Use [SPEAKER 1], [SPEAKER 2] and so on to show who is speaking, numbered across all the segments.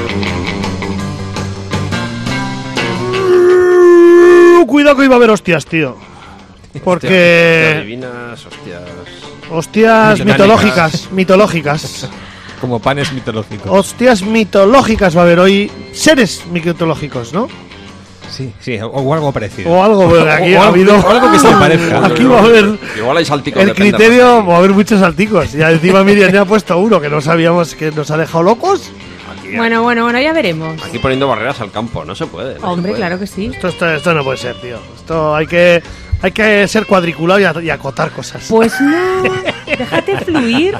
[SPEAKER 1] sabido Uh, que iba a haber hostias, tío.
[SPEAKER 2] Hostia,
[SPEAKER 1] Porque.
[SPEAKER 2] divinas, hostias.
[SPEAKER 1] Hostias
[SPEAKER 2] Satánicas.
[SPEAKER 1] mitológicas, mitológicas.
[SPEAKER 3] Como panes mitológicos.
[SPEAKER 1] Hostias mitológicas va a haber hoy. Seres mitológicos, ¿no?
[SPEAKER 3] Sí, sí, o, o algo parecido.
[SPEAKER 1] O algo, porque aquí
[SPEAKER 3] O- o
[SPEAKER 1] ha
[SPEAKER 3] algo-
[SPEAKER 1] habido.
[SPEAKER 3] o algo que se parezca.
[SPEAKER 1] Aquí va a haber.
[SPEAKER 2] Igual hay salticos
[SPEAKER 1] El
[SPEAKER 2] depende,
[SPEAKER 1] criterio, va a haber muchos salticos. Y encima Miriam ya ha puesto uno que no sabíamos que nos ha dejado locos.
[SPEAKER 2] Aquí,
[SPEAKER 4] Bueno, bueno, bueno, ya veremos.
[SPEAKER 2] aquí poniendo barreras al campo, no se puede. no se
[SPEAKER 4] Hombre,
[SPEAKER 2] puede.
[SPEAKER 4] claro que sí.
[SPEAKER 1] Esto, esto, esto no puede ser, tío. Esto hay que, hay que ser cuadriculado y, a- y acotar cosas.
[SPEAKER 4] Pues no, déjate fluir.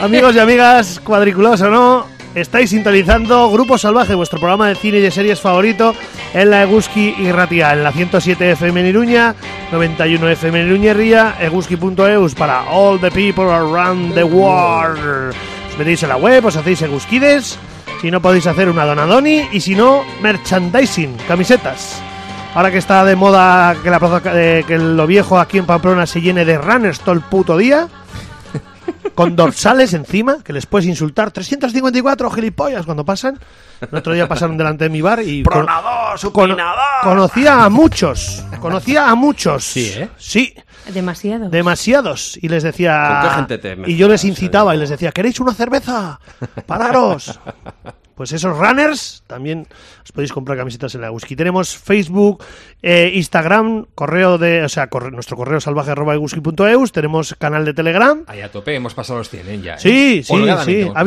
[SPEAKER 1] Amigos y amigas, cuadriculados o no, estáis sintonizando Grupo Salvaje, vuestro programa de cine y de series favorito en la Eguski y Ratia, en la 107 FM en Iruña, 91 FM en Iruñería, eguski.eus para all the people around the world. Os metéis en la web, os hacéis eguskides, si no podéis hacer una donadoni y si no, merchandising, camisetas. Ahora que está de moda que, la plaza, eh, que lo viejo aquí en Pamplona se llene de runners todo el puto día, con dorsales encima, que les puedes insultar. 354 gilipollas cuando pasan. El otro día pasaron delante de mi bar y. con- cono-
[SPEAKER 2] Pronador, supinador.
[SPEAKER 1] conocía a muchos. Conocía a muchos.
[SPEAKER 3] Sí, ¿eh?
[SPEAKER 1] Sí,
[SPEAKER 4] Demasiado.
[SPEAKER 1] demasiados. Y les decía.
[SPEAKER 2] ¿Con qué gente te mezclas,
[SPEAKER 1] y yo les incitaba y
[SPEAKER 2] eh?
[SPEAKER 1] les decía: ¿Queréis una cerveza? ¡Pararos! Pues esos runners también os podéis comprar camisetas en la Eguski. Tenemos Facebook, eh, Instagram, correo de, o sea, corre- nuestro correo salvaje arroba eguski.eus, tenemos canal de Telegram
[SPEAKER 3] Ahí a tope, hemos pasado los 100 ¿eh? ya. ¿eh?
[SPEAKER 1] Sí, sí,
[SPEAKER 3] Holgadamente
[SPEAKER 1] sí.
[SPEAKER 3] hemos
[SPEAKER 1] Ha
[SPEAKER 3] pasado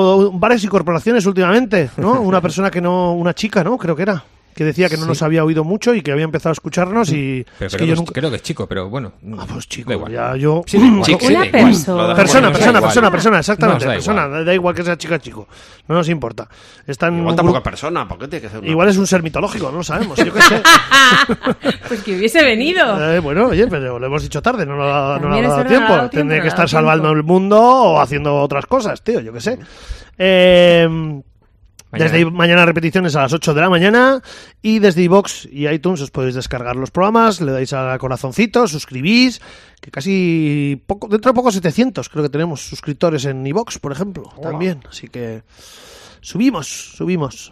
[SPEAKER 1] habido bares y corporaciones últimamente, ¿no? Una persona que no, una chica, ¿no? Creo que era, que decía que no nos había oído mucho y que había empezado a escucharnos y
[SPEAKER 3] los 100. Pero
[SPEAKER 1] es que
[SPEAKER 3] creo,
[SPEAKER 1] yo
[SPEAKER 3] que es-
[SPEAKER 1] nunca...
[SPEAKER 3] creo que es chico, pero bueno.
[SPEAKER 1] Ah, pues chico,
[SPEAKER 3] da igual.
[SPEAKER 1] ya yo...
[SPEAKER 3] Sí, da igual.
[SPEAKER 2] Chico,
[SPEAKER 3] Sí,
[SPEAKER 4] Una
[SPEAKER 3] da igual.
[SPEAKER 4] persona.
[SPEAKER 2] Lo dejamos
[SPEAKER 1] Persona,
[SPEAKER 2] ahí,
[SPEAKER 1] persona,
[SPEAKER 2] nos da igual.
[SPEAKER 1] persona, persona,
[SPEAKER 3] Nos
[SPEAKER 1] exactamente,
[SPEAKER 3] da igual.
[SPEAKER 1] persona. Da igual que sea chica o chico. No nos importa. Está en
[SPEAKER 2] Igual
[SPEAKER 1] un
[SPEAKER 2] tampoco es
[SPEAKER 1] grupo-
[SPEAKER 2] persona, ¿por qué tiene que ser una
[SPEAKER 1] Igual es un ser mitológico, no lo sabemos. Yo qué sé.
[SPEAKER 4] Pues que hubiese venido.
[SPEAKER 1] Eh, bueno, oye, pero lo hemos dicho tarde, no lo ha, no le ha dado
[SPEAKER 4] También eso no le ha
[SPEAKER 1] tiempo.
[SPEAKER 4] dado tiempo,
[SPEAKER 1] Tendré
[SPEAKER 4] no
[SPEAKER 1] que
[SPEAKER 4] le ha
[SPEAKER 1] estar
[SPEAKER 4] dado
[SPEAKER 1] salvando
[SPEAKER 4] tiempo.
[SPEAKER 1] el mundo o haciendo otras cosas, tío, yo qué sé. Eh,
[SPEAKER 3] Mañana.
[SPEAKER 1] Desde mañana repeticiones a las 8 de la mañana y desde iBox y iTunes os podéis descargar los programas, le dais al corazoncito, suscribís, que casi poco, dentro de poco 700 creo que tenemos suscriptores en iBox, por ejemplo, también, así que subimos, subimos.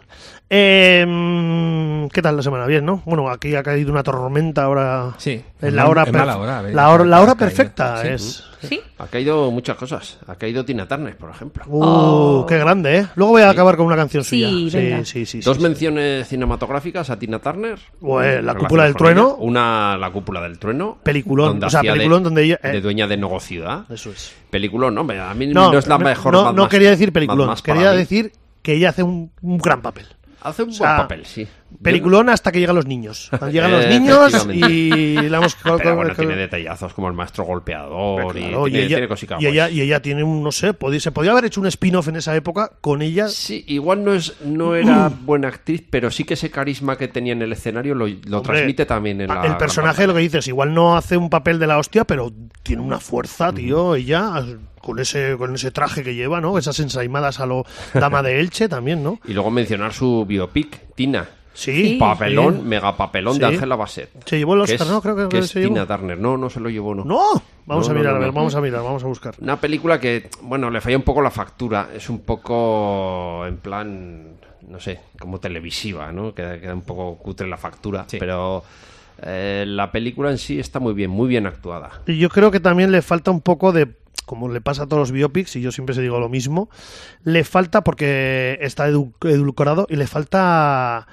[SPEAKER 1] Eh, ¿Qué tal la semana? Bien, ¿no? Bueno, aquí ha caído una tormenta ahora.
[SPEAKER 3] Sí.
[SPEAKER 1] Es la hora,
[SPEAKER 3] En
[SPEAKER 1] perf-
[SPEAKER 3] mala hora, a ver,
[SPEAKER 1] la hora, la
[SPEAKER 3] ha
[SPEAKER 1] hora
[SPEAKER 3] caído.
[SPEAKER 1] perfecta
[SPEAKER 3] Sí.
[SPEAKER 1] es.
[SPEAKER 4] Sí.
[SPEAKER 2] Ha caído muchas cosas. Ha caído Tina Turner, por ejemplo.
[SPEAKER 1] Uh,
[SPEAKER 2] Oh.
[SPEAKER 1] qué grande, ¿eh? Luego voy a acabar con una canción
[SPEAKER 4] Sí,
[SPEAKER 1] suya.
[SPEAKER 4] venga.
[SPEAKER 1] sí, sí, sí.
[SPEAKER 2] Dos
[SPEAKER 1] sí.
[SPEAKER 2] menciones cinematográficas a Tina Turner.
[SPEAKER 1] Bueno, La
[SPEAKER 2] Relaciones
[SPEAKER 1] cúpula del
[SPEAKER 2] con ella.
[SPEAKER 1] trueno.
[SPEAKER 2] Una, La cúpula del trueno.
[SPEAKER 1] Peliculón.
[SPEAKER 2] Donde
[SPEAKER 1] O sea,
[SPEAKER 2] hacía de-
[SPEAKER 1] peliculón donde ella- eh.
[SPEAKER 2] De dueña de negociada.
[SPEAKER 1] Eso es.
[SPEAKER 2] Peliculón, no, hombre, a mí no, es la mejor.
[SPEAKER 1] No,
[SPEAKER 2] Mad
[SPEAKER 1] no
[SPEAKER 2] Max-
[SPEAKER 1] quería decir
[SPEAKER 2] Mad
[SPEAKER 1] peliculón,
[SPEAKER 2] Max para
[SPEAKER 1] quería
[SPEAKER 2] mí.
[SPEAKER 1] decir que ella hace un, un gran papel.
[SPEAKER 2] Hace un
[SPEAKER 1] o sea,
[SPEAKER 2] buen papel, sí.
[SPEAKER 1] Peliculón hasta que llegan los niños. Cuando llegan los
[SPEAKER 2] Eh,
[SPEAKER 1] niños
[SPEAKER 2] efectivamente.
[SPEAKER 1] y la hemos
[SPEAKER 2] Yo- Pero bueno, tiene detallazos como el maestro golpeador y,
[SPEAKER 1] Claro, y
[SPEAKER 2] tiene,
[SPEAKER 1] ella,
[SPEAKER 2] tiene cosica pues.
[SPEAKER 1] y, ella,
[SPEAKER 2] guays.
[SPEAKER 1] y ella tiene un, no sé, podía- se podía haber hecho un spin-off en esa época con ella.
[SPEAKER 2] Sí, igual no es no era buena actriz, pero sí que ese carisma que tenía en el escenario lo, lo
[SPEAKER 1] Hombre,
[SPEAKER 2] transmite también en la
[SPEAKER 1] El
[SPEAKER 2] gran
[SPEAKER 1] personaje, lo que dices, igual no hace un papel de la hostia, pero tiene una fuerza, tío, ella, con ese, con ese traje que lleva, ¿no? Esas ensaimadas a lo dama de Elche también, ¿no?
[SPEAKER 2] Y luego mencionar su biopic, Tina.
[SPEAKER 1] Sí.
[SPEAKER 2] Papelón,
[SPEAKER 1] sí.
[SPEAKER 2] mega papelón
[SPEAKER 1] Sí.
[SPEAKER 2] de Ángela Bassett.
[SPEAKER 1] Se llevó el
[SPEAKER 2] Que
[SPEAKER 1] Oscar,
[SPEAKER 2] es-
[SPEAKER 1] ¿no? Creo que
[SPEAKER 2] es
[SPEAKER 1] se llevó.
[SPEAKER 2] Tina Turner. No, no se lo llevó, no.
[SPEAKER 1] No, vamos
[SPEAKER 2] No,
[SPEAKER 1] a
[SPEAKER 2] no,
[SPEAKER 1] mirar,
[SPEAKER 2] no,
[SPEAKER 1] a ver,
[SPEAKER 2] no.
[SPEAKER 1] vamos a mirar, vamos a buscar.
[SPEAKER 2] Una película que, bueno, le falla un poco la factura. Es un poco en plan, no sé, como televisiva, ¿no? Queda, queda un poco cutre la factura.
[SPEAKER 3] Sí.
[SPEAKER 2] Pero eh, la película en sí está muy bien, muy bien actuada.
[SPEAKER 1] Y Yo creo que también le falta un poco de, como le pasa a todos los biopics, y yo siempre se digo lo mismo, le falta, porque está edu- edulcorado, y le falta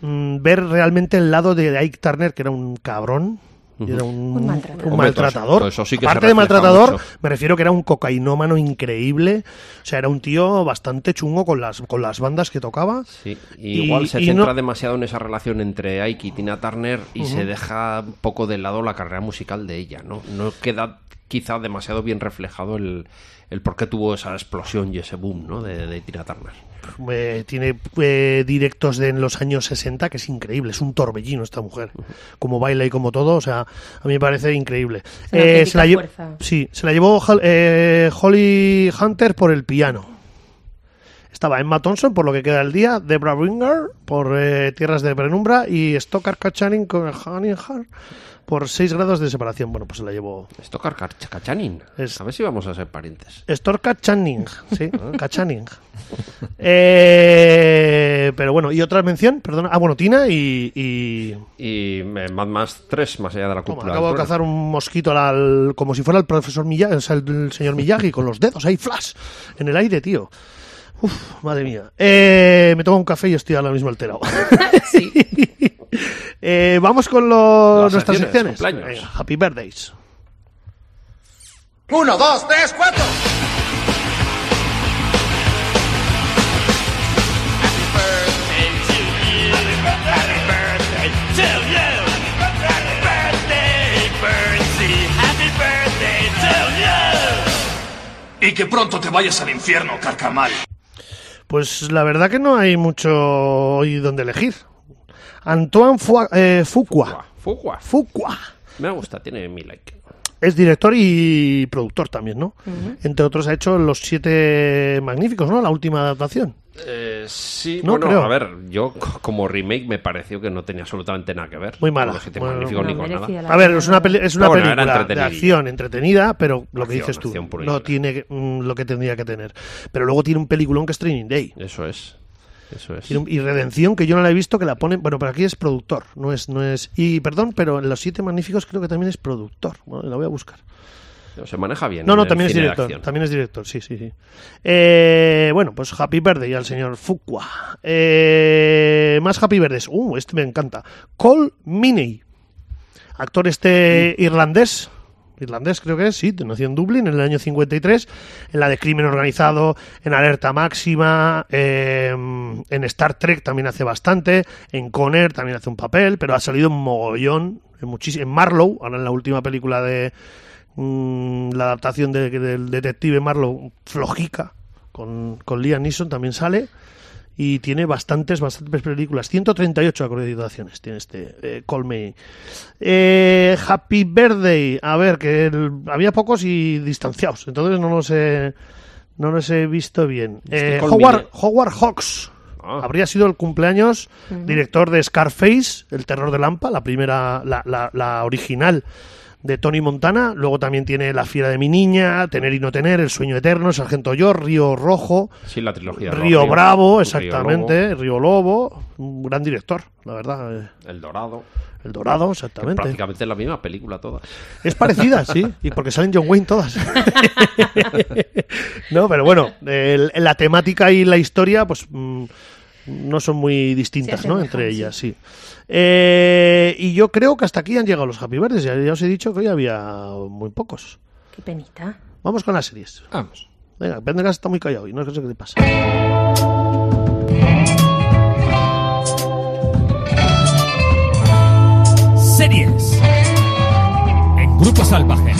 [SPEAKER 1] mm, ver realmente el lado de Ike Turner, que era un cabrón. y Era un,
[SPEAKER 4] Un maltratador.
[SPEAKER 1] un
[SPEAKER 2] Hombre, todo eso-
[SPEAKER 1] maltratador.
[SPEAKER 2] todo eso sí que se
[SPEAKER 1] Aparte de
[SPEAKER 2] refleja
[SPEAKER 1] maltratador,
[SPEAKER 2] mucho.
[SPEAKER 1] me refiero que era un cocainómano increíble. O sea, era un tío bastante chungo con las, con las bandas que tocaba.
[SPEAKER 2] Sí,
[SPEAKER 1] Y-
[SPEAKER 2] igual se
[SPEAKER 1] y
[SPEAKER 2] centra
[SPEAKER 1] no-
[SPEAKER 2] demasiado en esa relación entre Ike y Tina Turner y se deja un poco de lado la carrera musical de ella, ¿no? No queda quizá demasiado bien reflejado el, el por qué tuvo esa explosión y ese boom, ¿no? De, de Tina Turner.
[SPEAKER 1] Eh, tiene eh, directos de en los años 60 que es increíble, es un torbellino esta mujer, como baila y como todo, o sea, a mí me parece increíble.
[SPEAKER 4] Es una
[SPEAKER 1] Eh,
[SPEAKER 4] auténtica
[SPEAKER 1] se, la lle-
[SPEAKER 4] fuerza.
[SPEAKER 1] sí, se la llevó Hal- eh, Holly Hunter por el piano. Estaba Emma Thompson por lo que queda el día, Debra Winger por eh, Tierras de Penumbra y Stockard Kachanin con Honey Heart por 6 grados de separación. Bueno, pues se la llevó
[SPEAKER 2] Esto Kachanin.
[SPEAKER 1] Es-
[SPEAKER 2] A ver si vamos a ser parientes.
[SPEAKER 1] Stockard Channing, sí, Kachanin. Eh, pero bueno, y otra mención, perdona. Ah, bueno, Tina y. y-
[SPEAKER 2] Y eh, Mad Max 3, más allá de la
[SPEAKER 1] toma,
[SPEAKER 2] cúpula.
[SPEAKER 1] acabo de
[SPEAKER 2] del trueno.
[SPEAKER 1] cazar un mosquito al- al- como si fuera el profesor Miyagi, o sea, el, el señor Miyagi, con los dedos ahí, flash, en el aire, tío. Uf, madre mía. Eh, me tomo un café y estoy ahora mismo alterado.
[SPEAKER 4] Sí.
[SPEAKER 1] Eh, vamos con los-
[SPEAKER 2] Las
[SPEAKER 1] nuestras secciones.
[SPEAKER 2] secciones, cumpleaños.
[SPEAKER 1] Venga, happy birthdays.
[SPEAKER 5] Uno, dos, tres, cuatro.
[SPEAKER 6] Y que pronto te vayas al infierno, carcamal.
[SPEAKER 1] Pues la verdad que no hay mucho hoy donde elegir. Antoine Fua- eh, Fuqua.
[SPEAKER 2] Fugua.
[SPEAKER 1] Fuqua.
[SPEAKER 2] Me gusta, tiene mi like.
[SPEAKER 1] Es director y productor también, ¿no? Entre otros ha hecho Los Siete Magníficos, ¿no? La última adaptación.
[SPEAKER 2] Eh, sí,
[SPEAKER 1] No
[SPEAKER 2] bueno,
[SPEAKER 1] creo.
[SPEAKER 2] a ver, yo c- como remake me pareció que no tenía absolutamente nada que ver.
[SPEAKER 1] Muy mala.
[SPEAKER 2] Con los siete
[SPEAKER 1] Bueno,
[SPEAKER 2] magníficos ni
[SPEAKER 4] no
[SPEAKER 2] con nada.
[SPEAKER 4] merecía la
[SPEAKER 1] A ver,
[SPEAKER 4] pena,
[SPEAKER 1] es una,
[SPEAKER 4] la verdad.
[SPEAKER 1] peli- es una
[SPEAKER 2] Ah, Bueno, era
[SPEAKER 1] película de
[SPEAKER 2] entretenida.
[SPEAKER 1] acción entretenida, pero lo que
[SPEAKER 2] Acción,
[SPEAKER 1] dices tú,
[SPEAKER 2] acción pura y
[SPEAKER 1] no
[SPEAKER 2] dura.
[SPEAKER 1] tiene mm, lo que tendría que tener. Pero luego tiene un peliculón que es Training Day.
[SPEAKER 2] Eso es. Eso es.
[SPEAKER 1] Tiene un- Y Redención, que yo no la he visto, que la ponen. Bueno, pero aquí es productor, no es. no es Y perdón, pero en Los Siete Magníficos creo que también es productor. Bueno, la voy a buscar.
[SPEAKER 2] Se maneja bien.
[SPEAKER 1] No,
[SPEAKER 2] en
[SPEAKER 1] no,
[SPEAKER 2] el
[SPEAKER 1] también es
[SPEAKER 2] cine de
[SPEAKER 1] director.
[SPEAKER 2] acción.
[SPEAKER 1] También es director, sí, sí, sí. Eh, bueno, pues Happy Birthday al señor Fuqua. Eh, más Happy Verdes. Uh, este me encanta. Cole Miney. Actor este irlandés. Irlandés creo que es, sí, nació en Dublín en el año 53, en la de Crimen Organizado, en Alerta Máxima, eh, en Star Trek también hace bastante, en Con Air también hace un papel, pero ha salido en mogollón, en, muchis- en Marlowe, ahora en la última película de, Mm, la adaptación de- del detective Marlowe, flojica, con, con Liam Neeson también sale. Y tiene bastantes, bastantes películas. 138 acreditaciones tiene este eh, Call Me. Eh, Happy Birthday. A ver, que el- había pocos y distanciados. Entonces no los he, no los he visto bien. Eh,
[SPEAKER 2] Call Me,
[SPEAKER 1] Howard,
[SPEAKER 2] eh.
[SPEAKER 1] Howard Hawks.
[SPEAKER 2] Ah.
[SPEAKER 1] Habría sido el cumpleaños director de Scarface, El terror de Lampa, la primera, la, la- la original de Tony Montana. Luego también tiene La fiera de mi niña, Tener y no tener, El sueño eterno, Sargento Yo, Río Rojo,
[SPEAKER 2] Sí, la trilogía. de
[SPEAKER 1] Río
[SPEAKER 2] Río
[SPEAKER 1] Bravo,
[SPEAKER 2] Río
[SPEAKER 1] exactamente, Río Lobo, un gran director, la verdad. eh,
[SPEAKER 2] Lobo, El Dorado.
[SPEAKER 1] El Dorado,
[SPEAKER 2] que
[SPEAKER 1] exactamente.
[SPEAKER 2] prácticamente es la misma película toda.
[SPEAKER 1] Es parecida, sí, y porque salen John Wayne todas. no, pero bueno, el- la temática y la historia, pues mm, no son muy distintas,
[SPEAKER 4] Se
[SPEAKER 1] ¿no?
[SPEAKER 4] asemejan,
[SPEAKER 1] Entre ellas, sí. Eh, y yo creo que hasta aquí han llegado los Happy Verdes. Ya, ya os he dicho que hoy había muy pocos.
[SPEAKER 4] Qué penita.
[SPEAKER 1] Vamos con las series.
[SPEAKER 3] Vamos.
[SPEAKER 1] Venga, Pendergast está muy callado y no sé qué te pasa.
[SPEAKER 7] Series. En Grupo Salvaje.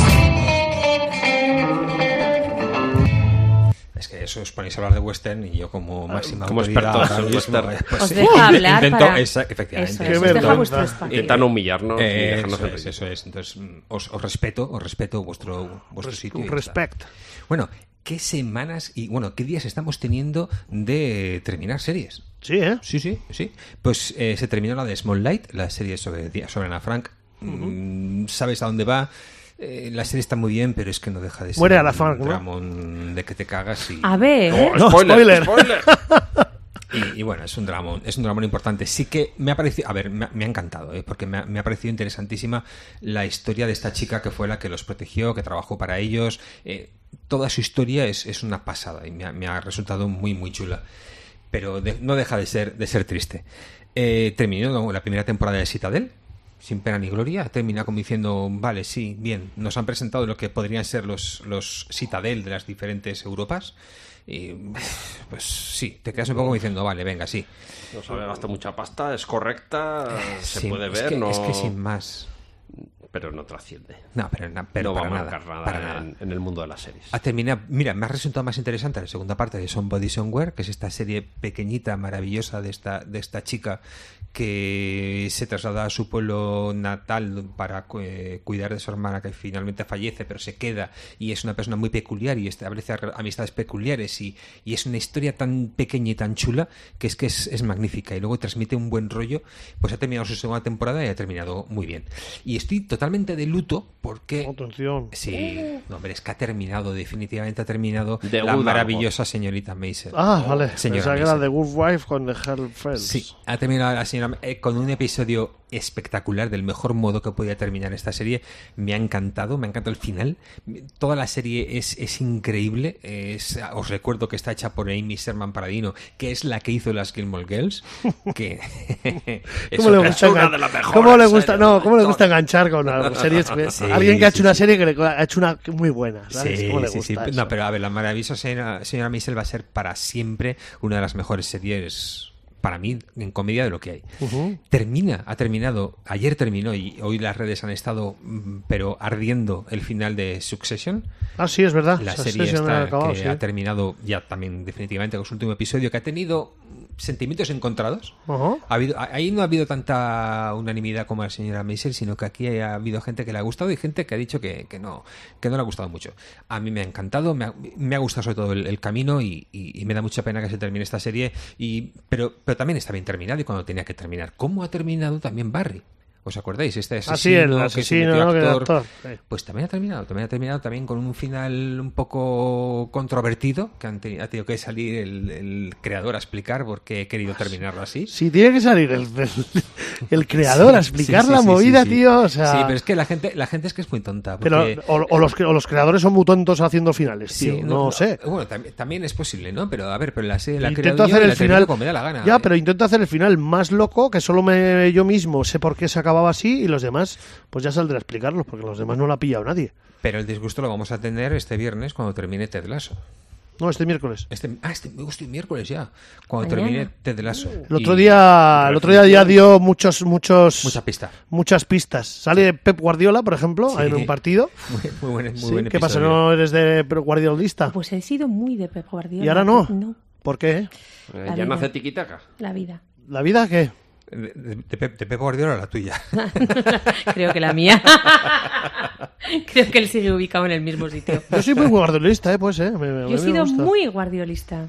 [SPEAKER 3] Es que eso os ponéis a hablar de western y yo como máxima
[SPEAKER 2] como
[SPEAKER 3] autoridad
[SPEAKER 2] experto
[SPEAKER 3] ahora
[SPEAKER 2] en
[SPEAKER 3] mismo,
[SPEAKER 2] western.
[SPEAKER 3] pues
[SPEAKER 4] Os
[SPEAKER 3] sí.
[SPEAKER 4] deja hablar
[SPEAKER 3] Intento-
[SPEAKER 4] para...
[SPEAKER 3] esa- efectivamente.
[SPEAKER 4] Eso
[SPEAKER 1] Qué
[SPEAKER 4] es, os deja
[SPEAKER 1] vergüenza.
[SPEAKER 4] vuestro espacio.
[SPEAKER 2] Intentan humillarnos y
[SPEAKER 3] Eh,
[SPEAKER 2] dejarnos
[SPEAKER 3] eso,
[SPEAKER 2] en
[SPEAKER 3] es,
[SPEAKER 2] ridículo.
[SPEAKER 3] eso es. Entonces, mm, os, os respeto, os respeto vuestro, vuestro sitio. y ya está.
[SPEAKER 1] Respect.
[SPEAKER 3] Bueno, ¿qué semanas y bueno, qué días estamos teniendo de terminar series?
[SPEAKER 1] Sí, ¿eh?
[SPEAKER 3] Sí, sí, sí. Pues eh, se terminó la de Small Light, la serie sobre, di- sobre Ana Frank. Mm, Sabes a dónde va. Eh, la serie está muy bien, pero es que no deja de ser
[SPEAKER 1] Muere Ana
[SPEAKER 3] un
[SPEAKER 1] Frank, ¿no?
[SPEAKER 3] dramón de que te cagas y...
[SPEAKER 4] A
[SPEAKER 3] Eh,
[SPEAKER 4] ver,
[SPEAKER 1] No, spoiler.
[SPEAKER 3] Y, y bueno, es un dramón, es un dramón importante. Sí que me ha parecido, a ver, me, ha- me ha encantado, ¿eh? porque me ha, me ha parecido interesantísima la historia de esta chica que fue la que los protegió, que trabajó para ellos. eh, toda su historia es, es una pasada y me ha, me ha resultado muy, muy chula. Pero de- no deja de ser, de ser triste. Eh, terminó la primera temporada de Citadel, sin pena ni gloria. Termina como diciendo, vale, sí, bien, nos han presentado lo que podrían ser los, los Citadel de las diferentes Europas. Y pues sí, te quedas un poco como diciendo, vale, venga, sí.
[SPEAKER 2] No sabe, gasta mucha pasta, es correcta,
[SPEAKER 1] Eh,
[SPEAKER 2] se
[SPEAKER 3] Sí,
[SPEAKER 2] puede
[SPEAKER 3] es
[SPEAKER 2] ver,
[SPEAKER 3] que-
[SPEAKER 2] no...
[SPEAKER 3] Es que sin más.
[SPEAKER 2] pero no trasciende.
[SPEAKER 3] No, pero, na- pero eh.
[SPEAKER 2] no
[SPEAKER 3] para
[SPEAKER 2] va a
[SPEAKER 3] nada.
[SPEAKER 2] marcar nada,
[SPEAKER 3] para
[SPEAKER 2] en,
[SPEAKER 3] nada.
[SPEAKER 2] en el mundo de las series.
[SPEAKER 3] Ha terminado, mira, me ha resultado más interesante la segunda parte de Somebody Somewhere, que es esta serie pequeñita, maravillosa de esta, de esta chica que se traslada a su pueblo natal para cu- eh, cuidar de su hermana que finalmente fallece, pero se queda y es una persona muy peculiar y establece ar- amistades peculiares y, y es una historia tan pequeña y tan chula que es que es, es magnífica y luego transmite un buen rollo, pues ha terminado su segunda temporada y ha terminado muy bien. Y estoy totalmente totalmente de luto porque
[SPEAKER 1] Atención.
[SPEAKER 3] Sí,
[SPEAKER 1] Oh.
[SPEAKER 3] no, hombre, es que ha terminado, definitivamente ha terminado
[SPEAKER 2] De
[SPEAKER 3] la
[SPEAKER 2] Wood
[SPEAKER 3] maravillosa señorita Maisel.
[SPEAKER 1] Ah, vale.
[SPEAKER 3] señora
[SPEAKER 1] Pensaba que era The
[SPEAKER 3] Maisel.
[SPEAKER 1] Good Wife con The Hellfest.
[SPEAKER 3] Sí, ha terminado la señora eh, con un episodio espectacular del mejor modo que podía terminar esta serie. Me ha encantado, me ha encantado el final. Toda la serie es, es increíble. Es- os recuerdo que está hecha por Amy Sherman Paradino, que es la que hizo las Gilmore Girls. Que es
[SPEAKER 1] ¿Cómo le
[SPEAKER 3] otra-
[SPEAKER 1] gusta,
[SPEAKER 2] una
[SPEAKER 1] engan-
[SPEAKER 2] de las mejores
[SPEAKER 1] ¿Cómo le gusta,
[SPEAKER 2] series
[SPEAKER 1] no,
[SPEAKER 2] de
[SPEAKER 1] ¿cómo le
[SPEAKER 2] la
[SPEAKER 1] gusta
[SPEAKER 2] historia?
[SPEAKER 1] enganchar con algo? Series que-
[SPEAKER 3] Sí,
[SPEAKER 1] alguien que ha hecho
[SPEAKER 3] sí,
[SPEAKER 1] una
[SPEAKER 3] sí.
[SPEAKER 1] serie que le- ha hecho una muy buena. ¿sabes? ¿Cómo le gusta eso?
[SPEAKER 3] No, pero a ver, la maravillosa señora, señora Maisel va a ser para siempre una de las mejores series para mí en comedia de lo que hay. Termina, ha terminado, ayer terminó y hoy las redes han estado, mm, pero ardiendo el final de Succession.
[SPEAKER 1] Ah, sí, es verdad.
[SPEAKER 3] La
[SPEAKER 1] Esa
[SPEAKER 3] serie
[SPEAKER 1] sesión
[SPEAKER 3] esta
[SPEAKER 1] ha acabado,
[SPEAKER 3] que
[SPEAKER 1] sí.
[SPEAKER 3] ha terminado ya también definitivamente con su último episodio, que ha tenido mm, sentimientos encontrados.
[SPEAKER 1] Ajá.
[SPEAKER 3] Ha habido, a- ahí no ha habido tanta unanimidad como la señora Maisel, sino que aquí ha habido gente que le ha gustado y gente que ha dicho que, que no, que no le ha gustado mucho. A mí me ha encantado, me ha, me ha gustado sobre todo el, el camino y, y- y me da mucha pena que se termine esta serie, y, pero, pero también está bien terminado y cuando tenía que terminar. ¿Cómo ha terminado también Barry? ¿Os acordáis? Este asesino,
[SPEAKER 1] Ah, sí, el
[SPEAKER 3] que se
[SPEAKER 1] asesino,
[SPEAKER 3] metió
[SPEAKER 1] ¿no? que era
[SPEAKER 3] actor.
[SPEAKER 1] actor. Sí.
[SPEAKER 3] Pues también ha terminado, también ha terminado también con un final un poco controvertido, que han teni- ha tenido que salir el, el creador a explicar por qué he querido terminarlo así.
[SPEAKER 1] Si tiene que salir el, el- el creador a explicar
[SPEAKER 3] Sí, sí,
[SPEAKER 1] la
[SPEAKER 3] sí,
[SPEAKER 1] movida,
[SPEAKER 3] sí, sí.
[SPEAKER 1] tío. O sea,
[SPEAKER 3] Sí, pero es que la gente, la gente es que es muy tonta.
[SPEAKER 1] pero-
[SPEAKER 3] porque-
[SPEAKER 1] o, o los, cre- o los creadores son muy tontos haciendo finales,
[SPEAKER 3] sí,
[SPEAKER 1] tío. no, sé.
[SPEAKER 3] Bueno, tam- también es posible, ¿no? Pero a ver, pero la serie la he
[SPEAKER 1] Intento
[SPEAKER 3] creado yo
[SPEAKER 1] hacer
[SPEAKER 3] y
[SPEAKER 1] el
[SPEAKER 3] la termino
[SPEAKER 1] final.
[SPEAKER 3] como me da la gana. eh.
[SPEAKER 1] Ya, pero intento hacer el final más loco, que solo me, yo mismo sé por qué se acababa así y los demás, pues ya saldré a explicarlos, porque los demás no la ha pillado nadie.
[SPEAKER 3] Pero el disgusto lo vamos a tener este viernes cuando termine Ted Lasso.
[SPEAKER 1] No, este miércoles.
[SPEAKER 3] Este, ah, este, hostia, miércoles ya. Cuando
[SPEAKER 4] Mañana.
[SPEAKER 3] termine Ted Lasso.
[SPEAKER 1] El otro
[SPEAKER 3] Y-
[SPEAKER 1] día, el otro día ya dio muchos, muchos,
[SPEAKER 3] Mucha pista.
[SPEAKER 1] muchas pistas. Sale Pep Guardiola, por ejemplo,
[SPEAKER 3] Sí.
[SPEAKER 1] en un partido.
[SPEAKER 3] Muy, muy buen, muy
[SPEAKER 1] Sí,
[SPEAKER 3] buen
[SPEAKER 1] ¿Qué pasa?
[SPEAKER 3] episodio.
[SPEAKER 1] ¿No eres de Pep guardiolista?
[SPEAKER 4] Pues he sido muy de Pep Guardiola.
[SPEAKER 1] ¿Y ahora no?
[SPEAKER 4] No,
[SPEAKER 1] ¿Por qué?
[SPEAKER 2] Eh,
[SPEAKER 4] La
[SPEAKER 2] ya no
[SPEAKER 4] vida.
[SPEAKER 2] hace tiquitaca.
[SPEAKER 4] la vida.
[SPEAKER 1] ¿La vida qué?
[SPEAKER 3] De, de, de Pep, de Pep Guardiola a la tuya.
[SPEAKER 4] Creo que la mía. Creo que él sigue ubicado en el mismo sitio.
[SPEAKER 1] Yo soy muy guardiolista, ¿eh? Pues, ¿eh? Me- me-
[SPEAKER 4] Yo he
[SPEAKER 1] me
[SPEAKER 4] sido
[SPEAKER 1] gusta.
[SPEAKER 4] muy guardiolista.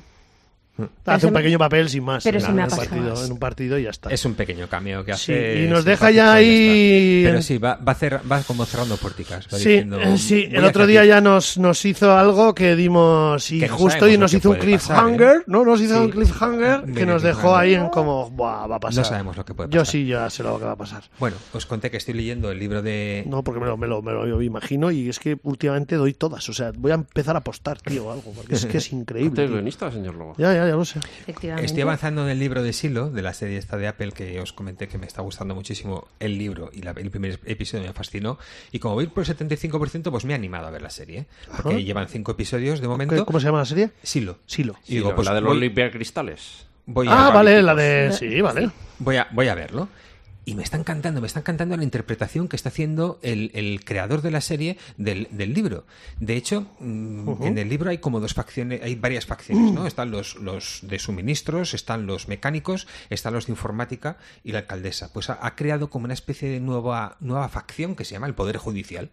[SPEAKER 4] pero
[SPEAKER 1] Hace
[SPEAKER 4] se
[SPEAKER 1] un
[SPEAKER 4] me-
[SPEAKER 1] pequeño papel sin más.
[SPEAKER 4] pero
[SPEAKER 1] en
[SPEAKER 4] se me
[SPEAKER 1] un
[SPEAKER 4] ha pasado.
[SPEAKER 1] partido- en un partido y ya está.
[SPEAKER 3] Es un pequeño cameo que
[SPEAKER 1] Sí,
[SPEAKER 3] hace. este
[SPEAKER 1] y nos
[SPEAKER 3] simpático
[SPEAKER 1] deja ya
[SPEAKER 3] y
[SPEAKER 1] ahí-
[SPEAKER 3] está. Pero sí, va, va, cerra- va como cerrando pórticas. va
[SPEAKER 1] Sí,
[SPEAKER 3] diciendo,
[SPEAKER 1] eh, sí,
[SPEAKER 3] voy
[SPEAKER 1] el
[SPEAKER 3] a
[SPEAKER 1] otro
[SPEAKER 3] hacer
[SPEAKER 1] día
[SPEAKER 3] aquí-
[SPEAKER 1] ya nos, nos hizo algo que dimos y
[SPEAKER 3] Que no
[SPEAKER 1] justo
[SPEAKER 3] sabemos
[SPEAKER 1] y
[SPEAKER 3] lo
[SPEAKER 1] nos
[SPEAKER 3] que
[SPEAKER 1] hizo un
[SPEAKER 3] puede pasar,
[SPEAKER 1] cliffhanger,
[SPEAKER 3] ¿eh?
[SPEAKER 1] ¿no? Nos hizo
[SPEAKER 3] Sí.
[SPEAKER 1] un cliffhanger que
[SPEAKER 3] Medio
[SPEAKER 1] nos dejó
[SPEAKER 3] cliffhanger.
[SPEAKER 1] ahí en como, Buah, va a pasar.
[SPEAKER 3] No sabemos lo que puede
[SPEAKER 1] Yo
[SPEAKER 3] pasar.
[SPEAKER 1] sí, ya sé lo que va a pasar.
[SPEAKER 3] Bueno, os conté que estoy leyendo el libro de.
[SPEAKER 1] No, porque me lo, me lo- me lo imagino y es que últimamente doy todas. O sea, voy a empezar a apostar, tío, o algo. Porque es que es
[SPEAKER 2] ¿Usted
[SPEAKER 1] increíble.
[SPEAKER 2] es
[SPEAKER 1] tío.
[SPEAKER 2] guionista, señor Lobo?
[SPEAKER 1] Ya, ya, ya lo sé.
[SPEAKER 4] Efectivamente.
[SPEAKER 3] Estoy avanzando en el libro de Silo, de la serie esta de Apple que os comenté que me está gustando muchísimo el libro y la- el primer episodio me fascinó. Y como voy por el 75%, pues me he animado a ver la serie. Porque
[SPEAKER 1] Ajá.
[SPEAKER 3] llevan cinco episodios de
[SPEAKER 1] ¿Qué-
[SPEAKER 3] momento.
[SPEAKER 1] ¿Cómo se llama la serie?
[SPEAKER 3] Silo.
[SPEAKER 1] Silo.
[SPEAKER 3] Y digo,
[SPEAKER 2] Sí,
[SPEAKER 3] pues
[SPEAKER 2] la de los
[SPEAKER 3] voy-
[SPEAKER 2] limpiacristales.
[SPEAKER 3] voy
[SPEAKER 1] Ah,
[SPEAKER 3] a-
[SPEAKER 1] vale, la de... Sí, vale.
[SPEAKER 3] Voy a, voy a verlo. Y me está encantando, me está encantando la interpretación que está haciendo el, el creador de la serie del, del libro. De hecho, mm, en el libro hay como dos facciones, hay varias facciones,
[SPEAKER 1] Mm.
[SPEAKER 3] ¿no? Están los, los de suministros, están los mecánicos, están los de informática y la alcaldesa. Pues ha, ha creado como una especie de nueva, nueva facción que se llama el Poder Judicial.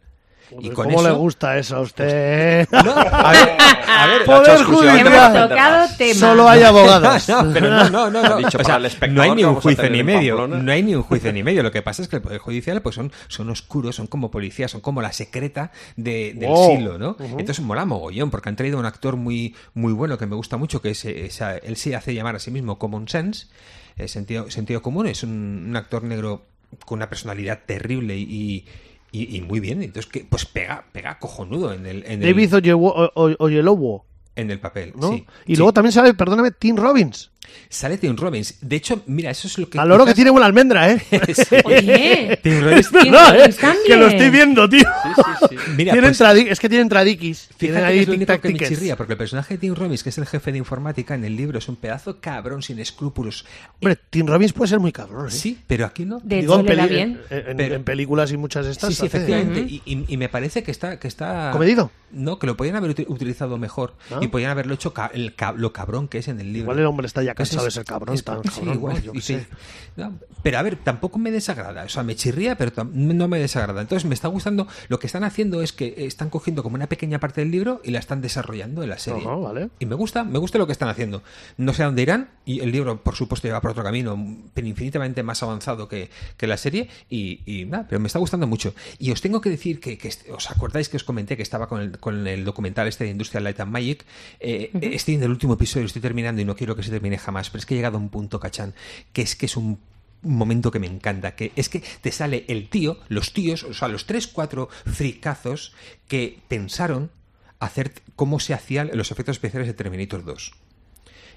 [SPEAKER 3] Y con
[SPEAKER 1] ¿Cómo le
[SPEAKER 3] eso-
[SPEAKER 1] gusta eso a usted?
[SPEAKER 3] No, a ver, a ver,
[SPEAKER 1] Poder
[SPEAKER 3] la choscusión.
[SPEAKER 1] judicial.
[SPEAKER 4] Hemos tocado tema.
[SPEAKER 1] Solo hay abogados.
[SPEAKER 3] No, pero no, no, no.
[SPEAKER 2] Ha
[SPEAKER 3] no.
[SPEAKER 2] dicho para el espectador
[SPEAKER 3] no hay ni
[SPEAKER 2] que
[SPEAKER 3] un
[SPEAKER 2] vamos a
[SPEAKER 3] juicio
[SPEAKER 2] tener
[SPEAKER 3] ni
[SPEAKER 2] en
[SPEAKER 3] medio.
[SPEAKER 2] Pamplona.
[SPEAKER 3] No hay ni un juicio ni medio. Lo que pasa es que el Poder Judicial pues son, son oscuros, son como policías, son como la secreta de- del
[SPEAKER 1] Wow.
[SPEAKER 3] silo, ¿no? Entonces mola mogollón, porque han traído un actor muy, muy bueno que me gusta mucho, que es, es a- él se hace llamar a sí mismo Common Sense, eh, sentido, sentido común. Es un, un actor negro con una personalidad terrible y... y- y muy bien, entonces que pues pega, pega cojonudo en el, en el,
[SPEAKER 1] David Oyewo- o- o- Oyelowo,
[SPEAKER 3] en el papel.
[SPEAKER 1] ¿no?
[SPEAKER 3] sí.
[SPEAKER 1] y
[SPEAKER 3] Sí.
[SPEAKER 1] luego también sale, perdóname, Tim Robbins.
[SPEAKER 3] Sale Tim Robbins. De hecho, mira, eso es lo que.
[SPEAKER 1] Al oro que
[SPEAKER 3] quizás-
[SPEAKER 1] tiene buena almendra, ¿eh?
[SPEAKER 3] Sí.
[SPEAKER 4] Oye,
[SPEAKER 3] Tim Robbins.
[SPEAKER 4] Tim
[SPEAKER 1] No, ¿eh?
[SPEAKER 4] Robbins también.
[SPEAKER 1] Que lo estoy viendo, tío.
[SPEAKER 3] Mira,
[SPEAKER 1] Tienen
[SPEAKER 3] pues,
[SPEAKER 1] tradi- es que tienen tradiquis. Tienen
[SPEAKER 3] fíjate que
[SPEAKER 1] ahí
[SPEAKER 3] es lo único
[SPEAKER 1] tic-tac
[SPEAKER 3] que me
[SPEAKER 1] tickets.
[SPEAKER 3] chirría, porque el personaje de Tim Robbins, que es el jefe de informática en el libro, es un pedazo cabrón sin escrúpulos.
[SPEAKER 1] Hombre, Tim Robbins puede ser muy cabrón, ¿eh?
[SPEAKER 3] Sí, pero aquí no.
[SPEAKER 4] De
[SPEAKER 1] Digo,
[SPEAKER 4] hecho,
[SPEAKER 1] en,
[SPEAKER 4] le da
[SPEAKER 1] peli-
[SPEAKER 4] bien.
[SPEAKER 1] en- en-
[SPEAKER 3] Pero-
[SPEAKER 1] en películas y muchas de estas.
[SPEAKER 3] Sí, sí,
[SPEAKER 1] hace-
[SPEAKER 3] efectivamente. Y, y- y me parece que está, que está.
[SPEAKER 1] ¿Comedido?
[SPEAKER 3] No, que lo podían haber uti- utilizado mejor
[SPEAKER 1] Ah.
[SPEAKER 3] y podían haberlo hecho ca- el ca- lo cabrón que es en el libro.
[SPEAKER 1] Igual el hombre está ya ya cansado de
[SPEAKER 3] Entonces,
[SPEAKER 1] ser cabrón,
[SPEAKER 3] es-
[SPEAKER 1] tan
[SPEAKER 3] sí,
[SPEAKER 1] cabrón,
[SPEAKER 3] igual,
[SPEAKER 1] ¿no? Yo qué
[SPEAKER 3] y
[SPEAKER 1] sé.
[SPEAKER 3] sí. No, Pero a ver, tampoco me desagrada. O sea, me chirría, pero tam- no me desagrada. Entonces me está gustando. Lo que están haciendo es que están cogiendo como una pequeña parte del libro y la están desarrollando en la serie.
[SPEAKER 1] Ajá, vale.
[SPEAKER 3] Y me gusta, me gusta lo que están haciendo. No sé a dónde irán. Y el libro, por supuesto, lleva por otro camino, pero infinitamente más avanzado que, que la serie. Y, y nada, pero me está gustando mucho. Y os tengo que decir que, que est- os acordáis que os comenté que estaba con el, con el documental este de Industrial Light and Magic. Eh, Estoy en el último episodio, estoy terminando y no quiero que se termine jamás. Pero es que he llegado a un punto, cachán, que es que es un un momento que me encanta, que es que te sale el tío, los tíos, o sea, los tres, cuatro fricazos que pensaron hacer cómo se hacían los efectos especiales de Terminator 2.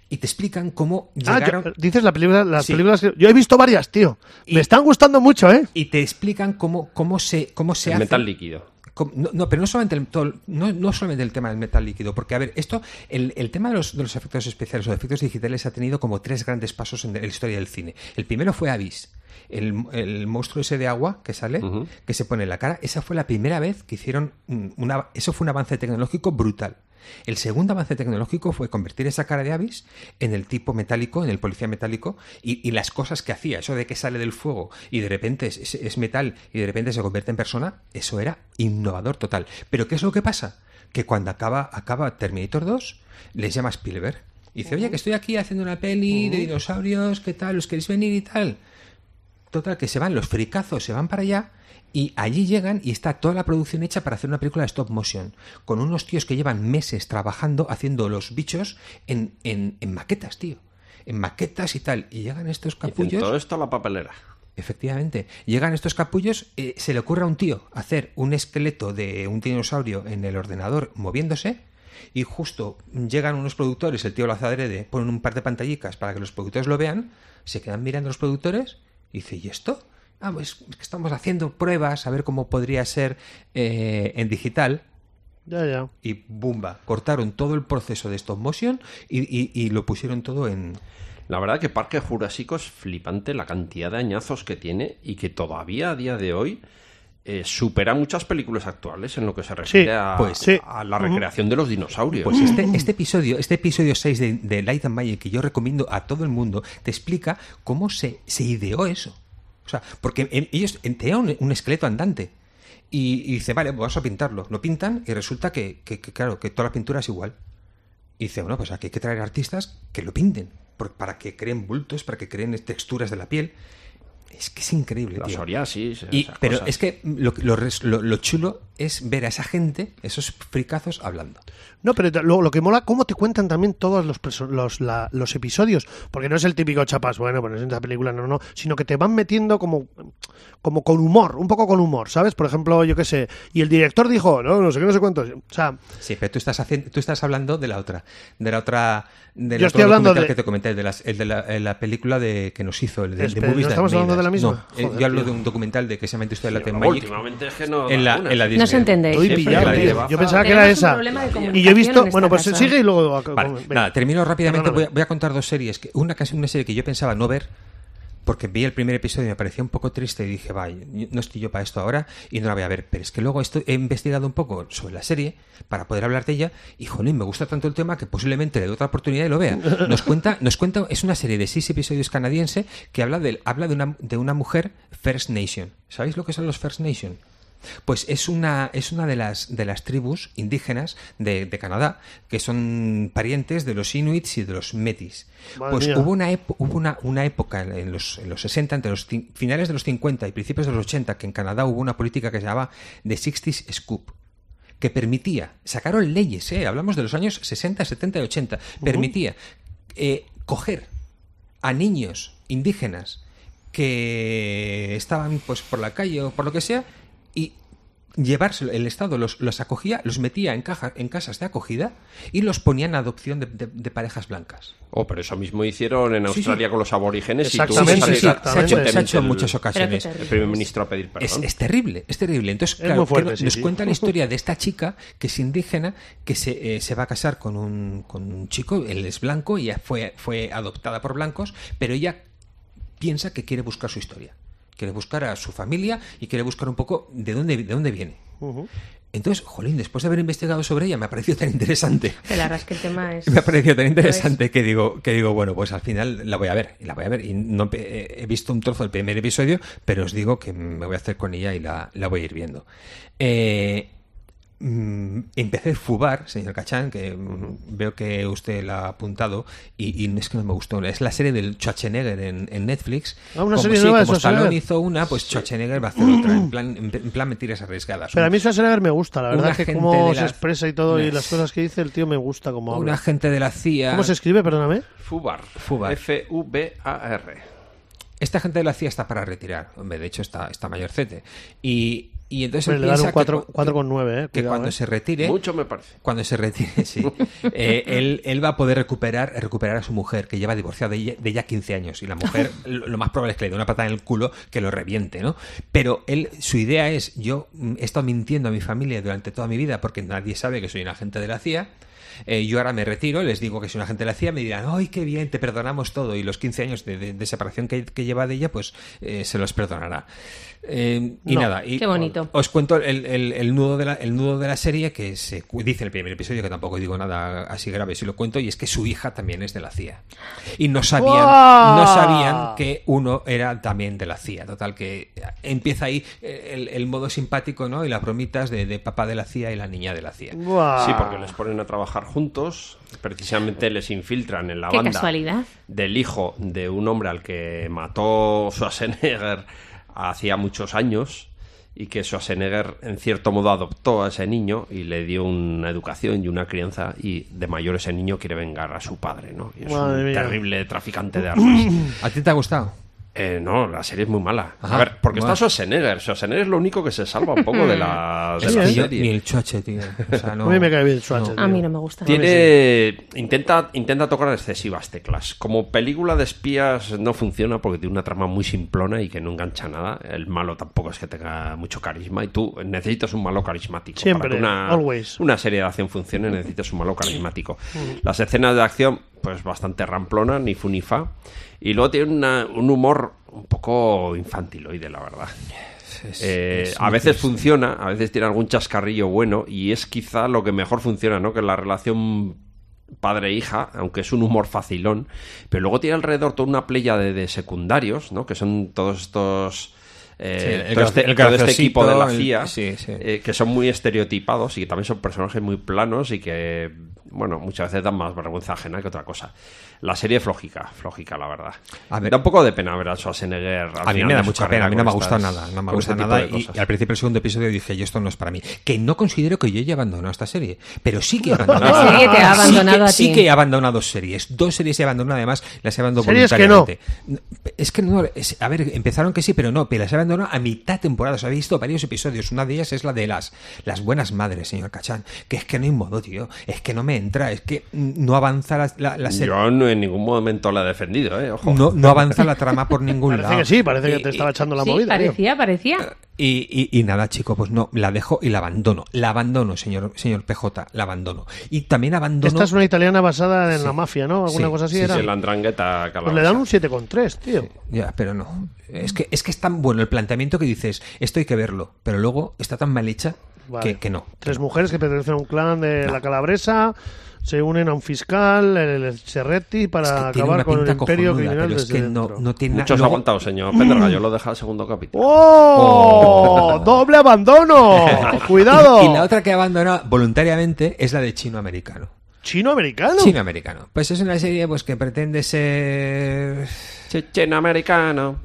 [SPEAKER 3] Y te explican cómo
[SPEAKER 1] Ah, yo-
[SPEAKER 3] llegaron
[SPEAKER 1] dices la película, las
[SPEAKER 3] Sí.
[SPEAKER 1] películas que... Yo he visto varias, tío. Me están gustando mucho, ¿eh?
[SPEAKER 3] y te explican cómo, cómo se cómo se
[SPEAKER 2] El
[SPEAKER 3] hace
[SPEAKER 2] metal líquido.
[SPEAKER 3] Com- No, no, pero no solamente, el, todo el- no, no solamente el tema del metal líquido, porque, a ver, esto, el, el tema de los, de los efectos especiales o de efectos digitales ha tenido como tres grandes pasos en la historia del cine. El primero fue Abyss, el, el monstruo ese de agua que sale, que se pone en la cara. Esa fue la primera vez que hicieron, un- una, eso fue un avance tecnológico brutal. El segundo avance tecnológico fue convertir esa cara de Avis en el tipo metálico, en el policía metálico, y, y las cosas que hacía, eso de que sale del fuego y de repente es, es- es metal y de repente se convierte en persona, eso era innovador total. Pero ¿qué es lo que pasa? Que cuando acaba, acaba Terminator 2, les llama Spielberg. Y dice, oye, que estoy aquí haciendo una peli de dinosaurios, ¿qué tal? ¿Os queréis venir y tal? Total, que se van, los fricazos se van para allá y allí llegan y está toda la producción hecha para hacer una película de stop motion, con unos tíos que llevan meses trabajando haciendo los bichos en, en- en maquetas, tío. En maquetas y tal. Y llegan estos
[SPEAKER 2] Dicen,
[SPEAKER 3] capullos.
[SPEAKER 2] todo esto a la papelera.
[SPEAKER 3] Efectivamente. Llegan estos capullos, eh, se le ocurre a un tío hacer un esqueleto de un dinosaurio en el ordenador moviéndose. Y justo llegan unos productores, el tío lo hace adrede, ponen un par de pantallicas para que los productores lo vean, se quedan mirando los productores y dice, ¿y esto? Ah, pues es que estamos haciendo pruebas a ver cómo podría ser eh, en digital
[SPEAKER 1] Ya, ya.
[SPEAKER 3] y bumba, cortaron todo el proceso de stop motion y, y- y lo pusieron todo en...
[SPEAKER 2] La verdad que Parque Jurásico es flipante la cantidad de añazos que tiene y que todavía a día de hoy eh, supera muchas películas actuales en lo que se refiere a,
[SPEAKER 3] pues
[SPEAKER 1] sí.
[SPEAKER 2] a la recreación de los dinosaurios.
[SPEAKER 3] Pues este, este episodio, este episodio 6 de, de Light and Magic que yo recomiendo a todo el mundo, te explica cómo se, se ideó eso. O sea, porque en- ellos en- tenían un, un esqueleto andante. Y, y dice, vale, vamos a pintarlo. Lo pintan y resulta que, que- que, claro, que toda la pintura es igual. Y dice, bueno, pues aquí hay que traer artistas que lo pinten. por- para que creen bultos, para que creen texturas de la piel. Es que es increíble,
[SPEAKER 2] la
[SPEAKER 3] tío.
[SPEAKER 2] psoriasis.
[SPEAKER 3] Y-
[SPEAKER 2] esas
[SPEAKER 3] pero
[SPEAKER 2] cosas.
[SPEAKER 3] es que lo, lo res- lo- lo chulo es ver a esa gente, esos fricazos, hablando.
[SPEAKER 1] No, pero lo, lo que mola, cómo te cuentan también todos los, perso- los, la- los episodios, porque no es el típico chapas, bueno, bueno, es esta película, no, no, sino que te van metiendo como, como con humor, un poco con humor, ¿sabes? Por ejemplo, yo qué sé, y el director dijo, no, no sé qué, no sé cuántos, o sea,
[SPEAKER 3] Sí, pero tú estás haciendo, tú estás hablando de la otra, de la otra, del
[SPEAKER 1] Yo
[SPEAKER 3] otro
[SPEAKER 1] estoy hablando
[SPEAKER 3] documental
[SPEAKER 1] de-
[SPEAKER 3] que te comenté, el de, las- el de la, eh, la película de que nos hizo, el de, de
[SPEAKER 1] Espera,
[SPEAKER 3] Movies
[SPEAKER 1] ¿no
[SPEAKER 3] That
[SPEAKER 1] estamos
[SPEAKER 3] Made
[SPEAKER 1] hablando de la
[SPEAKER 3] Us.
[SPEAKER 1] misma?
[SPEAKER 3] No, eh,
[SPEAKER 1] Joder,
[SPEAKER 3] yo hablo
[SPEAKER 1] tío.
[SPEAKER 3] de un documental de que se llama Industrial Light and
[SPEAKER 2] Luego,
[SPEAKER 3] Magic.
[SPEAKER 2] últimamente es que no.
[SPEAKER 3] En la,
[SPEAKER 2] da una.
[SPEAKER 3] en la
[SPEAKER 4] No os
[SPEAKER 3] Disney.
[SPEAKER 4] entendéis.
[SPEAKER 1] estoy
[SPEAKER 2] sí,
[SPEAKER 1] pillado,
[SPEAKER 2] pero
[SPEAKER 1] tío. yo
[SPEAKER 2] la de-
[SPEAKER 1] pensaba que
[SPEAKER 4] Tenemos
[SPEAKER 1] era
[SPEAKER 4] un
[SPEAKER 1] esa.
[SPEAKER 4] problema de
[SPEAKER 1] Y yo he
[SPEAKER 4] comunicación
[SPEAKER 1] visto,
[SPEAKER 4] en
[SPEAKER 1] bueno,
[SPEAKER 4] esta
[SPEAKER 1] pues
[SPEAKER 4] casa.
[SPEAKER 1] sigue y luego...
[SPEAKER 3] Vale,
[SPEAKER 1] venga.
[SPEAKER 3] nada, termino rápidamente.
[SPEAKER 1] Perdóname.
[SPEAKER 3] Voy a, voy a contar dos series. que- Una casi una serie que yo pensaba no ver, porque vi el primer episodio y me parecía un poco triste y dije, vaya, no estoy yo para esto ahora y no la voy a ver. Pero es que luego esto- he investigado un poco sobre la serie para poder hablar de ella y, jolín, me gusta tanto el tema que posiblemente le dé otra oportunidad y lo vea. Nos cuenta, nos cuenta es una serie de seis episodios canadiense que habla, de, habla de, una, de una mujer First Nation. ¿Sabéis lo que son los First Nation? Pues es una, es una de, las, de las tribus indígenas de, de Canadá, que son parientes de los Inuits y de los Metis.
[SPEAKER 1] Madre
[SPEAKER 3] pues
[SPEAKER 1] mía.
[SPEAKER 3] hubo una, epo- hubo una, una época en los, en los 60, entre los cin- finales de los 50 y principios de los 80, que en Canadá hubo una política que se llamaba The 60s Scoop que permitía, sacaron leyes, ¿eh? hablamos de los años 60, 70 y 80, permitía eh, coger a niños indígenas que estaban pues por la calle o por lo que sea y llevárselo, el Estado los, los acogía, los metía en, caja, en casas de acogida y los ponía en adopción de- de- de parejas blancas.
[SPEAKER 2] Oh, pero eso mismo hicieron en Australia con los aborígenes.
[SPEAKER 1] Exactamente,
[SPEAKER 2] y tú
[SPEAKER 1] sí, sí,
[SPEAKER 2] salías
[SPEAKER 1] exactamente.
[SPEAKER 2] recientemente
[SPEAKER 1] Se ha
[SPEAKER 3] hecho- se ha hecho en
[SPEAKER 2] el-
[SPEAKER 3] muchas ocasiones.
[SPEAKER 2] El primer ministro a pedir
[SPEAKER 3] Es,
[SPEAKER 2] perdón.
[SPEAKER 3] es terrible, es terrible. Entonces,
[SPEAKER 1] Es
[SPEAKER 3] claro,
[SPEAKER 1] muy fuerte,
[SPEAKER 3] que
[SPEAKER 1] sí,
[SPEAKER 3] nos
[SPEAKER 1] sí.
[SPEAKER 3] cuenta la historia de esta chica que es indígena, que se, eh, se va a casar con un, con un chico, él es blanco, ella fue, fue adoptada por blancos, pero ella piensa que quiere buscar su historia, quiere buscar a su familia y quiere buscar un poco de dónde, de dónde viene. Entonces, jolín, después de haber investigado sobre ella, me ha parecido tan interesante.
[SPEAKER 4] Pero la verdad es que el tema es.
[SPEAKER 3] Me ha parecido tan
[SPEAKER 1] Pues
[SPEAKER 3] interesante que digo, que digo, bueno, pues al final la voy a ver, y la voy a ver. Y no pe- he visto un trozo del primer episodio, pero os digo que me voy a hacer con ella y la, la voy a ir viendo. Eh, mm, empecé Fubar, señor Cachán, que mm, veo que usted la ha apuntado, y, y es que no me gustó. Es la serie del Schwarzenegger en, en Netflix.
[SPEAKER 1] Ah, una serie nueva de
[SPEAKER 3] como
[SPEAKER 1] Schwarzenegger.
[SPEAKER 3] Stallone hizo una, pues Schwarzenegger va a hacer otra, en plan, en plan mentiras arriesgadas.
[SPEAKER 1] Pero a mí Schwarzenegger me gusta, la verdad
[SPEAKER 3] Una
[SPEAKER 1] que
[SPEAKER 3] gente
[SPEAKER 1] cómo
[SPEAKER 3] de
[SPEAKER 1] se
[SPEAKER 3] las-
[SPEAKER 1] expresa y todo y
[SPEAKER 3] Unas-
[SPEAKER 1] las cosas que dice el tío me gusta como
[SPEAKER 3] un
[SPEAKER 1] habla.
[SPEAKER 3] agente de la CIA.
[SPEAKER 1] ¿Cómo se escribe? Perdóname.
[SPEAKER 2] Fubar.
[SPEAKER 3] Fubar.
[SPEAKER 2] F-U-B-A-R.
[SPEAKER 3] Esta gente de la CIA está para retirar. Hombre, de hecho está, está mayorcete. Y, y entonces
[SPEAKER 1] Hombre,
[SPEAKER 3] él
[SPEAKER 1] le dan
[SPEAKER 3] piensa
[SPEAKER 1] un cuatro-
[SPEAKER 3] que, cu-
[SPEAKER 1] cuatro con nueve, eh,
[SPEAKER 3] que
[SPEAKER 1] cuidado,
[SPEAKER 3] cuando
[SPEAKER 1] eh.
[SPEAKER 3] se retire,
[SPEAKER 2] Mucho me parece.
[SPEAKER 3] cuando se retire, sí, eh, él, él va a poder recuperar, recuperar a su mujer, que lleva divorciada de ella, de ella 15 años. Y la mujer, lo, lo más probable es que le dé una patada en el culo que lo reviente, ¿no? Pero él, su idea es, yo mm, he estado mintiendo a mi familia durante toda mi vida porque nadie sabe que soy un agente de la CIA. Eh, yo ahora me retiro, les digo que soy un agente de la CIA, me dirán, ¡ay, qué bien! Te perdonamos todo. Y los 15 años de, de- de separación que, que lleva de ella, pues eh, se los perdonará. Eh, y
[SPEAKER 1] No.
[SPEAKER 3] nada. Y
[SPEAKER 4] Qué bonito.
[SPEAKER 3] Os cuento el, el- el nudo de la, el nudo de la serie que se cu- dice en el primer episodio, que tampoco digo nada así grave si lo cuento, y es que su hija también es de la CIA. Y no sabían,
[SPEAKER 1] ¡Guau!
[SPEAKER 3] no sabían que uno era también de la CIA. Total, que empieza ahí eh, el, el modo simpático, ¿no? Y las bromitas de, de papá de la CIA y la niña de la CIA.
[SPEAKER 1] Buah.
[SPEAKER 2] Sí, porque les ponen a trabajar juntos, precisamente les infiltran en la
[SPEAKER 4] Qué
[SPEAKER 2] banda
[SPEAKER 4] casualidad.
[SPEAKER 2] del hijo de un hombre al que mató Schwarzenegger hacía muchos años y que Schwarzenegger en cierto modo adoptó a ese niño y le dio una educación y una crianza y de mayor ese niño quiere vengar a su padre, ¿no? Y es
[SPEAKER 1] Madre
[SPEAKER 2] un
[SPEAKER 1] mía.
[SPEAKER 2] terrible traficante de armas.
[SPEAKER 3] ¿A ti te ha gustado?
[SPEAKER 2] Eh, no, la serie es muy mala.
[SPEAKER 3] Ajá.
[SPEAKER 2] a ver, porque
[SPEAKER 3] Bueno.
[SPEAKER 2] está Schwarzenegger. Schwarzenegger es lo único que se salva un poco de la, de
[SPEAKER 3] Es
[SPEAKER 2] la
[SPEAKER 3] que yo-
[SPEAKER 2] serie.
[SPEAKER 3] ni el choche, tío. O sea, no-
[SPEAKER 1] A mí me cae bien Schwarzenegger.
[SPEAKER 4] A mí no me gusta.
[SPEAKER 2] Tiene intenta intenta tocar excesivas teclas. Como película de espías no funciona porque tiene una trama muy simplona y que no engancha nada. El malo tampoco es que tenga mucho carisma y tú necesitas un malo carismático.
[SPEAKER 1] Siempre,
[SPEAKER 2] Para que una,
[SPEAKER 1] always.
[SPEAKER 2] una serie de acción funcione necesitas un malo carismático. Las escenas de acción pues bastante ramplona, ni fu ni fa. Y luego tiene una- un humor un poco infantiloide, la verdad.
[SPEAKER 3] Es-
[SPEAKER 2] Eh,
[SPEAKER 3] es
[SPEAKER 2] a
[SPEAKER 3] muy
[SPEAKER 2] veces
[SPEAKER 3] triste.
[SPEAKER 2] funciona, a veces tiene algún chascarrillo bueno y es quizá lo que mejor funciona, ¿no? Que la relación padre-hija, aunque es un humor facilón, pero luego tiene alrededor toda una playa de, de secundarios, ¿no? Que son todos estos... eh,
[SPEAKER 3] Sí, el
[SPEAKER 2] todo
[SPEAKER 3] gra-
[SPEAKER 2] este,
[SPEAKER 3] el
[SPEAKER 2] todo este
[SPEAKER 3] graciosito,
[SPEAKER 2] equipo de la
[SPEAKER 3] el-
[SPEAKER 2] CIA
[SPEAKER 3] sí, sí.
[SPEAKER 2] eh, que son muy estereotipados y que también son personajes muy planos y que bueno muchas veces dan más vergüenza ajena que otra cosa la serie es flojica flojica la verdad
[SPEAKER 3] A ver.
[SPEAKER 2] da un poco de pena ver a Schwarzenegger al
[SPEAKER 3] A mí
[SPEAKER 2] final
[SPEAKER 3] me da
[SPEAKER 2] de su
[SPEAKER 3] mucha
[SPEAKER 2] carrera
[SPEAKER 3] pena, a mí no
[SPEAKER 2] con
[SPEAKER 3] me ha gustado
[SPEAKER 2] estas-
[SPEAKER 3] nada, no me ha
[SPEAKER 2] con este
[SPEAKER 3] gustado
[SPEAKER 2] tipo
[SPEAKER 3] nada.
[SPEAKER 2] de
[SPEAKER 3] Y,
[SPEAKER 2] cosas.
[SPEAKER 3] y al principio del segundo episodio dije, yo esto no es para mí. Que no considero que yo haya abandonado esta serie, pero sí que he abandonado.
[SPEAKER 4] La serie te ha abandonado
[SPEAKER 3] sí que,
[SPEAKER 4] a
[SPEAKER 3] sí
[SPEAKER 4] ti.
[SPEAKER 3] que he abandonado series. Dos series he abandonado, además, las he abandonado
[SPEAKER 1] Series que
[SPEAKER 3] voluntariamente. Es que no, es- a ver, empezaron que sí, pero no, pero las he abandonado a mitad temporada. O sea, he visto varios episodios. Una de ellas es la de las, las buenas madres, señor Cachán. Que es que no hay modo, tío. Es que no me entra, es que no avanza la, la- la serie.
[SPEAKER 2] Yo no en ningún momento la he defendido, ¿eh? Ojo.
[SPEAKER 3] No, no avanza la trama por ningún
[SPEAKER 1] Parece
[SPEAKER 3] lado.
[SPEAKER 1] que sí, parece que
[SPEAKER 3] Y-
[SPEAKER 1] te estaba echando la
[SPEAKER 4] sí,
[SPEAKER 1] movida. tío.
[SPEAKER 4] parecía, parecía.
[SPEAKER 3] Y, y- y nada, chico, pues no, la dejo y la abandono. La abandono, señor, señor PJ, la abandono. Y también abandono.
[SPEAKER 1] Esta es una italiana basada en la mafia, ¿no? Alguna
[SPEAKER 3] Sí,
[SPEAKER 1] cosa así
[SPEAKER 3] sí,
[SPEAKER 1] era.
[SPEAKER 2] Sí, la andrangueta
[SPEAKER 1] pues le
[SPEAKER 2] calabresa.
[SPEAKER 1] dan un 7,3, tío.
[SPEAKER 3] Ya, pero no. Es que, es que es tan bueno el planteamiento que dices, esto hay que verlo, pero luego está tan mal hecha
[SPEAKER 1] Vale.
[SPEAKER 3] que, que no.
[SPEAKER 1] Tres mujeres que pertenecen a un clan de la calabresa se unen a un fiscal, el, el Cerretti, para
[SPEAKER 3] Es que tiene
[SPEAKER 1] acabar
[SPEAKER 3] una
[SPEAKER 1] con el
[SPEAKER 3] pinta
[SPEAKER 1] imperio
[SPEAKER 3] cojonuda,
[SPEAKER 1] criminal
[SPEAKER 3] pero es
[SPEAKER 1] desde
[SPEAKER 3] que no,
[SPEAKER 1] dentro.
[SPEAKER 3] no tiene
[SPEAKER 2] Muchos
[SPEAKER 3] nada. luego-
[SPEAKER 2] aguantados, señor Pedroga. Yo lo dejé al segundo capítulo.
[SPEAKER 1] ¡Oh! ¡Doble abandono! ¡Cuidado!
[SPEAKER 3] Y, y la otra que abandona voluntariamente es la de chino americano.
[SPEAKER 1] ¿Chino-americano?
[SPEAKER 3] Chino americano. Pues es una serie pues que pretende ser
[SPEAKER 2] Chechen americano.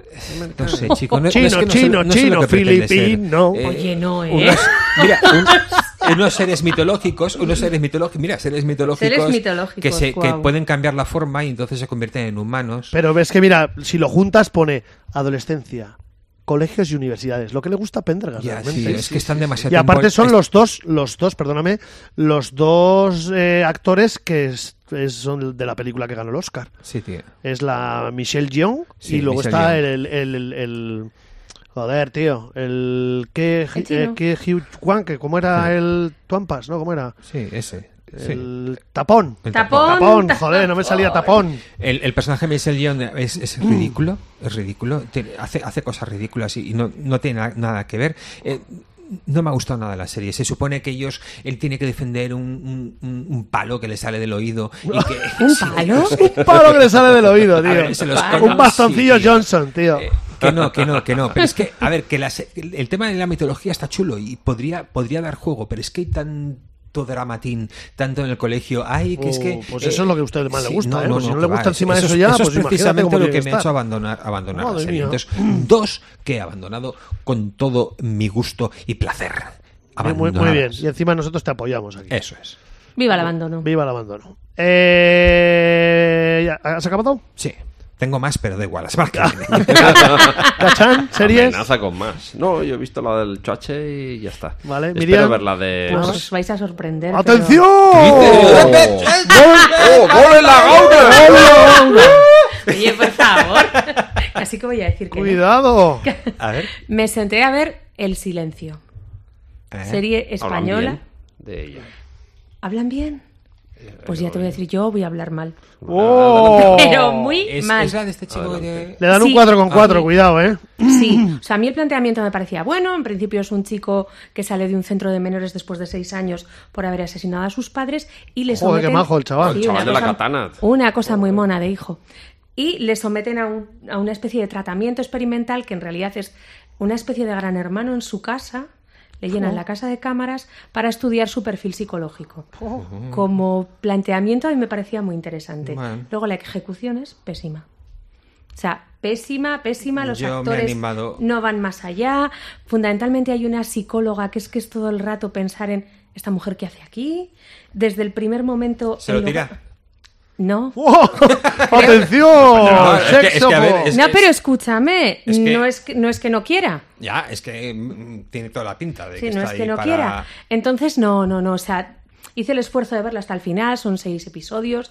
[SPEAKER 3] No sé, chico. No,
[SPEAKER 1] Chino,
[SPEAKER 3] es que no sé-
[SPEAKER 1] chino,
[SPEAKER 3] no sé
[SPEAKER 1] chino,
[SPEAKER 3] lo que pretende ser.
[SPEAKER 1] filipino.
[SPEAKER 4] Oye, no, ¿eh?
[SPEAKER 3] Unos, mira, un- unos seres mitológicos, unos seres mitológicos, mira, seres mitológicos,
[SPEAKER 4] Seres mitológicos,
[SPEAKER 3] que, se, que
[SPEAKER 4] guau.
[SPEAKER 3] pueden cambiar la forma y entonces se convierten en humanos.
[SPEAKER 1] Pero ves que, mira, si lo juntas pone adolescencia, colegios y universidades. Lo que le gusta a Pendergast,
[SPEAKER 3] Ya,
[SPEAKER 1] realmente.
[SPEAKER 3] sí, es que están demasiado.
[SPEAKER 1] Y aparte
[SPEAKER 3] tiempo-
[SPEAKER 1] son
[SPEAKER 3] es-
[SPEAKER 1] los dos, los dos, perdóname, los dos eh, actores que es- es- son de la película que ganó el Oscar.
[SPEAKER 3] Sí, tío.
[SPEAKER 1] Es la Michelle Yeoh y
[SPEAKER 3] Sí,
[SPEAKER 1] luego
[SPEAKER 3] Michelle
[SPEAKER 1] está
[SPEAKER 3] Yeoh.
[SPEAKER 1] el, el, el- el- el- Joder, tío. El que...
[SPEAKER 4] El chino.
[SPEAKER 1] eh, que Hugh Juan, que cómo era el Tuampas, ¿no? ¿Cómo era?
[SPEAKER 3] Sí, ese. sí.
[SPEAKER 1] El tapón.
[SPEAKER 3] El
[SPEAKER 4] Tapón.
[SPEAKER 1] Tapón, joder, no me salía tapón.
[SPEAKER 3] El, el personaje de Michelle Yeoh es, es
[SPEAKER 1] Mm.
[SPEAKER 3] ridículo, es ridículo, te- hace, hace cosas ridículas y, y no, no tiene na- nada que ver. Eh, no me ha gustado nada la serie. Se supone que ellos, él tiene que defender un, un- un- un palo que le sale del oído. Y que,
[SPEAKER 4] ¿Un
[SPEAKER 3] sí,
[SPEAKER 4] palo?
[SPEAKER 1] Un palo que le sale del oído, tío.
[SPEAKER 3] A ver, se los
[SPEAKER 1] un
[SPEAKER 3] conocí,
[SPEAKER 1] bastoncillo
[SPEAKER 3] tío.
[SPEAKER 1] Johnson, tío.
[SPEAKER 3] Eh, que no, que no, que no. Pero es que, a ver, que la se- el el tema de la mitología está chulo y podría, podría dar juego, pero es que hay tanto dramatín, tanto en el colegio. Ay, que es que.
[SPEAKER 1] Oh, pues eso es lo que a usted más le gusta, ¿eh? Pues si no
[SPEAKER 3] que
[SPEAKER 1] le gusta
[SPEAKER 3] va,
[SPEAKER 1] encima de
[SPEAKER 3] es-
[SPEAKER 1] eso ya,
[SPEAKER 3] es
[SPEAKER 1] pues imagínate
[SPEAKER 3] precisamente
[SPEAKER 1] cómo
[SPEAKER 3] lo
[SPEAKER 1] tiene
[SPEAKER 3] que
[SPEAKER 1] que
[SPEAKER 3] me ha hecho
[SPEAKER 1] estar.
[SPEAKER 3] abandonar, abandonar la
[SPEAKER 1] Madre
[SPEAKER 3] serie.
[SPEAKER 1] mía.
[SPEAKER 3] Entonces, dos que he abandonado con todo mi gusto y placer.
[SPEAKER 1] Muy- Muy, muy
[SPEAKER 3] Abandonadas.
[SPEAKER 1] bien. Y encima nosotros te apoyamos aquí.
[SPEAKER 3] Eso es.
[SPEAKER 4] Viva el abandono.
[SPEAKER 1] Viva el abandono. Eh, ¿ya? ¿Has acabado?
[SPEAKER 3] Sí. Tengo más, pero da igual. la semana que viene.
[SPEAKER 1] ¿Cachan? ¿Series?
[SPEAKER 2] Amenaza con más. No, yo he visto la del Choache y ya está.
[SPEAKER 1] Vale,
[SPEAKER 2] Espero
[SPEAKER 1] Miriam,
[SPEAKER 2] ver la de.
[SPEAKER 4] Pues
[SPEAKER 1] pues-
[SPEAKER 4] os vais a sorprender. pero-
[SPEAKER 1] ¡Atención!
[SPEAKER 2] ¡Oh! ¡Oh, gol en la gauna!
[SPEAKER 4] Oye, por favor. Así que voy a decir que. no.
[SPEAKER 1] ¡Cuidado!
[SPEAKER 3] A ver.
[SPEAKER 4] Me senté a ver El Silencio.
[SPEAKER 3] ¿eh?
[SPEAKER 4] Serie
[SPEAKER 2] Hablan
[SPEAKER 4] española.
[SPEAKER 2] bien De ella.
[SPEAKER 4] ¿Hablan bien? Pues ya te voy a decir yo, voy a hablar mal.
[SPEAKER 1] Eh, ¡Oh!
[SPEAKER 4] Pero muy
[SPEAKER 3] Es,
[SPEAKER 4] mal.
[SPEAKER 3] es la de este chico de...
[SPEAKER 1] Le dan un
[SPEAKER 4] Sí.
[SPEAKER 3] Ah,
[SPEAKER 1] 4,4, cuidado, ¿eh?
[SPEAKER 4] Sí, o sea, a mí el planteamiento me parecía bueno. En principio es un chico que sale de un centro de menores después de seis años por haber asesinado a sus padres y les
[SPEAKER 1] Joder, qué
[SPEAKER 4] someten...
[SPEAKER 1] majo el chaval.
[SPEAKER 2] El chaval
[SPEAKER 4] una
[SPEAKER 2] de la
[SPEAKER 4] cosa-
[SPEAKER 2] katana.
[SPEAKER 4] Una cosa muy mona de hijo. Y le someten a, un- a una especie de tratamiento experimental que en realidad es una especie de gran hermano en su casa. Le llenan la casa de cámaras para estudiar su perfil psicológico. Como planteamiento a mí me parecía muy interesante.
[SPEAKER 3] Bueno.
[SPEAKER 4] Luego la ejecución es pésima. O sea, pésima, pésima, los
[SPEAKER 3] Yo me he
[SPEAKER 4] actores
[SPEAKER 3] animado.
[SPEAKER 4] no van más allá. Fundamentalmente hay una psicóloga que es que es todo el rato pensar en esta mujer que hace aquí. Desde el primer momento...
[SPEAKER 3] Se lo
[SPEAKER 4] el lugar-
[SPEAKER 3] tira.
[SPEAKER 4] No.
[SPEAKER 1] ¡Oh! ¡Atención!
[SPEAKER 3] No, es que- es
[SPEAKER 1] ¡Sexo!
[SPEAKER 3] que, a ver,
[SPEAKER 1] po-
[SPEAKER 3] es-
[SPEAKER 4] no, pero escúchame,
[SPEAKER 3] es que-
[SPEAKER 4] no, es que, no es que no quiera.
[SPEAKER 3] Ya, es que mm, tiene toda la pinta de
[SPEAKER 4] Sí,
[SPEAKER 3] que
[SPEAKER 4] no
[SPEAKER 3] está
[SPEAKER 4] es que
[SPEAKER 3] ahí
[SPEAKER 4] no
[SPEAKER 3] para-
[SPEAKER 4] quiera. Entonces, no, no, no. O sea, hice el esfuerzo de verlo hasta el final, son seis episodios,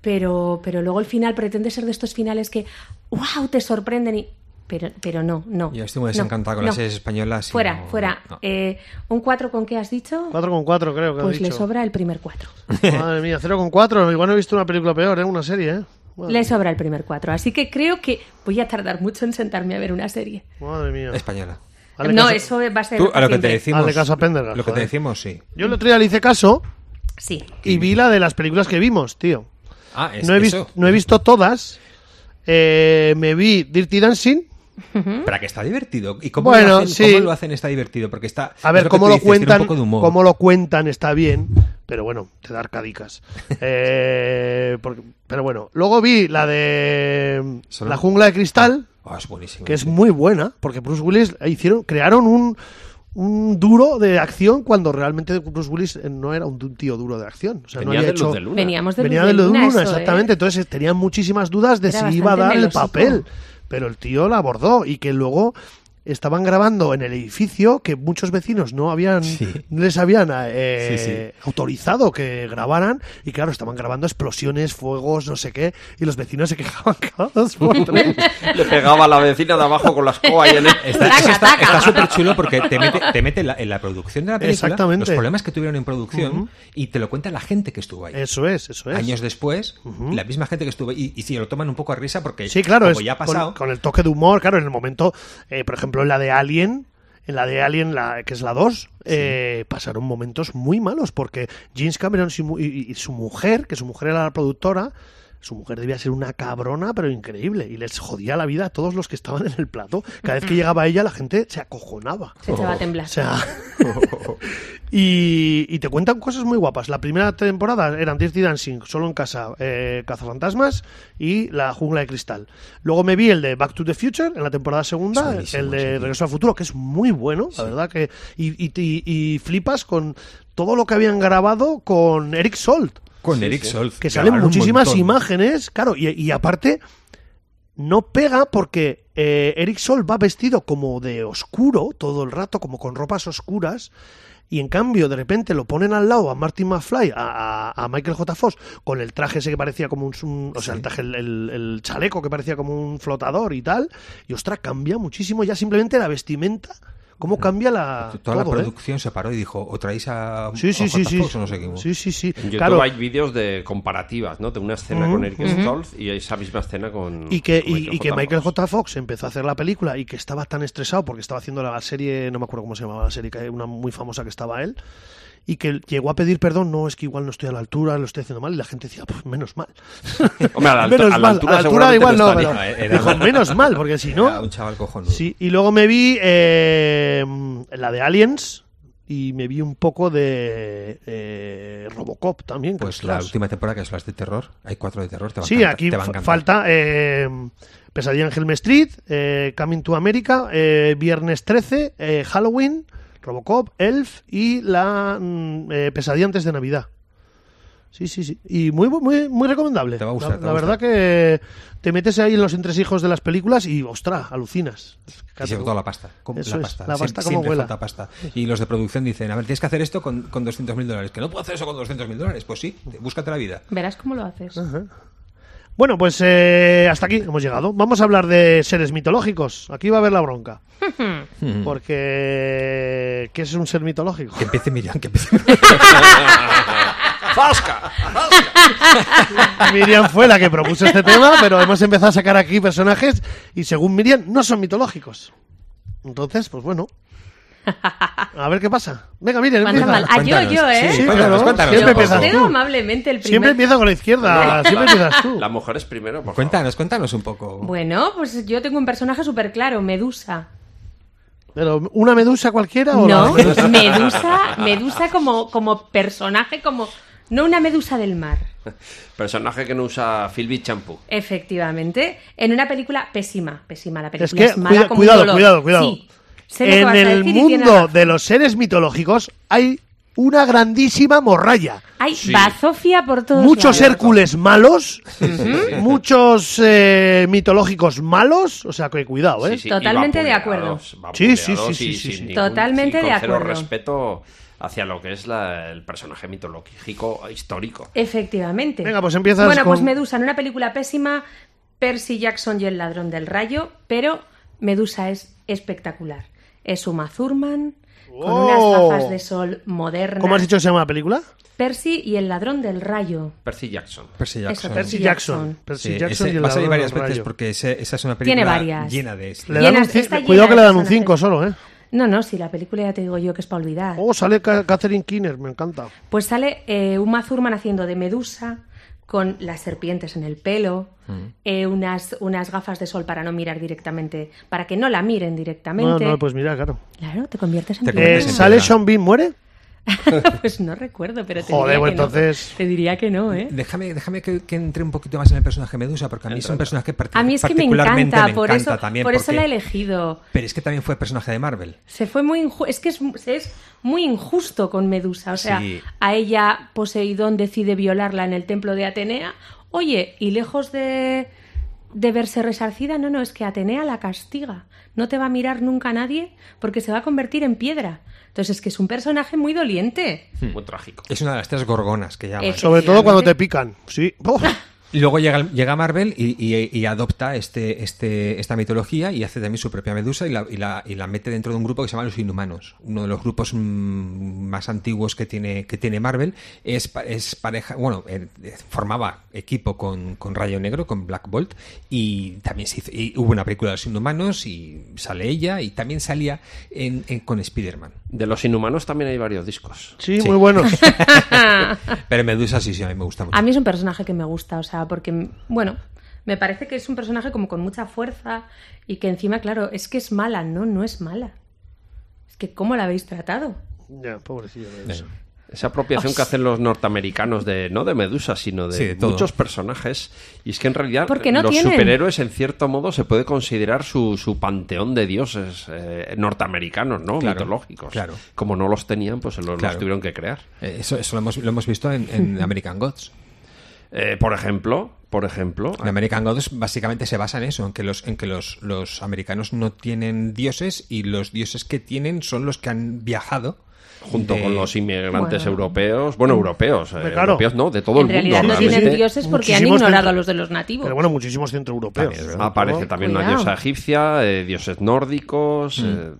[SPEAKER 4] pero, pero luego el final pretende ser de estos finales que, wow, te sorprenden y... Pero, pero no, no.
[SPEAKER 3] Yo estoy muy
[SPEAKER 4] no,
[SPEAKER 3] desencantada con
[SPEAKER 4] no.
[SPEAKER 3] las series españolas. y
[SPEAKER 4] Fuera,
[SPEAKER 3] no-
[SPEAKER 4] fuera.
[SPEAKER 3] no.
[SPEAKER 4] Eh, ¿Un 4 con qué has dicho?
[SPEAKER 1] 4,4 creo que
[SPEAKER 4] pues
[SPEAKER 1] has
[SPEAKER 4] le
[SPEAKER 1] dicho.
[SPEAKER 4] sobra el primer 4.
[SPEAKER 1] Madre mía, 0,4. Igual no he visto una película peor, ¿eh? Una serie, ¿eh? Madre,
[SPEAKER 4] Le sobra el primer 4. Así que creo que voy a tardar mucho en sentarme a ver una serie.
[SPEAKER 1] madre mía.
[SPEAKER 3] Española.
[SPEAKER 1] Hazle
[SPEAKER 4] no,
[SPEAKER 1] caso-
[SPEAKER 4] eso va a ser...
[SPEAKER 3] Tú, a lo que te
[SPEAKER 4] siempre.
[SPEAKER 3] decimos.
[SPEAKER 1] Hazle caso a Pendergast,
[SPEAKER 3] Lo que te
[SPEAKER 1] joder.
[SPEAKER 3] decimos, sí.
[SPEAKER 1] Yo el otro día le hice caso
[SPEAKER 4] Sí.
[SPEAKER 1] y vi la de las películas que vimos, tío.
[SPEAKER 3] Ah, es
[SPEAKER 1] No he,
[SPEAKER 3] eso.
[SPEAKER 1] visto, no he visto todas. Eh, me vi Dirty Dancing.
[SPEAKER 3] Pero que está divertido. ¿Y cómo,
[SPEAKER 1] ¿Mm? Bueno,
[SPEAKER 3] lo hacen,
[SPEAKER 1] sí.
[SPEAKER 3] cómo lo hacen? Está divertido. Porque está.
[SPEAKER 1] A
[SPEAKER 3] es
[SPEAKER 1] ver,
[SPEAKER 3] que
[SPEAKER 1] cómo
[SPEAKER 3] tú
[SPEAKER 1] lo
[SPEAKER 3] dices, tiene
[SPEAKER 1] cuentan.
[SPEAKER 3] Un poco de humor.
[SPEAKER 1] Cómo lo cuentan está bien, pero bueno, te da arcadicas. Eh, porque- pero bueno, luego vi la de
[SPEAKER 3] Solo-
[SPEAKER 1] La jungla de cristal,
[SPEAKER 3] Ah, es buenísimo.
[SPEAKER 1] que es muy buena, porque Bruce Willis hicieron, crearon un, un duro de acción cuando realmente Bruce Willis eh, no era un, du- tío duro de acción. O sea, no
[SPEAKER 2] Venía
[SPEAKER 1] había
[SPEAKER 2] de
[SPEAKER 1] hecho.
[SPEAKER 2] Luz de Luna.
[SPEAKER 4] Veníamos de
[SPEAKER 1] Venía
[SPEAKER 4] Luz
[SPEAKER 1] de Luz de Luna,
[SPEAKER 4] eso, ¿eh?
[SPEAKER 1] exactamente. Entonces eh, tenían muchísimas dudas de
[SPEAKER 4] Era
[SPEAKER 1] si iba a
[SPEAKER 4] bastante
[SPEAKER 1] dar el
[SPEAKER 4] melosico.
[SPEAKER 1] papel. Pero el tío la abordó y que luego estaban grabando en el edificio que muchos vecinos no habían les habían eh,
[SPEAKER 3] Sí,
[SPEAKER 1] autorizado que grabaran y claro estaban grabando explosiones fuegos no sé qué y los vecinos se quejaban cada dos por tres.
[SPEAKER 2] Le pegaba a la vecina de abajo con la escoba y en el...
[SPEAKER 3] Está- eso está- Está súper chulo porque te mete, te mete en, la, en la producción de la película
[SPEAKER 1] Exactamente.
[SPEAKER 3] los problemas que tuvieron en producción y te lo cuenta la gente que estuvo ahí.
[SPEAKER 1] eso es eso es
[SPEAKER 3] Años después, la misma gente que estuvo ahí. Y, y sí, lo toman un poco a risa porque
[SPEAKER 1] Sí, claro,
[SPEAKER 3] como
[SPEAKER 1] es
[SPEAKER 3] ya ha
[SPEAKER 1] con-
[SPEAKER 3] pasado.
[SPEAKER 1] Con, el toque de humor, claro, en el momento, eh, por ejemplo, en la de Alien, en la de Alien, la, que es la 2, eh, pasaron momentos muy malos porque James Cameron y, su mu- y- y su mujer, que su mujer era la productora, su mujer debía ser una cabrona, pero increíble, y les jodía la vida a todos los que estaban en el plato. Cada vez que llegaba ella, la gente se acojonaba.
[SPEAKER 4] Se echaba a temblar.
[SPEAKER 1] Oh, O sea, y, y te cuentan cosas muy guapas. La primera temporada eran Dirty Dancing, solo en casa, eh, Cazafantasmas y La Jungla de Cristal. Luego me vi el de Back to the Future en la temporada
[SPEAKER 3] Es
[SPEAKER 1] segunda,
[SPEAKER 3] buenísimo,
[SPEAKER 1] el de
[SPEAKER 3] sí, tío.
[SPEAKER 1] Regreso al Futuro, que es muy bueno, la verdad que. Y, y- y- y flipas con todo lo que habían grabado con Eric Solt,
[SPEAKER 3] Con Eric Solz.
[SPEAKER 1] que salen
[SPEAKER 3] grabaron un
[SPEAKER 1] muchísimas
[SPEAKER 3] montón.
[SPEAKER 1] imágenes, claro, y, y aparte. No pega porque eh, Eric Sol va vestido como de oscuro todo el rato, como con ropas oscuras, y en cambio de repente lo ponen al lado a Martin McFly, a, a- a Michael J. Fox, con el traje ese que parecía como un... un- o sea, el traje, el, el- el chaleco que parecía como un flotador y tal, y ostras, cambia muchísimo ya simplemente la vestimenta. ¿Cómo cambia la.
[SPEAKER 3] Mm. Toda
[SPEAKER 1] todo,
[SPEAKER 3] la
[SPEAKER 1] eh?
[SPEAKER 3] producción se paró y dijo, o traéis a...
[SPEAKER 1] Sí, sí,
[SPEAKER 3] a
[SPEAKER 1] sí,
[SPEAKER 3] J.
[SPEAKER 1] sí.
[SPEAKER 3] Fox o no sé qué.
[SPEAKER 1] Sí, sí, sí.
[SPEAKER 2] En YouTube
[SPEAKER 1] Claro,
[SPEAKER 2] hay vídeos de comparativas, ¿no? De una escena con Eric Stoltz y esa misma escena con.
[SPEAKER 1] y que,
[SPEAKER 2] con
[SPEAKER 1] y, y que
[SPEAKER 2] J.
[SPEAKER 1] Michael
[SPEAKER 2] Fox.
[SPEAKER 1] J. Fox empezó a hacer la película y que estaba tan estresado porque estaba haciendo la serie, no me acuerdo cómo se llamaba la serie, que una muy famosa que estaba él, y que llegó a pedir perdón, no, es que igual no estoy a la altura, lo estoy haciendo mal, y la gente decía, pues menos mal.
[SPEAKER 2] Hombre, a la, altu-
[SPEAKER 1] menos
[SPEAKER 2] a la
[SPEAKER 1] mal,
[SPEAKER 2] altura,
[SPEAKER 1] a la altura
[SPEAKER 2] seguramente
[SPEAKER 1] igual
[SPEAKER 2] no
[SPEAKER 1] no,
[SPEAKER 2] estaría. eh,
[SPEAKER 1] pero
[SPEAKER 3] era-
[SPEAKER 1] dijo, menos mal, porque si
[SPEAKER 3] Era
[SPEAKER 1] no...
[SPEAKER 3] un chaval cojonudo.
[SPEAKER 1] Sí, y luego me vi eh, la de Aliens y me vi un poco de eh, Robocop también. que
[SPEAKER 3] Pues
[SPEAKER 1] ostras.
[SPEAKER 3] la última temporada que es las de terror, hay cuatro de terror, te va a
[SPEAKER 1] Sí,
[SPEAKER 3] encantar,
[SPEAKER 1] aquí
[SPEAKER 3] te va a
[SPEAKER 1] fa-
[SPEAKER 3] encantar.
[SPEAKER 1] falta eh, Pesadilla en Helm Street, eh, Coming to America, eh, Viernes 13, eh, Halloween, Robocop, Elf y la mm, eh, Pesadilla antes de Navidad. Sí, sí, sí. Y muy, muy, muy recomendable.
[SPEAKER 3] Te va a gustar,
[SPEAKER 1] la,
[SPEAKER 3] te va
[SPEAKER 1] la
[SPEAKER 3] a
[SPEAKER 1] verdad
[SPEAKER 3] gustar.
[SPEAKER 1] que te metes ahí en los entresijos de las películas y, ostras, alucinas.
[SPEAKER 3] Y sobre todo la pasta. Com-
[SPEAKER 1] Eso
[SPEAKER 3] la
[SPEAKER 1] es,
[SPEAKER 3] pasta.
[SPEAKER 1] la
[SPEAKER 3] Siem-
[SPEAKER 1] pasta como
[SPEAKER 3] siempre
[SPEAKER 1] vuela.
[SPEAKER 3] falta pasta. Y los de producción dicen, a ver, tienes que hacer esto con, con 200 mil dólares. Que no puedo hacer eso con 200 mil dólares. Pues sí, te- búscate la vida.
[SPEAKER 4] Verás cómo lo haces.
[SPEAKER 1] Bueno, pues eh, hasta aquí hemos llegado. Vamos a hablar de seres mitológicos. Aquí va a haber la bronca. Porque... ¿Qué es un ser mitológico?
[SPEAKER 3] Que empiece Miriam, que empiece Miriam.
[SPEAKER 1] Miriam fue la que propuso este tema, pero hemos empezado a sacar aquí personajes y según Miriam no son mitológicos. Entonces, pues bueno. A ver qué pasa. Venga, Miriam,
[SPEAKER 4] Cuánta mal.
[SPEAKER 1] empieza.
[SPEAKER 4] A yo,
[SPEAKER 3] Cuéntanos,
[SPEAKER 4] yo, ¿eh?
[SPEAKER 1] Sí,
[SPEAKER 3] cuéntanos,
[SPEAKER 1] claro,
[SPEAKER 3] cuéntanos,
[SPEAKER 1] siempre
[SPEAKER 3] por
[SPEAKER 1] empiezas
[SPEAKER 3] favor.
[SPEAKER 4] Cedo
[SPEAKER 1] tú.
[SPEAKER 4] amablemente el primer.
[SPEAKER 1] Siempre empieza con la izquierda, siempre empiezas tú.
[SPEAKER 2] La mujer es primero. por favor.
[SPEAKER 3] Cuéntanos, cuéntanos un poco.
[SPEAKER 4] Bueno, pues yo tengo un personaje súper claro, Medusa.
[SPEAKER 1] Pero una medusa cualquiera o
[SPEAKER 4] No,
[SPEAKER 1] la-
[SPEAKER 4] Medusa, Medusa como, como personaje, como... No una Medusa del mar,
[SPEAKER 2] Personaje que no usa Philby Champú.
[SPEAKER 4] efectivamente. En una película pésima, pésima. La
[SPEAKER 1] Es
[SPEAKER 4] película
[SPEAKER 1] que
[SPEAKER 4] es mala
[SPEAKER 1] cuida-
[SPEAKER 4] como un
[SPEAKER 1] cuidado,
[SPEAKER 4] dolor.
[SPEAKER 1] cuidado, cuidado.
[SPEAKER 4] Sí, sé lo que
[SPEAKER 1] En
[SPEAKER 4] vas a
[SPEAKER 1] el
[SPEAKER 4] decir y tienes
[SPEAKER 1] mundo
[SPEAKER 4] razón.
[SPEAKER 1] de los seres mitológicos hay una grandísima morralla.
[SPEAKER 4] Hay
[SPEAKER 2] Sí.
[SPEAKER 4] bazofia por todos
[SPEAKER 1] muchos
[SPEAKER 4] lados.
[SPEAKER 1] Hércules malos, muchos eh, mitológicos malos, o sea que cuidado, ¿eh?
[SPEAKER 2] Sí, sí, y
[SPEAKER 4] Totalmente de
[SPEAKER 2] vapuleados,
[SPEAKER 4] acuerdo.
[SPEAKER 2] vapuleados
[SPEAKER 1] Sí, sí, sí,
[SPEAKER 2] y
[SPEAKER 1] sí, sí,
[SPEAKER 2] sin
[SPEAKER 1] sí.
[SPEAKER 2] ningún-
[SPEAKER 4] Totalmente
[SPEAKER 2] sí, con
[SPEAKER 4] de
[SPEAKER 2] cero
[SPEAKER 4] acuerdo.
[SPEAKER 2] respeto hacia lo que es la- el personaje mitológico histórico.
[SPEAKER 4] Efectivamente.
[SPEAKER 1] Venga, pues empiezas
[SPEAKER 4] Bueno, pues
[SPEAKER 1] con-
[SPEAKER 4] Medusa, en una película pésima, Percy Jackson y el ladrón del rayo, pero Medusa es espectacular. Es Uma Thurman, con
[SPEAKER 1] ¡Oh!
[SPEAKER 4] unas gafas de sol modernas.
[SPEAKER 1] ¿Cómo has dicho que se llama la película?
[SPEAKER 4] Percy y el ladrón del rayo.
[SPEAKER 2] Percy Jackson.
[SPEAKER 3] Percy Jackson.
[SPEAKER 4] Eso,
[SPEAKER 1] Percy
[SPEAKER 4] Percy
[SPEAKER 1] Jackson.
[SPEAKER 4] Jackson.
[SPEAKER 1] Percy
[SPEAKER 3] Sí,
[SPEAKER 1] Jackson
[SPEAKER 3] ese
[SPEAKER 1] y el
[SPEAKER 3] va a salir
[SPEAKER 1] ladrón
[SPEAKER 3] varias
[SPEAKER 1] del
[SPEAKER 3] veces
[SPEAKER 1] rayo.
[SPEAKER 3] porque ese- esa es una película
[SPEAKER 4] varias.
[SPEAKER 3] llena de...
[SPEAKER 1] Le
[SPEAKER 4] Llena-
[SPEAKER 1] dan un ci-
[SPEAKER 4] está llena
[SPEAKER 1] Cuidado que
[SPEAKER 4] de
[SPEAKER 1] le dan un
[SPEAKER 4] personajes.
[SPEAKER 1] 5 solo, ¿eh?
[SPEAKER 4] No, no, si la película ya te digo yo que es para olvidar.
[SPEAKER 1] Oh, sale Ca- Catherine Keener, me encanta.
[SPEAKER 4] Pues sale eh, Uma Thurman haciendo de Medusa con las serpientes en el pelo,
[SPEAKER 3] Mm.
[SPEAKER 4] eh, unas, unas gafas de sol para no mirar directamente, para que no la miren
[SPEAKER 1] No,
[SPEAKER 4] directamente.
[SPEAKER 1] no, pues mira, claro.
[SPEAKER 4] Claro, te conviertes en
[SPEAKER 3] Te
[SPEAKER 1] Eh,
[SPEAKER 3] conviertes
[SPEAKER 4] Medusa.
[SPEAKER 3] en
[SPEAKER 1] ¿Sale
[SPEAKER 3] piedra.
[SPEAKER 1] Sean Bean, muere?
[SPEAKER 4] pues no recuerdo, pero te
[SPEAKER 1] Joder,
[SPEAKER 4] diría
[SPEAKER 1] pues
[SPEAKER 4] que no.
[SPEAKER 1] entonces-
[SPEAKER 4] Te diría que no, ¿eh?
[SPEAKER 3] Déjame, déjame que, que entre un poquito más en el personaje Medusa, porque a mí es un personaje parti-
[SPEAKER 4] A mí es que me
[SPEAKER 3] particularmente
[SPEAKER 4] encanta,
[SPEAKER 3] me
[SPEAKER 4] por
[SPEAKER 3] encanta
[SPEAKER 4] eso,
[SPEAKER 3] también,
[SPEAKER 4] por eso
[SPEAKER 3] porque-
[SPEAKER 4] la he elegido.
[SPEAKER 3] Pero es que también fue personaje de Marvel.
[SPEAKER 4] Se fue muy inju- es que es, es muy injusto con Medusa, o sea,
[SPEAKER 3] Sí.
[SPEAKER 4] a ella Poseidón decide violarla en el templo de Atenea. Oye, y lejos de de verse resarcida, no, no, es que Atenea la castiga. No te va a mirar nunca nadie porque se va a convertir en piedra. Entonces es que es un personaje muy doliente.
[SPEAKER 2] Muy trágico.
[SPEAKER 3] Es una de las tres gorgonas que llaman.
[SPEAKER 4] Eso.
[SPEAKER 1] Sobre todo cuando te pican. Sí. Oh, Uf.
[SPEAKER 3] Y Luego llega, llega Marvel y, y- y adopta este, este, esta mitología y hace también su propia medusa y la, y, la, y la mete dentro de un grupo que se llama Los Inhumanos. Uno de los grupos mm, más antiguos que tiene, que tiene Marvel. Es, pa- es pareja, bueno, eh, eh, formaba equipo con, con Rayo Negro, con Black Bolt, y también se hizo- y hubo una película de Los Inhumanos y sale ella y también salía en, en- con Spider-Man.
[SPEAKER 2] De los inhumanos también hay varios discos.
[SPEAKER 1] Sí,
[SPEAKER 3] Sí.
[SPEAKER 1] muy buenos.
[SPEAKER 3] Pero Medusa sí, sí, a mí me gusta mucho.
[SPEAKER 4] Ah. A mí es un personaje que me gusta, o sea, porque, bueno, me parece que es un personaje como con mucha fuerza y que encima, claro, es que es mala, no, no es mala. Es que, ¿cómo la habéis tratado?
[SPEAKER 1] ya, pobrecillo. de eso.
[SPEAKER 2] Esa apropiación que hacen los norteamericanos de no de Medusa, sino de,
[SPEAKER 3] Sí, de todo.
[SPEAKER 2] muchos personajes. Y es que en realidad
[SPEAKER 4] Porque no
[SPEAKER 2] los
[SPEAKER 4] tienen.
[SPEAKER 2] superhéroes, en cierto modo, se puede considerar su, su panteón de dioses eh, norteamericanos, ¿no?
[SPEAKER 3] Claro,
[SPEAKER 2] Mitológicos.
[SPEAKER 3] claro.
[SPEAKER 2] Como no los tenían, pues los, los
[SPEAKER 3] Claro.
[SPEAKER 2] tuvieron que crear.
[SPEAKER 3] Eh, Eso, eso lo, hemos, lo hemos visto en, en American Gods.
[SPEAKER 2] Eh, por ejemplo, por ejemplo,
[SPEAKER 3] En American Gods básicamente se basa en eso, en que los, en que los, los americanos no tienen dioses y los dioses que tienen son los que han viajado.
[SPEAKER 2] junto
[SPEAKER 3] de-
[SPEAKER 2] con los inmigrantes
[SPEAKER 4] Bueno. Mm.
[SPEAKER 2] europeos, bueno, europeos, eh,
[SPEAKER 1] Pero claro.
[SPEAKER 2] europeos no, de todo
[SPEAKER 4] en
[SPEAKER 2] el mundo.
[SPEAKER 4] realidad no
[SPEAKER 1] realmente.
[SPEAKER 4] tienen dioses porque han
[SPEAKER 1] Muchísimos
[SPEAKER 4] ignorado
[SPEAKER 1] centros-
[SPEAKER 4] a los de los nativos.
[SPEAKER 1] Pero bueno, muchísimos centroeuropeos.
[SPEAKER 3] También es verdad.
[SPEAKER 2] Aparece también una
[SPEAKER 4] Cuidado.
[SPEAKER 3] Mm.
[SPEAKER 2] diosa egipcia, eh, dioses nórdicos, eh,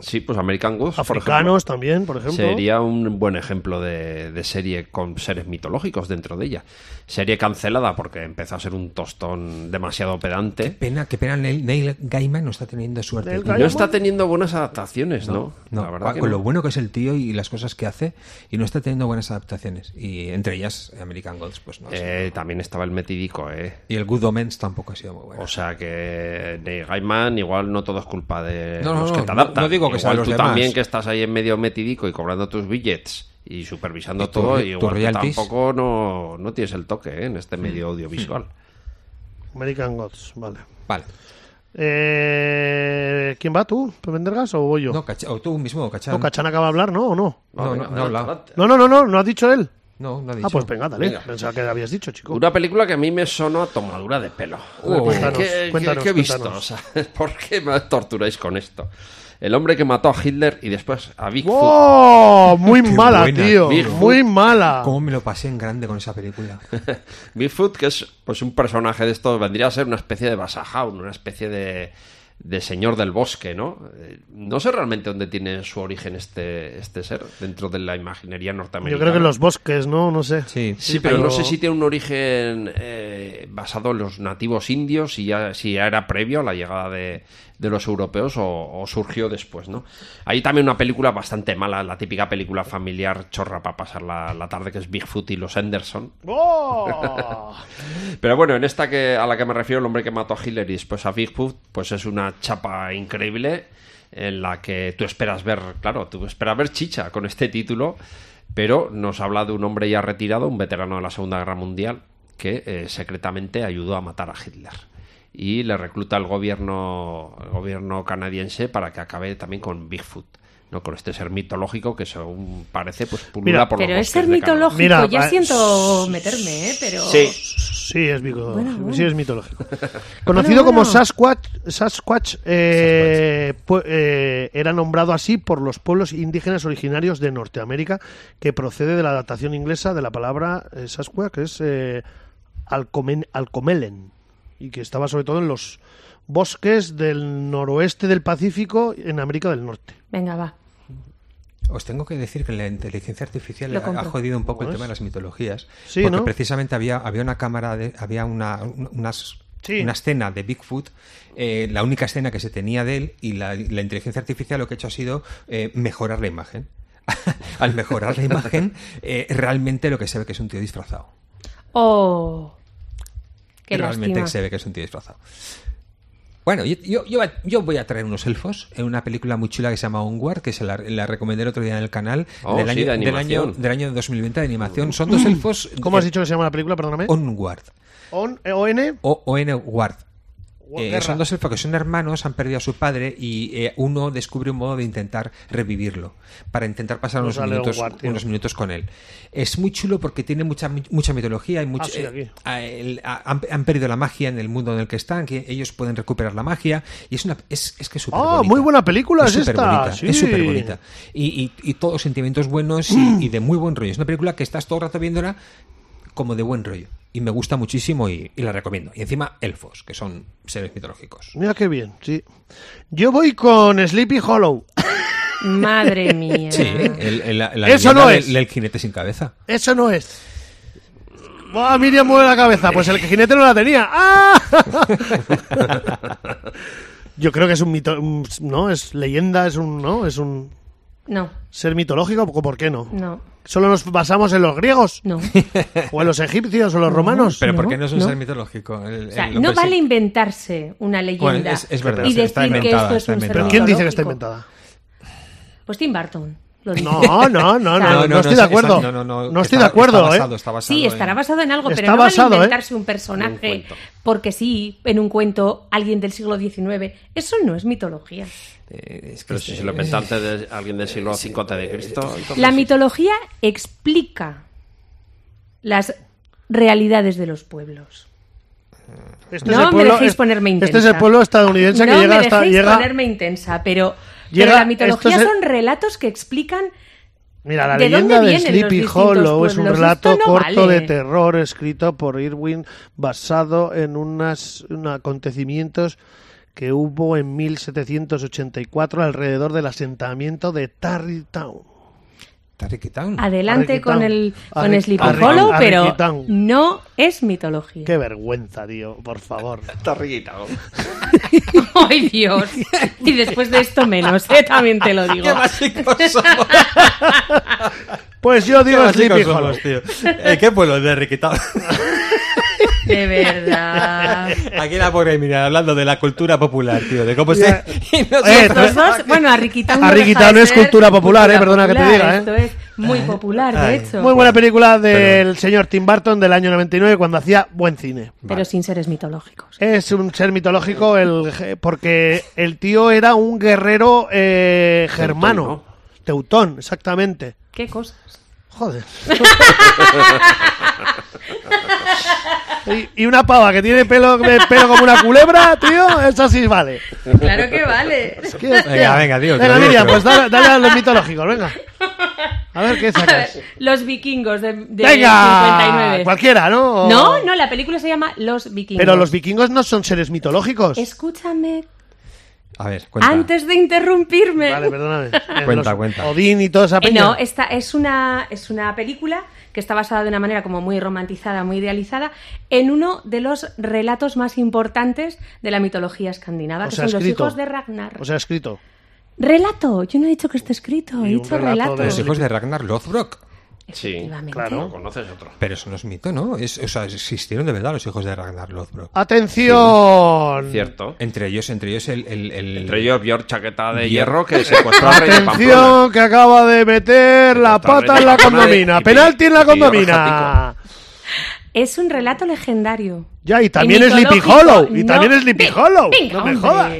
[SPEAKER 2] Sí, pues American Gods. por
[SPEAKER 1] Africanos también, por ejemplo.
[SPEAKER 2] Sería un buen ejemplo de, de serie con seres mitológicos dentro de ella. Serie cancelada porque empezó a ser un tostón demasiado pedante.
[SPEAKER 3] Pena, qué pena Neil, Neil Gaiman no está teniendo suerte.
[SPEAKER 1] Neil
[SPEAKER 3] No,
[SPEAKER 1] Gaiman.
[SPEAKER 2] No está teniendo buenas adaptaciones, ¿no?
[SPEAKER 3] no, Ah,
[SPEAKER 2] La verdad que
[SPEAKER 3] con
[SPEAKER 2] no.
[SPEAKER 3] lo bueno que es el tío y las cosas que hace, y no está teniendo buenas adaptaciones. Y entre ellas American Gods, pues no.
[SPEAKER 2] Eh, también estaba el metidico, ¿eh?
[SPEAKER 3] y el Good Omens tampoco ha sido muy bueno.
[SPEAKER 2] O sea que Neil Gaiman igual no todo es culpa de
[SPEAKER 3] No, no,
[SPEAKER 2] los que
[SPEAKER 3] no,
[SPEAKER 2] te adaptan.
[SPEAKER 3] no digo que sean
[SPEAKER 2] Igual
[SPEAKER 3] los
[SPEAKER 2] tú
[SPEAKER 3] demás.
[SPEAKER 2] también que estás ahí en medio metidico y cobrando tus billets y supervisando
[SPEAKER 3] Y tu-
[SPEAKER 2] todo,
[SPEAKER 3] tu
[SPEAKER 2] y igual tú
[SPEAKER 3] royalties.
[SPEAKER 2] tampoco no, no tienes el toque ¿eh? en este medio audiovisual.
[SPEAKER 1] American Gods, vale.
[SPEAKER 3] Vale.
[SPEAKER 1] Eh, ¿Quién va tú? ¿Pendergas o voy yo?
[SPEAKER 3] No, Cacha- o tú mismo, Cachán.
[SPEAKER 1] No, Cachán acaba de hablar, ¿no? ¿O no?
[SPEAKER 3] No, no, no,
[SPEAKER 2] adelante,
[SPEAKER 3] la-
[SPEAKER 2] adelante.
[SPEAKER 1] No, no, no, no, no ha dicho él.
[SPEAKER 3] No, no ha dicho.
[SPEAKER 1] Ah, pues venga, dale.
[SPEAKER 2] Venga.
[SPEAKER 1] Pensaba que habías dicho, chico.
[SPEAKER 2] Una película que a mí me sonó a tomadura de pelo.
[SPEAKER 1] Uh, cuéntanos,
[SPEAKER 2] ¿Qué- qué-
[SPEAKER 1] cuéntanos,
[SPEAKER 2] qué he visto?
[SPEAKER 1] cuéntanos.
[SPEAKER 2] O sea, ¿Por qué me torturáis con esto? El hombre que mató a Hitler y después a Bigfoot.
[SPEAKER 1] ¡Oh! Muy
[SPEAKER 3] Qué
[SPEAKER 1] mala,
[SPEAKER 3] buena,
[SPEAKER 1] tío.
[SPEAKER 2] tío.
[SPEAKER 1] Muy mala.
[SPEAKER 3] ¿Cómo me lo pasé en grande con esa película?
[SPEAKER 2] Bigfoot, que es pues un personaje de esto, vendría a ser una especie de Basajaun, una especie de, de señor del bosque, ¿no? Eh, No sé realmente dónde tiene su origen este, este ser dentro de la imaginería
[SPEAKER 1] Yo
[SPEAKER 2] norteamericana.
[SPEAKER 1] creo que en los bosques, ¿no? No sé.
[SPEAKER 3] Sí.
[SPEAKER 2] Sí, pero,
[SPEAKER 1] pero-
[SPEAKER 2] no sé si tiene un origen eh, basado en los nativos indios, si ya, si ya era previo a la llegada de, de los europeos o, o surgió después, ¿no? Hay también una película bastante mala, la típica película familiar chorra para pasar la, la tarde, que es Bigfoot y los Anderson.
[SPEAKER 1] ¡Oh!
[SPEAKER 2] Pero bueno, en esta que, a la que me refiero, el hombre que mató a Hitler y después a Bigfoot, pues es una chapa increíble en la que tú esperas ver, claro, tú esperas ver chicha con este título, pero nos habla de un hombre ya retirado, un veterano de la Segunda Guerra Mundial, que eh, secretamente ayudó a matar a Hitler. Y le recluta al gobierno, el gobierno canadiense para que acabe también con Bigfoot. No con este ser mitológico que según parece pues pulula
[SPEAKER 1] Mira,
[SPEAKER 2] por los
[SPEAKER 4] Pero es
[SPEAKER 2] bosques
[SPEAKER 4] ser
[SPEAKER 2] de Canadá.
[SPEAKER 4] mitológico,
[SPEAKER 1] Mira,
[SPEAKER 4] yo
[SPEAKER 1] va-
[SPEAKER 4] siento meterme, ¿eh? Pero...
[SPEAKER 1] Sí, es mitológico.
[SPEAKER 4] Bueno, bueno.
[SPEAKER 1] Sí, es mitológico. Conocido
[SPEAKER 4] Bueno,
[SPEAKER 1] como
[SPEAKER 4] bueno.
[SPEAKER 1] Sasquatch, Sasquatch, eh, pu- eh, era nombrado así por los pueblos indígenas originarios de Norteamérica, que procede de la adaptación inglesa de la palabra eh, Sasquatch, que es eh, Alcomen- Alcomelen, y que estaba sobre todo en los bosques del noroeste del Pacífico en América del Norte.
[SPEAKER 4] Venga, va.
[SPEAKER 3] Os tengo que decir que la inteligencia artificial
[SPEAKER 4] Lo
[SPEAKER 3] ha- ha
[SPEAKER 4] compro.
[SPEAKER 3] jodido un poco el tema de las mitologías.
[SPEAKER 1] Pues, Sí,
[SPEAKER 3] porque
[SPEAKER 1] ¿no?
[SPEAKER 3] precisamente había, había una cámara, de, había una, un- unas-
[SPEAKER 1] Sí.
[SPEAKER 3] una escena de Bigfoot, eh, la única escena que se tenía de él, y la, la inteligencia artificial lo que ha hecho ha sido eh, mejorar la imagen. Al mejorar la imagen, eh, realmente lo que se ve que es un tío disfrazado.
[SPEAKER 4] Oh... Qué
[SPEAKER 3] realmente
[SPEAKER 4] lástima.
[SPEAKER 3] se ve que es un tío disfrazado. Bueno, yo, yo- yo- yo voy a traer unos elfos en una película muy chula que se llama Onward, que se la, la recomendé el otro día en el canal,
[SPEAKER 2] Oh,
[SPEAKER 3] del,
[SPEAKER 2] sí,
[SPEAKER 3] año,
[SPEAKER 2] de
[SPEAKER 3] del, año,
[SPEAKER 2] animación. Uh.
[SPEAKER 3] del año 2020 de animación. Son dos elfos.
[SPEAKER 1] Mm. ¿Cómo has
[SPEAKER 3] eh,
[SPEAKER 1] dicho que se llama la película? Perdóname.
[SPEAKER 3] Onward.
[SPEAKER 1] On, O-N.
[SPEAKER 3] O Onward. Eh,
[SPEAKER 1] Guerra.
[SPEAKER 3] son dos elfos que son hermanos, han perdido a su padre y eh, uno descubre un modo de intentar revivirlo, para intentar pasar
[SPEAKER 1] No
[SPEAKER 3] unos
[SPEAKER 1] sale
[SPEAKER 3] minutos,
[SPEAKER 1] Onward, tío.
[SPEAKER 3] unos minutos con él. Es muy chulo porque tiene mucha, mucha mitología y mucha,
[SPEAKER 1] Ah, sí,
[SPEAKER 3] eh,
[SPEAKER 1] aquí.
[SPEAKER 3] a- el- a- han, han perdido la magia en el mundo en el que están, que ellos pueden recuperar la magia y es una es, es que es
[SPEAKER 1] Ah,
[SPEAKER 3] superbonita.
[SPEAKER 1] muy buena película es esta,
[SPEAKER 3] superbonita,
[SPEAKER 1] sí.
[SPEAKER 3] Es súper bonita. Y, y, y todos sentimientos buenos y, y de muy buen rollo. Es una película que estás todo el rato viéndola como de buen rollo. Y me gusta muchísimo y, y la recomiendo. Y encima, elfos, que son seres mitológicos.
[SPEAKER 1] Mira qué bien, sí. Yo voy con Sleepy Hollow.
[SPEAKER 4] Madre mía.
[SPEAKER 3] Sí, el- el- la- la
[SPEAKER 1] Eso
[SPEAKER 3] leyenda
[SPEAKER 1] no
[SPEAKER 3] del-
[SPEAKER 1] es.
[SPEAKER 3] Del, jinete sin cabeza.
[SPEAKER 1] Eso no es. Buah, Miriam mueve la cabeza. Pues el jinete no la tenía. ¡Ah! Yo creo que es un mito, un- no, es leyenda, es un, no, es un
[SPEAKER 4] No,
[SPEAKER 1] ser mitológico. ¿Por qué no?
[SPEAKER 4] no,
[SPEAKER 1] Solo nos basamos en los griegos,
[SPEAKER 4] no.
[SPEAKER 1] o en los egipcios, o los romanos.
[SPEAKER 3] Pero
[SPEAKER 4] No,
[SPEAKER 3] ¿por qué no es un
[SPEAKER 4] no.
[SPEAKER 3] ser mitológico? El-
[SPEAKER 4] O sea,
[SPEAKER 3] el
[SPEAKER 4] no
[SPEAKER 3] hombre
[SPEAKER 4] vale
[SPEAKER 3] sin-
[SPEAKER 4] inventarse una leyenda
[SPEAKER 3] Bueno, es- es verdad,
[SPEAKER 4] y
[SPEAKER 3] sí,
[SPEAKER 4] decir
[SPEAKER 3] está
[SPEAKER 4] que
[SPEAKER 3] inventada,
[SPEAKER 4] esto es
[SPEAKER 3] está
[SPEAKER 4] un ser
[SPEAKER 1] ¿Pero
[SPEAKER 3] inventada.
[SPEAKER 1] quién dice que está
[SPEAKER 4] mitológico?
[SPEAKER 1] inventada?
[SPEAKER 4] Pues Tim Burton. lo dice.
[SPEAKER 1] No, no, no, no, no, estoy de
[SPEAKER 3] está-
[SPEAKER 1] acuerdo.
[SPEAKER 3] no, no, ¿eh? no,
[SPEAKER 1] No estoy
[SPEAKER 3] está-
[SPEAKER 1] de acuerdo,
[SPEAKER 3] está
[SPEAKER 1] ¿eh?
[SPEAKER 3] basado, está basado
[SPEAKER 4] Sí, estará
[SPEAKER 3] en-
[SPEAKER 4] basado en algo, pero
[SPEAKER 1] Está
[SPEAKER 4] no
[SPEAKER 1] basado, ¿eh?
[SPEAKER 4] vale inventarse un
[SPEAKER 2] En
[SPEAKER 4] personaje
[SPEAKER 2] un cuento.
[SPEAKER 4] porque sí, en un cuento, alguien del siglo XIX. Eso no es mitología.
[SPEAKER 3] Eh, es que
[SPEAKER 2] Pero
[SPEAKER 3] este-
[SPEAKER 2] si se lo inventa antes de alguien del siglo V antes de Cristo. entonces
[SPEAKER 4] La
[SPEAKER 2] sí.
[SPEAKER 4] mitología explica las realidades de los pueblos.
[SPEAKER 1] Este
[SPEAKER 4] No me dejéis
[SPEAKER 1] es-
[SPEAKER 4] ponerme
[SPEAKER 1] Este es el
[SPEAKER 4] intensa.
[SPEAKER 1] pueblo estadounidense
[SPEAKER 4] no
[SPEAKER 1] que llega
[SPEAKER 4] me
[SPEAKER 1] hasta
[SPEAKER 4] dejéis
[SPEAKER 1] llega.
[SPEAKER 4] ponerme intensa, pero,
[SPEAKER 1] Llega-
[SPEAKER 4] pero la mitología
[SPEAKER 1] esto es-
[SPEAKER 4] son relatos que explican
[SPEAKER 1] Mira, la
[SPEAKER 4] ¿De
[SPEAKER 1] leyenda
[SPEAKER 4] dónde
[SPEAKER 1] de
[SPEAKER 4] vienen los
[SPEAKER 1] Sleepy
[SPEAKER 4] distintos
[SPEAKER 1] Hollow es un
[SPEAKER 4] pueblos?
[SPEAKER 1] relato
[SPEAKER 4] Esto no
[SPEAKER 1] corto
[SPEAKER 4] vale.
[SPEAKER 1] de terror escrito por Irwin basado en unos acontecimientos que hubo en 1784 alrededor del asentamiento de Tarrytown.
[SPEAKER 3] Tarriquitán.
[SPEAKER 4] Adelante
[SPEAKER 1] Arriquitán.
[SPEAKER 4] con el con
[SPEAKER 1] Arri-
[SPEAKER 4] Sleepy
[SPEAKER 1] Arri-
[SPEAKER 4] Hollow, pero
[SPEAKER 1] Arriquitán.
[SPEAKER 4] no es mitología.
[SPEAKER 1] Qué vergüenza, tío, por favor.
[SPEAKER 2] Está riguitado.
[SPEAKER 4] ¡Ay, Dios! Y después de esto menos, ¿eh? también te lo digo.
[SPEAKER 3] ¡Qué básicos somos!
[SPEAKER 1] Pues yo
[SPEAKER 3] ¡Qué
[SPEAKER 1] digo
[SPEAKER 3] básicos
[SPEAKER 1] Sleepy Hollow.
[SPEAKER 3] somos, tío! Eh, ¿Qué pueblo de Riquitán?
[SPEAKER 4] De verdad.
[SPEAKER 3] Aquí la pobre mira hablando de la cultura popular, tío. De cómo se...
[SPEAKER 1] Ya.
[SPEAKER 3] Y nosotros
[SPEAKER 1] Eh,
[SPEAKER 4] Los dos, bueno, Arriquitán no
[SPEAKER 1] Arriquitán
[SPEAKER 4] deja de
[SPEAKER 1] es
[SPEAKER 4] ser
[SPEAKER 1] cultura popular, eh, perdona que te
[SPEAKER 4] popular,
[SPEAKER 1] diga, eh.
[SPEAKER 4] Esto es muy popular, de
[SPEAKER 3] Ay.
[SPEAKER 4] hecho.
[SPEAKER 1] Muy buena película del señor Tim Burton del año 99 cuando hacía buen cine.
[SPEAKER 4] Pero sin seres mitológicos.
[SPEAKER 1] Es un ser mitológico el, je- porque el tío era un guerrero eh, germano. Teutón, exactamente.
[SPEAKER 4] ¿Qué cosas?
[SPEAKER 1] Joder. y, y una pava que tiene pelo, pelo como una culebra, tío, esa sí vale.
[SPEAKER 4] Claro que vale.
[SPEAKER 1] ¿Qué hostia?
[SPEAKER 3] Venga, venga, tío, te
[SPEAKER 1] Venga,
[SPEAKER 3] lo digo,
[SPEAKER 1] Miriam,
[SPEAKER 3] pero-
[SPEAKER 1] pues dale, dale a los mitológicos, venga. A ver qué
[SPEAKER 4] A ver,
[SPEAKER 1] sacas.
[SPEAKER 4] los vikingos de, de
[SPEAKER 1] Venga,
[SPEAKER 4] 59.
[SPEAKER 1] cualquiera, ¿no? O-
[SPEAKER 4] No, no, la película se llama Los vikingos.
[SPEAKER 1] Pero los vikingos no son seres mitológicos.
[SPEAKER 4] Escúchame
[SPEAKER 3] A ver, cuenta.
[SPEAKER 4] antes de interrumpirme.
[SPEAKER 1] Vale, perdóname. Eh,
[SPEAKER 3] Cuenta,
[SPEAKER 1] los
[SPEAKER 3] cuenta.
[SPEAKER 1] Odín y toda esa
[SPEAKER 4] Eh,
[SPEAKER 1] peña.
[SPEAKER 4] no, esta es una, es una película que está basada de una manera como muy romantizada, muy idealizada, en uno de los relatos más importantes de la mitología escandinava,
[SPEAKER 1] O
[SPEAKER 4] que
[SPEAKER 1] sea,
[SPEAKER 4] son los
[SPEAKER 1] escrito.
[SPEAKER 4] hijos de Ragnar.
[SPEAKER 1] O sea, escrito.
[SPEAKER 4] relato, yo no he dicho que esté escrito, he
[SPEAKER 1] Y un
[SPEAKER 4] dicho
[SPEAKER 1] relato
[SPEAKER 4] relato.
[SPEAKER 1] de
[SPEAKER 3] Los hijos de Ragnar Lothbrok.
[SPEAKER 2] Sí,
[SPEAKER 4] Efectivamente.
[SPEAKER 2] claro. Conoces otro.
[SPEAKER 3] Pero eso no es mito, ¿no? Es- o sea, existieron de verdad los hijos de Ragnar Lothbrok.
[SPEAKER 1] ¡Atención!
[SPEAKER 2] Cierto.
[SPEAKER 3] Entre ellos, entre ellos el... el- el-
[SPEAKER 2] Entre ellos Björk Chaqueta de
[SPEAKER 3] Hierro.
[SPEAKER 2] Hierro que secuestró al rey de Pamplona.
[SPEAKER 1] Atención, que acaba de meter la
[SPEAKER 2] Está
[SPEAKER 1] pata en la
[SPEAKER 2] Reina Pamplona
[SPEAKER 1] condomina.
[SPEAKER 2] y- y-
[SPEAKER 1] Penalti en la
[SPEAKER 2] y Pío
[SPEAKER 1] condomina.
[SPEAKER 4] Es un relato legendario.
[SPEAKER 1] Ya, y también es Sleepy
[SPEAKER 4] mitológico,
[SPEAKER 1] Hollow. Y
[SPEAKER 4] no-
[SPEAKER 1] también es Sleepy
[SPEAKER 4] Ve-
[SPEAKER 1] Hollow.
[SPEAKER 4] venga,
[SPEAKER 1] No me
[SPEAKER 4] hombre.
[SPEAKER 1] jodas.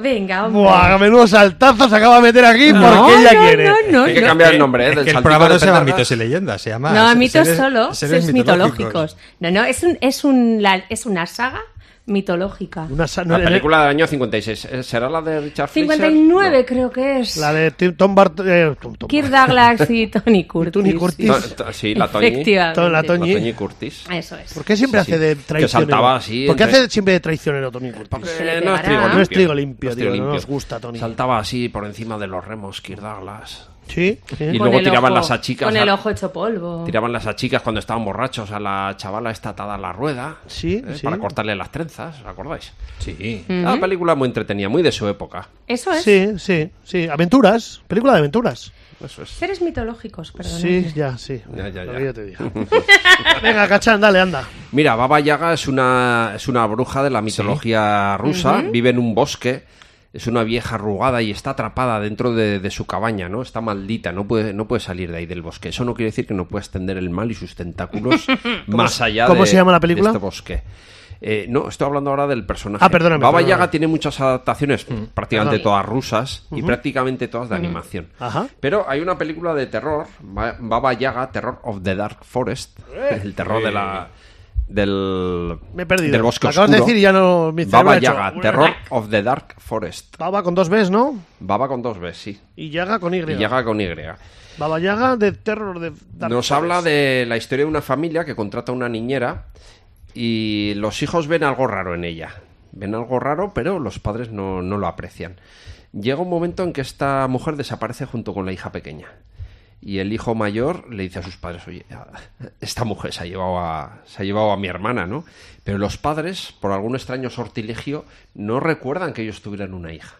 [SPEAKER 4] Venga, hombre.
[SPEAKER 1] Buah, menudo saltazo se acaba de meter aquí porque ella
[SPEAKER 4] no,
[SPEAKER 1] quiere.
[SPEAKER 4] no, no,
[SPEAKER 2] Hay que
[SPEAKER 4] no.
[SPEAKER 2] cambiar el nombre, ¿eh?
[SPEAKER 3] Es
[SPEAKER 2] Del
[SPEAKER 3] que el
[SPEAKER 2] saltico
[SPEAKER 3] programa
[SPEAKER 2] de
[SPEAKER 3] no se llama
[SPEAKER 2] petardas.
[SPEAKER 3] mitos y leyendas, se llama...
[SPEAKER 4] No,
[SPEAKER 3] se-
[SPEAKER 4] mitos
[SPEAKER 3] seres-
[SPEAKER 4] solo,
[SPEAKER 3] seres
[SPEAKER 4] seres mitológicos. No, no, es, un, es, un, la- es una saga mitológica.
[SPEAKER 1] Una sa- no, eh,
[SPEAKER 2] La
[SPEAKER 1] en el-
[SPEAKER 2] película del año 56. ¿eh? ¿Será la de Richard Fisher?
[SPEAKER 4] 59 creo que es.
[SPEAKER 1] La de Tim- Tom Bart... eh, Tom- Tom-
[SPEAKER 4] Kirk Douglas y Tony Curtis.
[SPEAKER 1] Tony Curtis.
[SPEAKER 2] No. To- to- sí, la Toñi.
[SPEAKER 4] Efectivamente.
[SPEAKER 1] To- la
[SPEAKER 2] La
[SPEAKER 1] Toñi.
[SPEAKER 2] Toñi Curtis.
[SPEAKER 4] Eso es.
[SPEAKER 1] ¿Por qué siempre
[SPEAKER 2] Sí,
[SPEAKER 1] hace
[SPEAKER 2] sí.
[SPEAKER 1] de
[SPEAKER 2] Que
[SPEAKER 1] traicionero?
[SPEAKER 2] saltaba así
[SPEAKER 1] ¿Por qué
[SPEAKER 2] entre-
[SPEAKER 1] hace siempre de traicionero Tony Curtis?
[SPEAKER 2] Eh, no es trigo
[SPEAKER 4] No
[SPEAKER 2] limpio.
[SPEAKER 4] es
[SPEAKER 1] trigo limpio,
[SPEAKER 2] trigo
[SPEAKER 1] digo, no nos gusta, Tony.
[SPEAKER 2] Saltaba así por encima de los remos, Kirk Douglas.
[SPEAKER 1] Sí, sí.
[SPEAKER 2] Y
[SPEAKER 4] Con
[SPEAKER 2] luego
[SPEAKER 4] el
[SPEAKER 2] tiraban
[SPEAKER 4] ojo-
[SPEAKER 2] las achicas
[SPEAKER 4] Con
[SPEAKER 2] a-
[SPEAKER 4] el ojo hecho polvo.
[SPEAKER 2] Tiraban las achicas cuando estaban borrachos a la chavala esta atada a la rueda.
[SPEAKER 1] Sí,
[SPEAKER 2] ¿eh?
[SPEAKER 1] sí.
[SPEAKER 2] Para cortarle las trenzas, ¿os acordáis?
[SPEAKER 3] Sí.
[SPEAKER 2] Una película muy entretenida, muy de su época.
[SPEAKER 4] Eso es.
[SPEAKER 1] Sí, sí, sí. Aventuras. Película de aventuras.
[SPEAKER 2] Eso es.
[SPEAKER 4] Seres mitológicos, perdón.
[SPEAKER 1] Sí, ya, sí.
[SPEAKER 2] Ya, ya,
[SPEAKER 1] Lo
[SPEAKER 2] ya.
[SPEAKER 1] que yo te digo. Venga, cachán, dale, anda.
[SPEAKER 2] Mira, Baba Yaga es una, es una bruja de la mitología rusa, vive en un bosque, es una vieja arrugada y está atrapada dentro de, de su cabaña, ¿no? Está maldita, no puede, no puede salir de ahí del bosque. Eso no quiere decir que no pueda extender el mal y sus tentáculos más allá
[SPEAKER 1] cómo
[SPEAKER 2] de,
[SPEAKER 1] se llama la película?
[SPEAKER 2] de este bosque. Eh, no, estoy hablando ahora del personaje.
[SPEAKER 1] Ah, perdóname,
[SPEAKER 2] Baba
[SPEAKER 1] perdóname.
[SPEAKER 2] Yaga tiene muchas adaptaciones,
[SPEAKER 1] Mm.
[SPEAKER 2] prácticamente
[SPEAKER 1] Perdón.
[SPEAKER 2] todas rusas y prácticamente todas de animación.
[SPEAKER 1] Ajá.
[SPEAKER 2] Pero hay una película de terror, Ba- Baba Yaga, Terror of the Dark Forest, el terror de la del
[SPEAKER 1] Eh. Me he perdido.
[SPEAKER 2] del bosque
[SPEAKER 1] Lo acabas de
[SPEAKER 2] oscuro.
[SPEAKER 1] decir y ya no- mi cerebro ha
[SPEAKER 2] Baba
[SPEAKER 1] hecho-
[SPEAKER 2] Yaga, Terror of the Dark Forest.
[SPEAKER 1] Baba con dos Bs, ¿no?
[SPEAKER 2] Baba con dos B, sí.
[SPEAKER 1] Y Yaga con Y.
[SPEAKER 2] Y Yaga con Y.
[SPEAKER 1] Baba Yaga de terror de... Dark
[SPEAKER 2] Nos
[SPEAKER 1] Forest.
[SPEAKER 2] habla de la historia de una familia que contrata a una niñera y los hijos ven algo raro en ella. Ven algo raro, pero los padres no, no lo aprecian. Llega un momento en que esta mujer desaparece junto con la hija pequeña. Y el hijo mayor le dice a sus padres, oye, esta mujer se ha llevado a, se ha llevado a mi hermana, ¿no? Pero los padres, por algún extraño sortilegio, no recuerdan que ellos tuvieran una hija.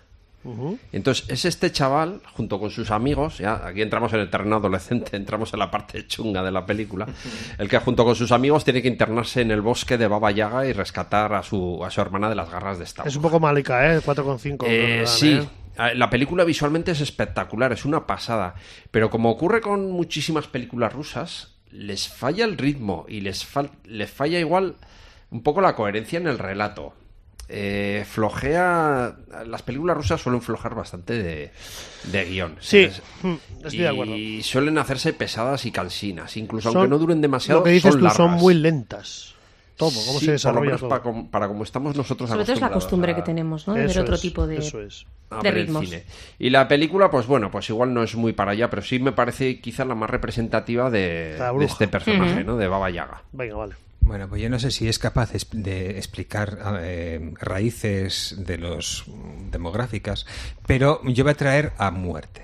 [SPEAKER 2] Entonces es este chaval, junto con sus amigos, ya aquí entramos en el terreno adolescente, entramos en la parte chunga de la película, el que junto con sus amigos tiene que internarse en el bosque de Baba Yaga y rescatar a su, a su hermana de las garras de esta.
[SPEAKER 1] Es un
[SPEAKER 2] bruja.
[SPEAKER 1] poco malica, ¿eh? 4,5.
[SPEAKER 2] Eh,
[SPEAKER 1] creo que dan,
[SPEAKER 2] sí,
[SPEAKER 1] ¿eh?
[SPEAKER 2] A- la película visualmente es espectacular, es una pasada, pero como ocurre con muchísimas películas rusas, les falla el ritmo y les, fal- les falla igual un poco la coherencia en el relato. Eh, flojea. Las películas rusas suelen flojar bastante de, de guión.
[SPEAKER 1] Sí,
[SPEAKER 2] ¿sabes?
[SPEAKER 1] mm, estoy de acuerdo.
[SPEAKER 2] Eh, Y suelen hacerse pesadas y cansinas. Incluso
[SPEAKER 1] Son-
[SPEAKER 2] aunque no duren demasiado,
[SPEAKER 1] Lo que dices
[SPEAKER 2] son
[SPEAKER 1] tú, son
[SPEAKER 2] largas.
[SPEAKER 1] muy lentas. todo, cómo
[SPEAKER 2] Sí,
[SPEAKER 1] se
[SPEAKER 2] por lo
[SPEAKER 1] desarrolla
[SPEAKER 2] menos
[SPEAKER 1] todo.
[SPEAKER 2] para, com- para como estamos nosotros
[SPEAKER 4] Sobre todo es la
[SPEAKER 2] acostumbrados
[SPEAKER 4] costumbre
[SPEAKER 2] a-
[SPEAKER 4] que tenemos, ¿no? De
[SPEAKER 1] Eso
[SPEAKER 4] ver otro
[SPEAKER 1] es,
[SPEAKER 4] tipo de,
[SPEAKER 1] eso es.
[SPEAKER 2] a
[SPEAKER 4] de
[SPEAKER 2] ver el
[SPEAKER 4] ritmos.
[SPEAKER 2] cine. Y la película, pues bueno, pues igual no es muy para allá, pero sí me parece quizás la más representativa de,
[SPEAKER 1] La
[SPEAKER 2] de
[SPEAKER 1] bruja.
[SPEAKER 2] este personaje, ¿no? De Baba Yaga.
[SPEAKER 1] Venga, vale.
[SPEAKER 3] Bueno, pues yo no sé si es capaz de expl- de explicar eh, raíces de los mm, demográficas, pero yo voy a traer a muerte.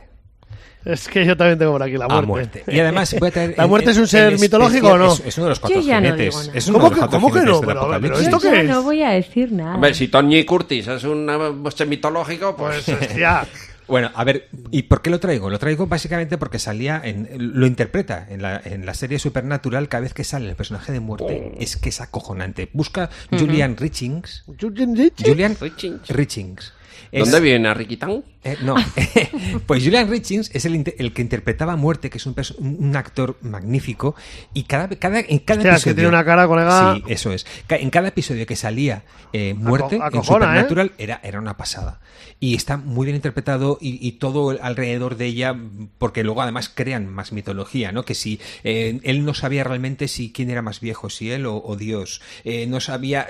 [SPEAKER 1] Es que yo también tengo por aquí la
[SPEAKER 3] A
[SPEAKER 1] muerte.
[SPEAKER 3] muerte. Y además voy a traer.
[SPEAKER 1] ¿La
[SPEAKER 3] en-
[SPEAKER 1] muerte es un
[SPEAKER 3] en
[SPEAKER 1] ser
[SPEAKER 3] especial-
[SPEAKER 1] mitológico o no?
[SPEAKER 3] Es, es uno de los cuatro
[SPEAKER 4] Yo ya no digo
[SPEAKER 3] jinetes.
[SPEAKER 4] nada.
[SPEAKER 3] es uno de
[SPEAKER 1] ¿Cómo
[SPEAKER 3] los
[SPEAKER 1] que-
[SPEAKER 3] cuatro
[SPEAKER 1] cómo que
[SPEAKER 3] jinetes
[SPEAKER 1] no?
[SPEAKER 3] del
[SPEAKER 1] Pero, pero
[SPEAKER 3] apocalipsis.
[SPEAKER 1] ¿Esto
[SPEAKER 4] Yo
[SPEAKER 1] qué
[SPEAKER 4] ya
[SPEAKER 1] es?
[SPEAKER 4] no voy a decir nada.
[SPEAKER 2] A ver, si Tony Curtis es un ser mitológico,
[SPEAKER 1] Pues
[SPEAKER 2] pues...
[SPEAKER 1] hostia.
[SPEAKER 3] Bueno, a ver, ¿y por qué lo traigo? Lo traigo básicamente porque salía, en, lo interpreta en la, en la serie Supernatural, cada vez que sale el personaje de muerte, es que es acojonante. Busca Julian Richings.
[SPEAKER 1] Julian Richie.
[SPEAKER 3] Julian
[SPEAKER 2] Richings.
[SPEAKER 3] Richings. Es-
[SPEAKER 2] ¿Dónde viene a Ricky Town?
[SPEAKER 3] eh, no, pues Julian Richings es el, inte- el que interpretaba a Muerte, que es un, perso- un un actor magnífico, y cada, cada, en cada
[SPEAKER 1] Hostia, es que
[SPEAKER 3] episodio...
[SPEAKER 1] tiene una cara, colega.
[SPEAKER 3] Sí, eso es. Ca- En cada episodio que salía eh, Muerte en
[SPEAKER 1] acojona,
[SPEAKER 3] Supernatural era, era una pasada. Y está muy bien interpretado y, y todo el- alrededor de ella, porque luego además crean más mitología, ¿no? Que si eh, él no sabía realmente si quién era más viejo, si él o, o Dios, Eh, no sabía...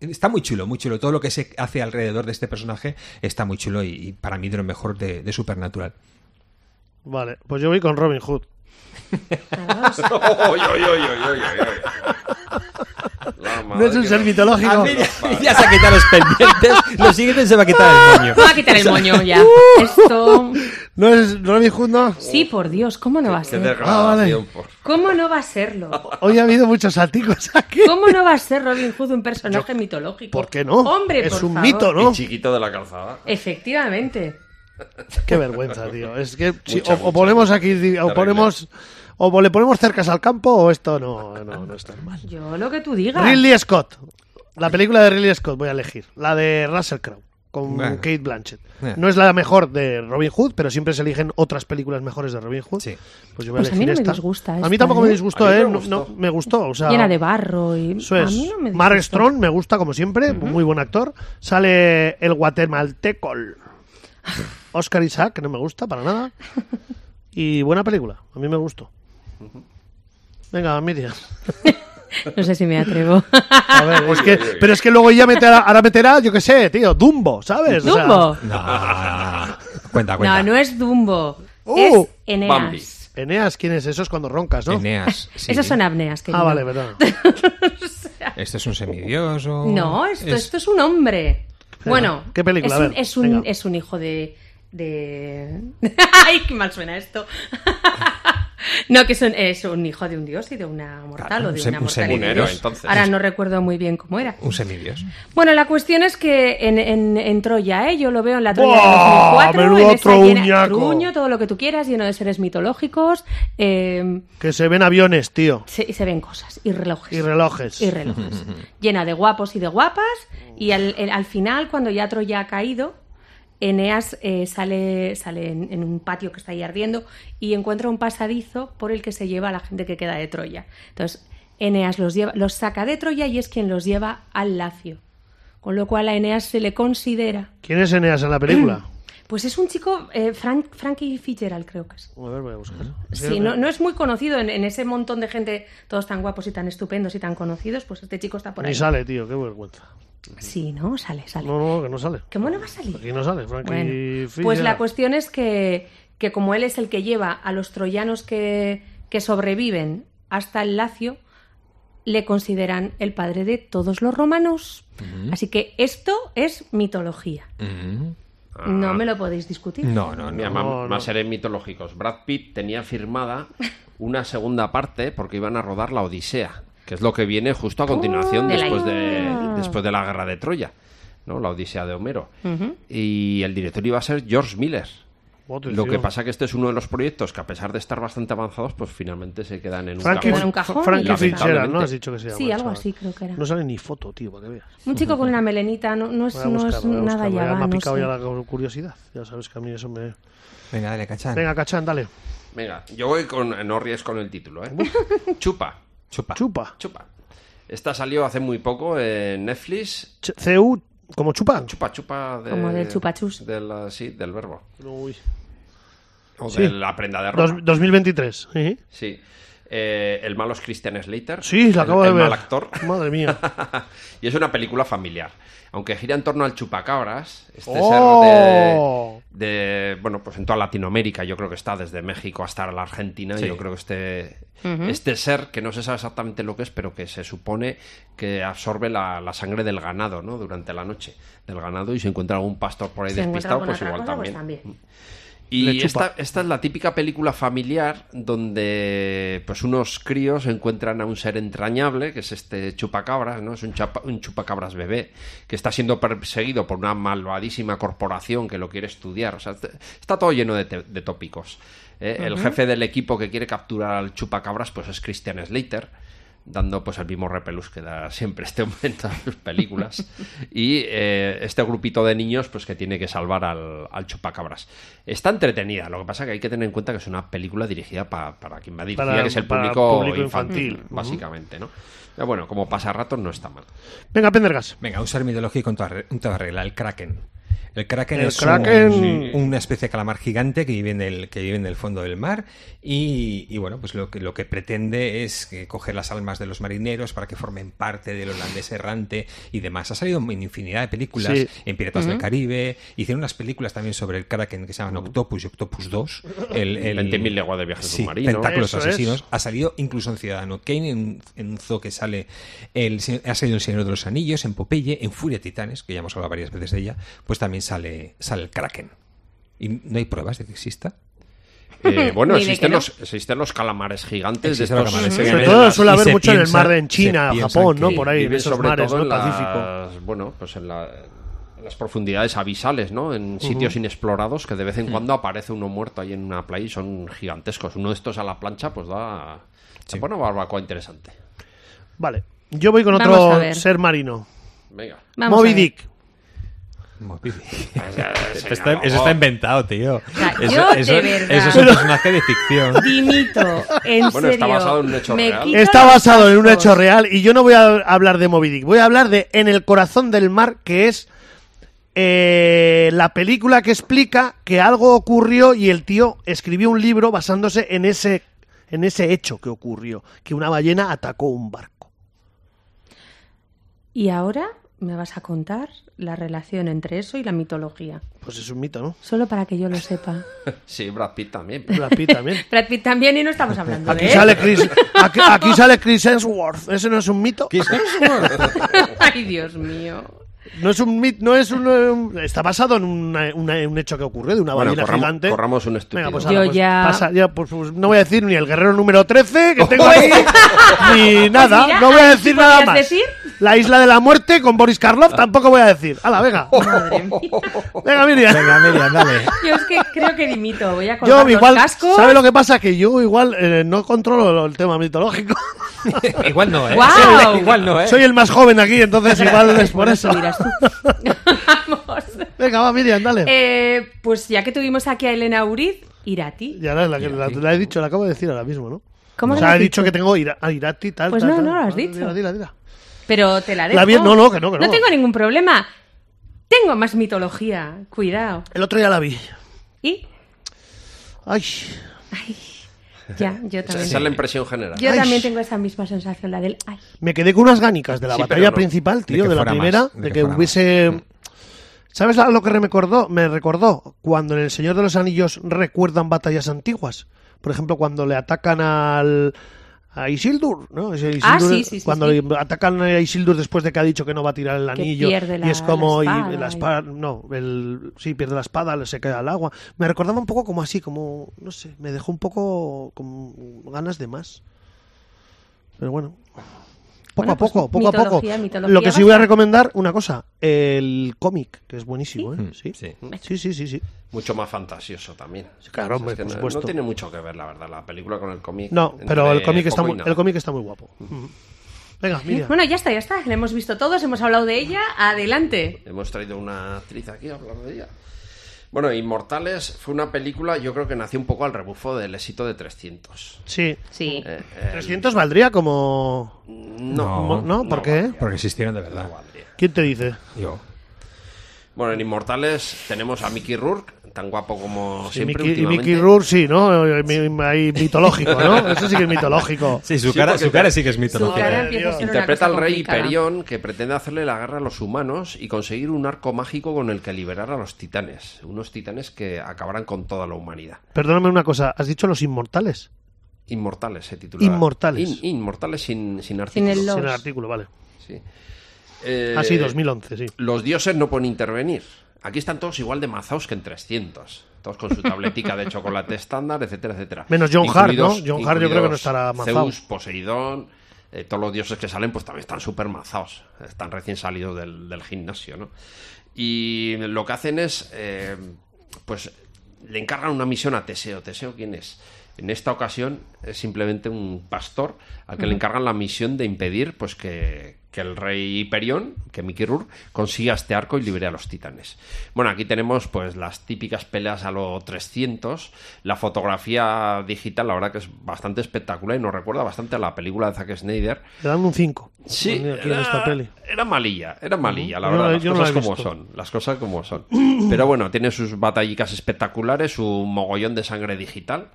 [SPEAKER 3] Está muy chulo, muy chulo. Todo lo que se hace alrededor de este personaje está muy chulo y, y para mí de lo mejor de, de Supernatural.
[SPEAKER 1] Vale, pues yo voy con Robin Hood.
[SPEAKER 2] Oy, oy, oy, oy, oy, oy, oy. La
[SPEAKER 1] No
[SPEAKER 2] madre Ah,
[SPEAKER 1] es un
[SPEAKER 2] que
[SPEAKER 1] ser
[SPEAKER 2] me-
[SPEAKER 1] mitológico.
[SPEAKER 3] ya, se ha quitado los pendientes. Lo siguiente se va a quitar el moño.
[SPEAKER 4] Me va a quitar el moño ya. Esto.
[SPEAKER 1] No es Robin Hood, no.
[SPEAKER 4] Sí, por Dios, ¿cómo no va a
[SPEAKER 2] Qué
[SPEAKER 4] ser?
[SPEAKER 2] degradación,
[SPEAKER 1] Ah,
[SPEAKER 2] por-
[SPEAKER 4] ¿Cómo no va a serlo?
[SPEAKER 1] Hoy ha habido muchos salticos aquí.
[SPEAKER 4] ¿Cómo no va a ser Robin Hood un personaje mitológico?
[SPEAKER 1] ¿Por qué no?
[SPEAKER 4] Hombre,
[SPEAKER 1] es
[SPEAKER 4] por
[SPEAKER 1] un
[SPEAKER 4] favor.
[SPEAKER 1] mito, ¿no?
[SPEAKER 2] Y chiquito de la calzada.
[SPEAKER 4] Efectivamente.
[SPEAKER 1] Qué vergüenza, tío. Es que si-
[SPEAKER 2] Mucha,
[SPEAKER 1] o, o
[SPEAKER 2] mucha.
[SPEAKER 1] ponemos aquí, di- o
[SPEAKER 2] Terrible.
[SPEAKER 1] ponemos, o le ponemos cercas al campo, o esto no, no, no está mal.
[SPEAKER 4] Yo lo que tú digas.
[SPEAKER 1] Ridley Scott. La película de Ridley Scott voy a elegir. La de Russell Crowe. Con
[SPEAKER 3] Bueno.
[SPEAKER 1] Kate Blanchett.
[SPEAKER 3] Bueno.
[SPEAKER 1] No es la mejor de Robin Hood, pero siempre se eligen otras películas mejores de Robin Hood.
[SPEAKER 3] Sí.
[SPEAKER 1] Pues yo voy a
[SPEAKER 4] Pues a
[SPEAKER 1] elegir
[SPEAKER 4] mí no me
[SPEAKER 1] esta.
[SPEAKER 4] disgusta
[SPEAKER 1] A mí
[SPEAKER 4] esta,
[SPEAKER 1] tampoco me
[SPEAKER 4] ¿eh?
[SPEAKER 1] disgustó,
[SPEAKER 2] A mí me
[SPEAKER 1] ¿eh? No-
[SPEAKER 2] gustó.
[SPEAKER 1] no, me gustó. O sea,
[SPEAKER 4] Llena de barro y.
[SPEAKER 1] Eso
[SPEAKER 4] a
[SPEAKER 1] es.
[SPEAKER 4] mí no me
[SPEAKER 1] Mark
[SPEAKER 4] disgustó.
[SPEAKER 1] Strong me gusta como siempre, muy buen actor. Sale el guatemalteco Oscar Isaac, que no me gusta para nada. Y buena película, a mí me gustó. Venga, Miriam.
[SPEAKER 4] No sé si me atrevo.
[SPEAKER 1] A ver, es que, pero es que luego ya meterá, ahora meterá, yo qué sé, tío, Dumbo, ¿sabes? O sea,
[SPEAKER 4] Dumbo.
[SPEAKER 3] No, no, no, no. Cuenta, cuenta.
[SPEAKER 4] No, no es Dumbo.
[SPEAKER 1] Uh,
[SPEAKER 4] es Eneas.
[SPEAKER 2] Bambi.
[SPEAKER 1] Eneas, ¿quién es? Eso es cuando roncas, ¿no?
[SPEAKER 3] Eneas. sí.
[SPEAKER 4] Esas son apneas, querido.
[SPEAKER 1] Ah, vale, verdad.
[SPEAKER 3] Este es un semidios o-
[SPEAKER 4] No, esto,
[SPEAKER 3] es-
[SPEAKER 4] esto es un hombre. Bueno,
[SPEAKER 1] ¿qué película? A
[SPEAKER 4] Es un,
[SPEAKER 1] ver,
[SPEAKER 4] es un-
[SPEAKER 1] venga.
[SPEAKER 4] es un hijo de. de... ¡Ay, qué mal suena esto! no, que es un, es un hijo de un dios y de una mortal
[SPEAKER 3] Claro,
[SPEAKER 4] o de
[SPEAKER 3] un se-
[SPEAKER 4] una
[SPEAKER 3] un
[SPEAKER 4] mortal. y
[SPEAKER 3] semidios.
[SPEAKER 4] de un
[SPEAKER 2] Dinero,
[SPEAKER 4] dios.
[SPEAKER 2] entonces.
[SPEAKER 4] Ahora no recuerdo muy bien cómo era.
[SPEAKER 3] Un semidios.
[SPEAKER 4] Bueno, la cuestión es que en, en, en Troya, ¿eh? yo lo veo en la Troya
[SPEAKER 1] ¡Buah!
[SPEAKER 4] de 2004,
[SPEAKER 1] Menudo
[SPEAKER 4] en esa llena,
[SPEAKER 1] truñaco.
[SPEAKER 4] truño, todo lo que tú quieras, lleno de seres mitológicos, eh,
[SPEAKER 1] Que se ven aviones, tío,
[SPEAKER 4] se, y se ven cosas, y relojes.
[SPEAKER 1] y relojes.
[SPEAKER 4] Y relojes. llena de guapos y de guapas, y al, el- al final, cuando ya Troya ha caído, Eneas eh, sale, sale en, en un patio que está ahí ardiendo y encuentra un pasadizo por el que se lleva a la gente que queda de Troya. Entonces, Eneas los, lleva, los saca de Troya y es quien los lleva al Lacio. Con lo cual a Eneas se le considera.
[SPEAKER 1] ¿Quién es Eneas en la película?
[SPEAKER 4] Pues es un chico, eh, Frank, Frankie Fitzgerald creo que es.
[SPEAKER 1] A ver, voy a buscar.
[SPEAKER 4] Sí, no, no es muy conocido en, en ese montón de gente, todos tan guapos y tan estupendos y tan conocidos, pues este chico está por
[SPEAKER 1] Ni
[SPEAKER 4] ahí.
[SPEAKER 1] sale, tío, qué vergüenza.
[SPEAKER 4] Sí, ¿no? Sale, sale.
[SPEAKER 1] No, no, que no sale.
[SPEAKER 4] ¿Cómo no va a salir?
[SPEAKER 1] Aquí no sale, Frankie
[SPEAKER 4] Bueno,
[SPEAKER 1] Fitzgerald.
[SPEAKER 4] pues la cuestión es que, que como él es el que lleva a los troyanos que, que sobreviven hasta el Lacio, le consideran el padre de todos los romanos. Así que esto es mitología.
[SPEAKER 1] Mm.
[SPEAKER 4] No me lo podéis discutir.
[SPEAKER 3] No, no, no.
[SPEAKER 2] Mira, ma-
[SPEAKER 1] Ah. no.
[SPEAKER 2] más seres mitológicos. Brad Pitt tenía firmada una segunda parte porque iban a rodar la Odisea, que es lo que viene justo a continuación
[SPEAKER 4] de la
[SPEAKER 2] después,
[SPEAKER 4] Iliada.
[SPEAKER 2] de, después de la guerra de Troya, ¿no? La Odisea de Homero. Y el director iba a ser George Miller.
[SPEAKER 1] Joder,
[SPEAKER 2] Lo
[SPEAKER 1] tío.
[SPEAKER 2] que pasa que este es uno de los proyectos que a pesar de estar bastante avanzados, pues finalmente se quedan en un
[SPEAKER 1] Frankie,
[SPEAKER 4] Bueno,
[SPEAKER 2] cajón.
[SPEAKER 4] un cajón.
[SPEAKER 1] Frankie Fitzgerald, ¿no?
[SPEAKER 2] Lamentablemente.
[SPEAKER 1] Has dicho que se llama.
[SPEAKER 4] Sí,
[SPEAKER 1] el
[SPEAKER 4] algo
[SPEAKER 1] chaval.
[SPEAKER 4] así creo que era.
[SPEAKER 1] No sale ni foto, tío, para que veas.
[SPEAKER 4] Un chico con una melenita no, no es,
[SPEAKER 1] Voy a
[SPEAKER 4] no
[SPEAKER 1] buscar,
[SPEAKER 4] es
[SPEAKER 1] voy a
[SPEAKER 4] nada
[SPEAKER 1] buscar,
[SPEAKER 4] ya
[SPEAKER 1] ya me
[SPEAKER 4] va,
[SPEAKER 1] ha
[SPEAKER 4] no
[SPEAKER 1] picado
[SPEAKER 4] sé.
[SPEAKER 1] ya la curiosidad. Ya sabes que a mí eso me...
[SPEAKER 3] Venga, dale,
[SPEAKER 2] Ah.
[SPEAKER 3] cachán.
[SPEAKER 1] Venga, Cachán, dale.
[SPEAKER 2] Venga, yo voy con... No ríes con el título, ¿eh? Chupa.
[SPEAKER 3] Chupa.
[SPEAKER 1] Chupa.
[SPEAKER 2] Chupa. Esta salió hace muy poco en Netflix
[SPEAKER 1] Ch- CU, como chupa.
[SPEAKER 2] Chupa, chupa. De,
[SPEAKER 4] Como del chupachus.
[SPEAKER 2] de la- sí, del verbo.
[SPEAKER 1] Uy.
[SPEAKER 2] O
[SPEAKER 1] Sí.
[SPEAKER 2] de la prenda de ropa.
[SPEAKER 1] Dos- 2023. ¿sí?
[SPEAKER 2] Sí. Eh, el malo es Christian Slater.
[SPEAKER 1] Sí, lo
[SPEAKER 2] el-
[SPEAKER 1] acabo de
[SPEAKER 2] el
[SPEAKER 1] ver.
[SPEAKER 2] mal actor.
[SPEAKER 1] Madre mía.
[SPEAKER 2] y es una película familiar. Aunque gira en torno al chupacabras, este
[SPEAKER 1] ¡Oh!
[SPEAKER 2] ser de, de- Bueno, pues en toda Latinoamérica, yo creo que está desde México hasta la Argentina. Yo creo que este, este ser, que no se sabe exactamente lo que es, pero que se supone que absorbe la, la sangre del ganado, ¿no? Durante la noche del ganado y se encuentra algún pastor por ahí
[SPEAKER 4] Se encuentra
[SPEAKER 2] despistado,
[SPEAKER 4] con
[SPEAKER 2] pues
[SPEAKER 4] otra
[SPEAKER 2] igual
[SPEAKER 4] cosa, pues
[SPEAKER 2] también.
[SPEAKER 4] también.
[SPEAKER 1] Le
[SPEAKER 2] Y
[SPEAKER 1] chupa.
[SPEAKER 2] esta, esta es la típica película familiar donde pues unos críos encuentran a un ser entrañable, que es este chupacabras, ¿no? Es un, chapa- un chupacabras bebé, que está siendo perseguido por una malvadísima corporación que lo quiere estudiar. O sea, este- está todo lleno de, te- de tópicos. ¿eh? El jefe del equipo que quiere capturar al chupacabras, pues es Christian Slater dando pues el mismo repelús que da siempre este hombre en todas sus películas y eh, este grupito de niños pues que tiene que salvar al, al chupacabras está entretenida lo que pasa que hay que tener en cuenta que es una película dirigida pa- para quien va dirigida
[SPEAKER 1] Para-
[SPEAKER 2] que es el
[SPEAKER 1] para
[SPEAKER 2] público,
[SPEAKER 1] público
[SPEAKER 2] infantil,
[SPEAKER 1] infantil. Ujú.
[SPEAKER 2] básicamente no pero bueno como pasarratos no está mal
[SPEAKER 1] Venga, Pendergas.
[SPEAKER 3] Venga, usar mitología y con toda, re- con toda regla, el Kraken. El Kraken
[SPEAKER 1] El
[SPEAKER 3] es
[SPEAKER 1] Kraken.
[SPEAKER 3] un- una especie de calamar gigante que vive en el, que vive en el fondo del mar y, y bueno, pues lo que, lo que pretende es que coger las almas de los marineros para que formen parte del holandés errante y demás. Ha salido en infinidad de películas,
[SPEAKER 1] Sí.
[SPEAKER 3] en Piratas del Caribe, hicieron unas películas también sobre el Kraken que se llaman Octopus y Octopus 2. El, el-
[SPEAKER 2] 20.000 leguas de viaje
[SPEAKER 3] Sí,
[SPEAKER 2] submarino.
[SPEAKER 3] Tentáculos
[SPEAKER 1] Eso es.
[SPEAKER 3] asesinos ha salido incluso en Ciudadano Kane, en, en un zoo que sale, el, se- ha salido El Señor de los Anillos, en Popeye, en Furia de Titanes, que ya hemos hablado varias veces de ella, pues también sale, sale el Kraken. Y no hay pruebas de que exista.
[SPEAKER 2] Eh, bueno
[SPEAKER 4] Ni de
[SPEAKER 2] existen
[SPEAKER 4] que no.
[SPEAKER 2] los existen los calamares gigantes de
[SPEAKER 3] Existen los
[SPEAKER 2] estos
[SPEAKER 3] calamares
[SPEAKER 2] que
[SPEAKER 1] Sobre
[SPEAKER 2] vienen
[SPEAKER 1] todo
[SPEAKER 2] de las-
[SPEAKER 1] suele
[SPEAKER 3] y
[SPEAKER 1] haber
[SPEAKER 3] se
[SPEAKER 1] mucho en el
[SPEAKER 3] piensa-
[SPEAKER 1] mar de en
[SPEAKER 3] se
[SPEAKER 1] China,
[SPEAKER 3] piensan
[SPEAKER 1] Japón, ¿no?
[SPEAKER 3] que
[SPEAKER 1] Por ahí, en
[SPEAKER 2] viven
[SPEAKER 1] esos
[SPEAKER 2] sobre
[SPEAKER 1] mares,
[SPEAKER 2] todo
[SPEAKER 1] ¿no?
[SPEAKER 2] en
[SPEAKER 1] Pacífico.
[SPEAKER 2] las, bueno, pues en, la- en las profundidades abisales, ¿no? En sitios inexplorados que de vez en cuando aparece uno muerto ahí en una playa y son gigantescos. Uno de estos a la plancha, pues da. Se pone una barbacoa interesante.
[SPEAKER 1] Vale. Yo voy con
[SPEAKER 4] Vamos a
[SPEAKER 1] otro
[SPEAKER 4] ver.
[SPEAKER 1] ser marino.
[SPEAKER 2] Venga.
[SPEAKER 4] Vamos
[SPEAKER 1] Moby
[SPEAKER 4] a ver.
[SPEAKER 1] Dick.
[SPEAKER 3] eso está inventado, tío.
[SPEAKER 4] sea, Eso- yo de eso- verdad. eso es
[SPEAKER 3] un
[SPEAKER 4] un
[SPEAKER 3] personaje de ficción.
[SPEAKER 4] Dimito, en
[SPEAKER 2] Bueno, está
[SPEAKER 4] serio,
[SPEAKER 2] basado en un hecho
[SPEAKER 4] me
[SPEAKER 2] real.
[SPEAKER 4] quito
[SPEAKER 1] Está
[SPEAKER 4] los
[SPEAKER 1] basado en un
[SPEAKER 4] cascos.
[SPEAKER 1] hecho real y yo no voy a hablar de Moby Dick. Voy a hablar de En el corazón del mar, que es eh, la película que explica que algo ocurrió y el tío escribió un libro basándose en ese, en ese hecho que ocurrió, que una ballena atacó un barco.
[SPEAKER 4] Y ahora me vas a contar la relación entre eso y la mitología.
[SPEAKER 1] Pues es un mito, ¿no?
[SPEAKER 4] Solo para que yo lo sepa.
[SPEAKER 2] Sí, Brad Pitt también.
[SPEAKER 1] Brad Pitt también.
[SPEAKER 4] Brad Pitt también y no estamos hablando
[SPEAKER 1] Aquí
[SPEAKER 4] de
[SPEAKER 1] sale Chris, aquí, aquí sale Chris Hemsworth. ¿Ese no es un mito?
[SPEAKER 4] él. Ay, Dios mío.
[SPEAKER 1] No es un mito, no es un, eh, está basado en una- una- un hecho que ocurrió de una
[SPEAKER 2] Bueno,
[SPEAKER 1] ballena
[SPEAKER 2] corramos-
[SPEAKER 1] gigante.
[SPEAKER 2] corramos un estúpido.
[SPEAKER 1] Venga, pues,
[SPEAKER 4] Yo
[SPEAKER 1] ahora, pues,
[SPEAKER 4] ya-
[SPEAKER 1] pasa- ya, pues, pues, no voy a decir ni el guerrero número 13 que tengo ahí, ni nada.
[SPEAKER 4] Pues mira,
[SPEAKER 1] no voy a
[SPEAKER 4] ahí sí
[SPEAKER 1] decir nada
[SPEAKER 4] podías
[SPEAKER 1] más.
[SPEAKER 4] decir.
[SPEAKER 1] La isla de la muerte con Boris Karloff tampoco voy a decir. Hala, venga.
[SPEAKER 4] Madre mía.
[SPEAKER 1] Venga, Miriam.
[SPEAKER 3] Venga, Miriam, dale.
[SPEAKER 4] Yo es que creo que dimito. Voy a colgar
[SPEAKER 1] Yo
[SPEAKER 4] los
[SPEAKER 1] igual,
[SPEAKER 4] cascos.
[SPEAKER 1] ¿sabes lo que pasa? Que yo igual eh, no controlo lo- el tema mitológico.
[SPEAKER 3] Igual no, ¿eh?
[SPEAKER 4] ¡Guau!
[SPEAKER 3] Igual no, ¿eh?
[SPEAKER 1] Soy el más joven aquí, entonces igual es por
[SPEAKER 4] Bueno,
[SPEAKER 1] eso.
[SPEAKER 4] tú dirás Pues tú. Vamos.
[SPEAKER 1] Venga, va, Miriam, dale.
[SPEAKER 4] Eh, pues ya que tuvimos aquí a Elena Uriz, ir a ti.
[SPEAKER 1] Ya la, la- la- la he dicho, la acabo de decir ahora mismo, ¿no?
[SPEAKER 4] ¿Cómo
[SPEAKER 1] o
[SPEAKER 4] la
[SPEAKER 1] sea,
[SPEAKER 4] has
[SPEAKER 1] he dicho que tengo ira- a Irati, tal,
[SPEAKER 4] Pues
[SPEAKER 1] tal,
[SPEAKER 4] no,
[SPEAKER 1] tal.
[SPEAKER 4] no lo has
[SPEAKER 1] Ah,
[SPEAKER 4] dicho.
[SPEAKER 1] Dila, dila, dila.
[SPEAKER 4] Pero te la dejo.
[SPEAKER 1] La vi- no, no, que no, que no.
[SPEAKER 4] No tengo ningún problema. Tengo más mitología. Cuidado.
[SPEAKER 1] El otro día la vi.
[SPEAKER 4] Y
[SPEAKER 1] Ay,
[SPEAKER 4] ya, yo
[SPEAKER 2] Esa
[SPEAKER 4] también.
[SPEAKER 2] esa es la impresión general.
[SPEAKER 4] Yo
[SPEAKER 1] Ay.
[SPEAKER 4] también tengo esa misma sensación, la del ay.
[SPEAKER 1] me quedé con unas gánicas de la
[SPEAKER 2] Sí, pero
[SPEAKER 1] batalla
[SPEAKER 2] no.
[SPEAKER 1] principal, tío,
[SPEAKER 3] que
[SPEAKER 1] de, la
[SPEAKER 3] fuera
[SPEAKER 1] primera,
[SPEAKER 3] más,
[SPEAKER 1] de,
[SPEAKER 3] de
[SPEAKER 1] que,
[SPEAKER 3] que fuera
[SPEAKER 1] hubiese... ¿Sabes la- lo que me recordó? Me recordó cuando en El Señor de los Anillos recuerdan batallas antiguas. Por ejemplo, cuando le atacan al... A Isildur, ¿no? Ese
[SPEAKER 4] Ah,
[SPEAKER 1] Isildur,
[SPEAKER 4] sí, sí, sí,
[SPEAKER 1] Cuando
[SPEAKER 4] sí.
[SPEAKER 1] le atacan a Isildur después de que ha dicho que no va a tirar el anillo.
[SPEAKER 4] pierde
[SPEAKER 1] y
[SPEAKER 4] la-
[SPEAKER 1] es como.
[SPEAKER 4] la
[SPEAKER 1] y
[SPEAKER 4] espada, eh.
[SPEAKER 1] la
[SPEAKER 4] y-
[SPEAKER 1] espada- No, el, sí, pierde la espada, le se cae al agua. Me recordaba un poco como así, como. No sé, me dejó un poco con ganas de más. Pero bueno. Poco
[SPEAKER 4] Bueno,
[SPEAKER 1] a poco,
[SPEAKER 4] pues
[SPEAKER 1] poco a poco.
[SPEAKER 4] mitología, mitología
[SPEAKER 1] Lo que sí
[SPEAKER 4] vasca.
[SPEAKER 1] voy a recomendar, una cosa, el cómic, que es buenísimo,
[SPEAKER 2] Mm,
[SPEAKER 1] ¿eh? Sí.
[SPEAKER 3] Sí.
[SPEAKER 1] Sí, sí, sí, sí.
[SPEAKER 2] Mucho más fantasioso también.
[SPEAKER 1] claro, hombre,
[SPEAKER 2] Es que
[SPEAKER 1] por
[SPEAKER 2] no-
[SPEAKER 1] supuesto.
[SPEAKER 2] No tiene mucho que ver, la verdad, la película con el cómic.
[SPEAKER 1] No,
[SPEAKER 2] Entre
[SPEAKER 1] pero el cómic
[SPEAKER 2] poco
[SPEAKER 1] está
[SPEAKER 2] y
[SPEAKER 1] muy,
[SPEAKER 2] nada. Mm.
[SPEAKER 1] el cómic está muy guapo. Ujú. Venga, mira.
[SPEAKER 4] Bueno, ya está, ya está. La hemos visto todos, hemos hablado de ella. Adelante.
[SPEAKER 2] Hemos traído una actriz aquí a hablar de ella. Bueno, Inmortales fue una película, yo creo que nació un poco al rebufo del éxito de 300.
[SPEAKER 1] Sí.
[SPEAKER 4] Sí.
[SPEAKER 2] Eh, eh,
[SPEAKER 1] 300 valdría como.
[SPEAKER 2] no,
[SPEAKER 1] ¿No? ¿Por qué?
[SPEAKER 2] valdría,
[SPEAKER 3] Porque existieron de
[SPEAKER 2] no
[SPEAKER 3] verdad.
[SPEAKER 2] valdría.
[SPEAKER 1] ¿Quién te dice?
[SPEAKER 3] Yo.
[SPEAKER 2] Bueno, en Inmortales tenemos a Mickey Rourke, tan guapo como
[SPEAKER 1] Sí,
[SPEAKER 2] siempre.
[SPEAKER 1] Mickey- y
[SPEAKER 2] últimamente.
[SPEAKER 1] Mickey Rourke, sí, ¿no? Eh, mi- mi- Ahí mitológico, ¿no? Eso sí que es mitológico.
[SPEAKER 3] Sí, su,
[SPEAKER 2] Sí,
[SPEAKER 3] cara,
[SPEAKER 2] porque
[SPEAKER 3] su cara
[SPEAKER 2] te-
[SPEAKER 3] sí que es
[SPEAKER 4] Su
[SPEAKER 3] mitológica.
[SPEAKER 4] cara empieza a ser una
[SPEAKER 2] Interpreta al
[SPEAKER 4] cosa
[SPEAKER 2] rey
[SPEAKER 4] complicada.
[SPEAKER 2] Hiperión que pretende hacerle la guerra a los humanos y conseguir un arco mágico con el que liberar a los titanes. Unos titanes que acabarán con toda la humanidad.
[SPEAKER 1] Perdóname una cosa, ¿has dicho los inmortales?
[SPEAKER 2] Inmortales se titulaba.
[SPEAKER 1] Inmortales.
[SPEAKER 2] In- inmortales sin, sin
[SPEAKER 4] Sin
[SPEAKER 2] artículo.
[SPEAKER 4] el
[SPEAKER 1] Sin el
[SPEAKER 4] los.
[SPEAKER 1] artículo, vale.
[SPEAKER 2] Sí. Eh,
[SPEAKER 1] Ah, sí, 2011, sí.
[SPEAKER 2] Los dioses no pueden intervenir. Aquí están todos igual de mazaos que en 300. Todos con su tabletica de chocolate estándar, etcétera, etcétera.
[SPEAKER 1] Menos John Hart, ¿no?
[SPEAKER 2] Incluidos-
[SPEAKER 1] John Hart yo creo que no
[SPEAKER 2] incluidos
[SPEAKER 1] estará mazao.
[SPEAKER 2] Zeus, Poseidón, eh, todos los dioses que salen pues también están súper mazaos. Están recién salidos del, del gimnasio, ¿no? Y lo que hacen es, eh, pues le encargan una misión a Teseo. ¿Teseo quién es? En esta ocasión es simplemente un pastor al que le encargan la misión de impedir pues que, que el rey Hiperión, que Mickey Rourke, consiga este arco y libere a los titanes. Bueno, aquí tenemos pues las típicas peleas a lo 300. La fotografía digital, la verdad que es bastante espectacular y nos recuerda bastante a la película de Zack Snyder.
[SPEAKER 1] Le dan un 5.
[SPEAKER 2] Sí,
[SPEAKER 1] Aquí en
[SPEAKER 2] era,
[SPEAKER 1] esta peli.
[SPEAKER 2] era malilla, era malilla, la
[SPEAKER 1] Yo no
[SPEAKER 2] verdad,
[SPEAKER 1] la-
[SPEAKER 2] las
[SPEAKER 1] yo no
[SPEAKER 2] cosas
[SPEAKER 1] la he
[SPEAKER 2] como
[SPEAKER 1] visto.
[SPEAKER 2] son, las cosas como son. Pero bueno, tiene sus batallicas espectaculares, su mogollón de sangre digital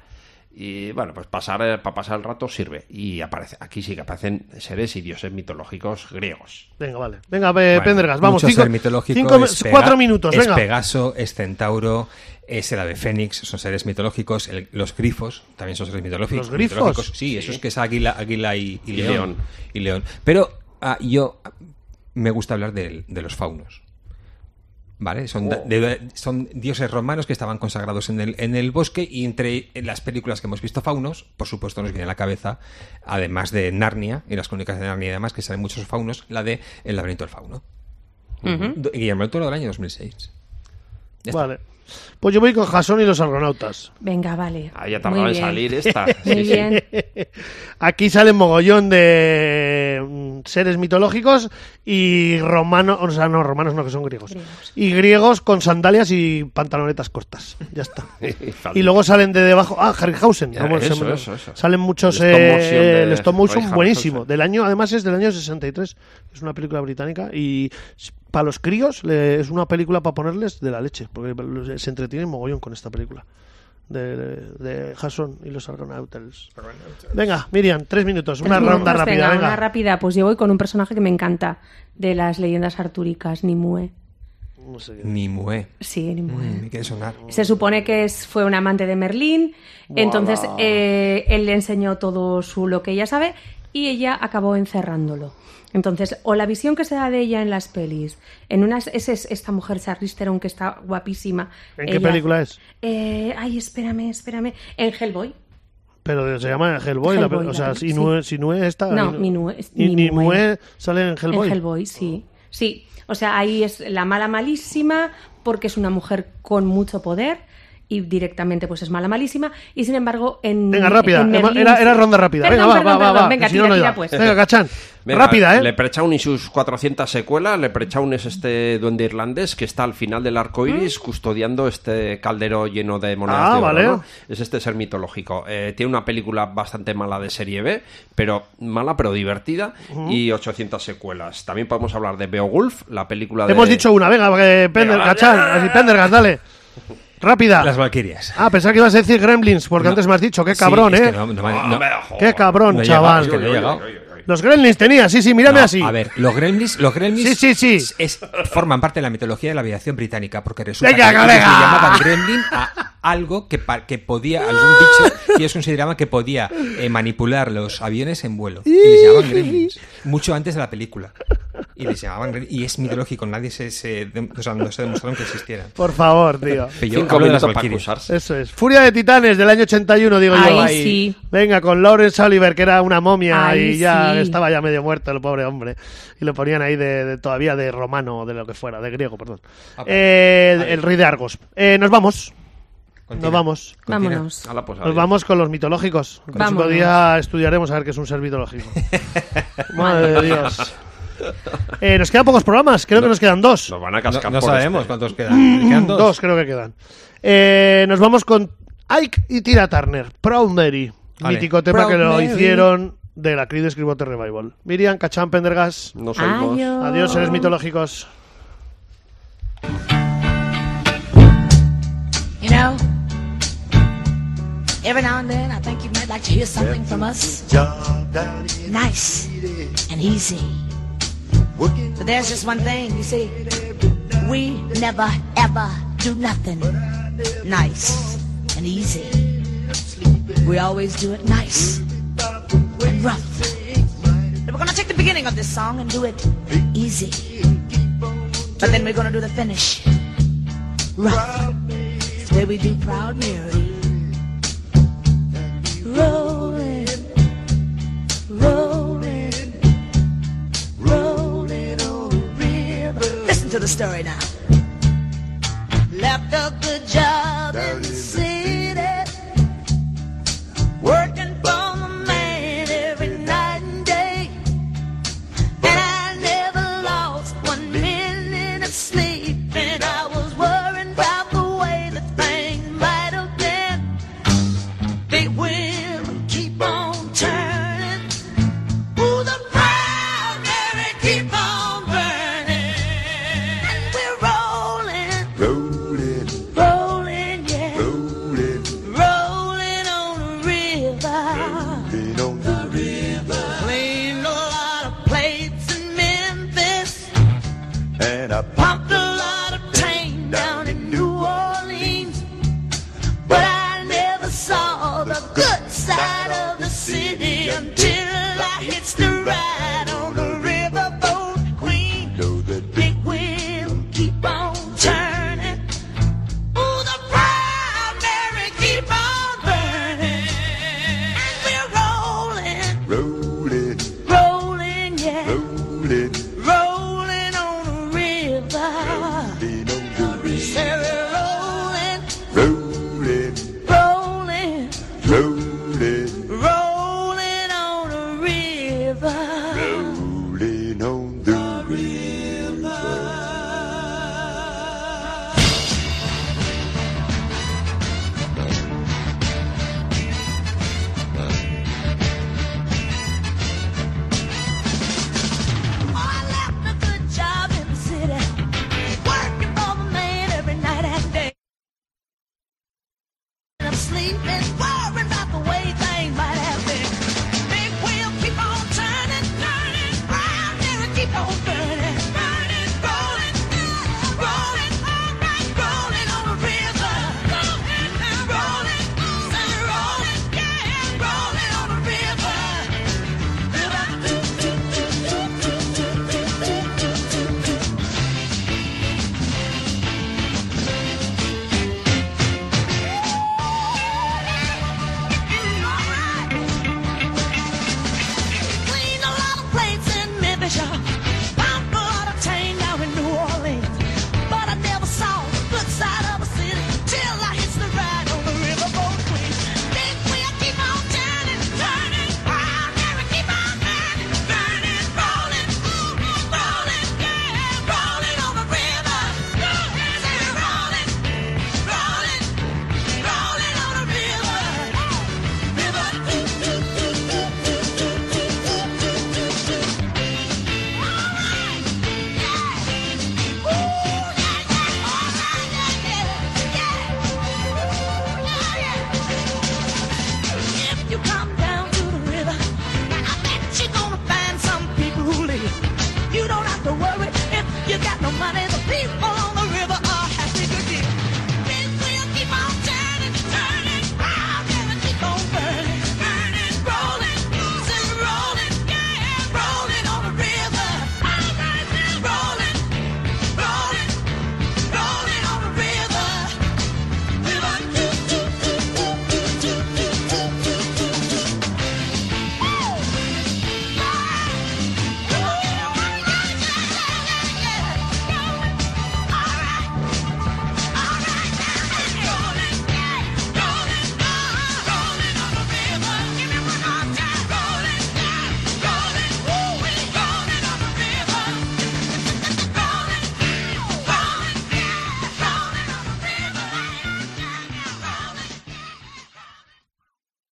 [SPEAKER 2] y bueno, pues pasar eh, para pasar el rato sirve y aparece aquí sí que aparecen seres y dioses mitológicos griegos.
[SPEAKER 1] Venga, vale. Venga, eh,
[SPEAKER 3] Bueno,
[SPEAKER 1] Pendergast, vamos.
[SPEAKER 3] mucho
[SPEAKER 1] Cinco,
[SPEAKER 3] ser mitológico,
[SPEAKER 1] cinco-
[SPEAKER 3] es Pega-
[SPEAKER 1] cuatro minutos,
[SPEAKER 3] Es
[SPEAKER 1] venga.
[SPEAKER 3] Pegaso, es Centauro, es el ave Fénix, son seres mitológicos. el- los grifos también son seres mitológicos.
[SPEAKER 1] ¿Los grifos?
[SPEAKER 3] mitológicos, Sí, esos que es águila, águila y, y
[SPEAKER 2] Y
[SPEAKER 3] león,
[SPEAKER 2] león.
[SPEAKER 3] Y león. Pero ah, yo ah, me gusta hablar del- de, los faunos. ¿Vale? Son, da- de- son dioses romanos que estaban consagrados en el, en el bosque y entre las películas que hemos visto faunos, por supuesto nos viene a la cabeza, además de Narnia y las crónicas de Narnia y demás, que salen muchos faunos, la de El laberinto del fauno. Do- Guillermo del Toro del año 2006. Ya está.
[SPEAKER 1] Vale. Pues yo voy con Jason y los argonautas.
[SPEAKER 4] Venga, vale.
[SPEAKER 2] Ah, ya
[SPEAKER 4] Muy
[SPEAKER 2] tardaba en
[SPEAKER 4] bien.
[SPEAKER 2] salir esta.
[SPEAKER 4] Muy
[SPEAKER 2] Sí, sí.
[SPEAKER 4] bien.
[SPEAKER 1] Aquí salen mogollón de mm, seres mitológicos y romanos, o sea, no, romanos no, que son griegos.
[SPEAKER 4] Griegos.
[SPEAKER 1] Y griegos con sandalias y pantalonetas cortas. Ya está. y luego salen de debajo. Ah, Harryhausen.
[SPEAKER 2] Ya,
[SPEAKER 1] ¿cómo se
[SPEAKER 2] eso,
[SPEAKER 1] llama?
[SPEAKER 2] eso, eso.
[SPEAKER 1] Salen muchos.
[SPEAKER 2] El stop motion
[SPEAKER 1] eh,
[SPEAKER 2] de
[SPEAKER 1] el stop motion,
[SPEAKER 2] Harryhausen.
[SPEAKER 1] buenísimo. Del año, además, es del año 63. Es una película británica y. s- Para los críos le- es una película para ponerles de la leche, porque los- se entretienen mogollón con esta película de, de Jason y los Argonautas. Venga, Miriam, tres minutos, una
[SPEAKER 4] Tres
[SPEAKER 1] ronda
[SPEAKER 4] minutos,
[SPEAKER 1] rápida,
[SPEAKER 4] venga,
[SPEAKER 1] venga.
[SPEAKER 4] Una rápida, pues yo voy con un personaje que me encanta de las leyendas artúricas, Nimue.
[SPEAKER 1] No sé qué.
[SPEAKER 3] Ni mué.
[SPEAKER 4] Sí, Nimue.
[SPEAKER 3] Me quiere sonar.
[SPEAKER 4] Se supone que es, fue un amante de Merlín, entonces eh, él le enseñó todo su lo que ella sabe y ella acabó encerrándolo. Entonces, o la visión que se da de ella en las pelis, en unas es, es esta mujer Charlize Theron que está guapísima.
[SPEAKER 1] ¿En qué película es?
[SPEAKER 4] Eh, ay, espérame, espérame. En Hellboy.
[SPEAKER 1] Pero se llama Hellboy, la pe-
[SPEAKER 4] Hellboy,
[SPEAKER 1] o sea,
[SPEAKER 4] la
[SPEAKER 1] si
[SPEAKER 4] peli,
[SPEAKER 1] no es esta...
[SPEAKER 4] No, Minue es Nimue.
[SPEAKER 1] sale en Hellboy.
[SPEAKER 4] En Hellboy, sí. Sí, o sea, ahí es la mala malísima porque es una mujer con mucho poder y directamente pues es mala malísima y sin embargo en
[SPEAKER 1] Venga, rápida,
[SPEAKER 4] Mm, en Merlín-
[SPEAKER 1] era, era ronda rápida. venga,
[SPEAKER 4] Perdón,
[SPEAKER 1] va,
[SPEAKER 4] perdón,
[SPEAKER 1] va, va,
[SPEAKER 4] perdón.
[SPEAKER 1] va.
[SPEAKER 4] venga,
[SPEAKER 1] si
[SPEAKER 4] tira,
[SPEAKER 1] no, no
[SPEAKER 4] tira,
[SPEAKER 1] iba.
[SPEAKER 4] pues.
[SPEAKER 1] Venga, Cachán,
[SPEAKER 2] Venga,
[SPEAKER 1] rápida, ¿eh?
[SPEAKER 2] Leprechaun y sus 400 secuelas. Leprechaun es este duende irlandés que está al final del
[SPEAKER 4] Mm.
[SPEAKER 2] arco iris custodiando este caldero lleno de monedas
[SPEAKER 1] Ah,
[SPEAKER 2] de oro,
[SPEAKER 1] vale.
[SPEAKER 2] ¿no? Es este ser mitológico. Eh, tiene una película bastante mala de serie B, pero mala pero divertida y 800 secuelas. También podemos hablar de Beowulf, la película de
[SPEAKER 1] Hemos dicho una, venga, porque Pender,
[SPEAKER 2] Venga, va.
[SPEAKER 1] Cachán, así, Pendergast, dale. Rápida.
[SPEAKER 3] Las Valquirias.
[SPEAKER 1] Ah, pensaba que ibas a decir Gremlins, porque
[SPEAKER 3] No.
[SPEAKER 1] antes me has dicho, qué
[SPEAKER 3] Sí,
[SPEAKER 1] cabrón,
[SPEAKER 3] es que
[SPEAKER 1] ¿eh?
[SPEAKER 3] no- no me-
[SPEAKER 2] Ah,
[SPEAKER 3] no-
[SPEAKER 2] me- joder.
[SPEAKER 1] Qué cabrón,
[SPEAKER 3] No he llegado,
[SPEAKER 1] chaval.
[SPEAKER 3] es que no he llegado.
[SPEAKER 1] Los Gremlins tenía, sí, sí, mírame
[SPEAKER 3] No,
[SPEAKER 1] así.
[SPEAKER 3] A ver, los Gremlins, los Gremlins
[SPEAKER 1] Sí, sí, sí.
[SPEAKER 3] es- es- forman parte de la mitología de la aviación británica, porque resulta
[SPEAKER 1] Venga,
[SPEAKER 3] que
[SPEAKER 1] colega.
[SPEAKER 3] ellos le llamaban Gremlin a algo que, pa- que podía, algún bicho que ellos consideraban que podía eh, manipular los aviones en vuelo. Y les llamaban Gremlins, mucho antes de la película. Y les llamaban Gremlins, y es mitológico, nadie se, se de- o sea, no se demostraron que existieran.
[SPEAKER 1] Por favor, tío.
[SPEAKER 3] Pero yo
[SPEAKER 2] Cinco
[SPEAKER 3] hablo de las
[SPEAKER 2] minutos para
[SPEAKER 3] Valquirias.
[SPEAKER 2] acusarse.
[SPEAKER 1] Eso es. Furia de Titanes del año 81, digo yo.
[SPEAKER 4] Ahí sí.
[SPEAKER 1] Venga, con Lawrence Oliver, que era una momia
[SPEAKER 4] Ahí
[SPEAKER 1] y ya
[SPEAKER 4] sí.
[SPEAKER 1] estaba ya medio muerto el pobre hombre. Y lo ponían ahí de, de- todavía de romano o de lo que fuera, de griego, perdón.
[SPEAKER 3] Ah,
[SPEAKER 1] Eh, el rey de Argos. Eh, nos vamos.
[SPEAKER 3] Continúa.
[SPEAKER 1] Nos vamos.
[SPEAKER 3] Continúa.
[SPEAKER 4] Vámonos.
[SPEAKER 2] Hala, pues,
[SPEAKER 1] Nos
[SPEAKER 2] adiós.
[SPEAKER 1] vamos con los mitológicos. El próximo
[SPEAKER 4] Vámonos.
[SPEAKER 1] día estudiaremos a ver qué es un ser mitológico. Madre de Dios. Eh, nos quedan pocos programas, creo que nos quedan dos.
[SPEAKER 2] Nos van a
[SPEAKER 3] No,
[SPEAKER 2] cascar
[SPEAKER 3] no
[SPEAKER 2] por
[SPEAKER 3] sabemos
[SPEAKER 2] este.
[SPEAKER 3] cuántos quedan. Quedan
[SPEAKER 1] Mm, dos.
[SPEAKER 3] dos.
[SPEAKER 1] creo que quedan. Eh, nos vamos con Ike y Tira Turner. Proud Mary.
[SPEAKER 3] Vale.
[SPEAKER 1] Mítico tema
[SPEAKER 3] Proud
[SPEAKER 1] que lo
[SPEAKER 3] Mary.
[SPEAKER 1] hicieron de la Creed Escribote Revival.
[SPEAKER 4] Ah,
[SPEAKER 1] Miriam, Cachán, Pendergas.
[SPEAKER 2] Nos oímos.
[SPEAKER 4] Adiós.
[SPEAKER 1] Adiós, seres mitológicos.
[SPEAKER 5] Thank Every now and then, I think you might like to hear something from us.
[SPEAKER 8] job down in
[SPEAKER 5] Nice and easy.
[SPEAKER 8] working
[SPEAKER 5] But there's just one thing, you see. We never, ever do nothing nice and easy. We always do it nice and rough. And we're gonna take the beginning of this song and do it easy. But then we're gonna do the finish rough. It's the way we do Proud Mary. Rolling, rolling, rolling on the river. Listen to the story now. Left a good job in the city, working for the man every night and day. And I never lost one minute of sleep. And I was worried about the way that things might have been. They will keep on turning. Ooh, the proud Mary keep on burning. And we're rolling,
[SPEAKER 8] rolling
[SPEAKER 5] rolling, yeah,
[SPEAKER 8] rolling
[SPEAKER 5] rolling on the river.
[SPEAKER 8] been on the river
[SPEAKER 5] Cleaned a lot of plates in Memphis.
[SPEAKER 8] and I
[SPEAKER 5] Pumped a lot of tank down in New Orleans. But I never saw the good side. Oh,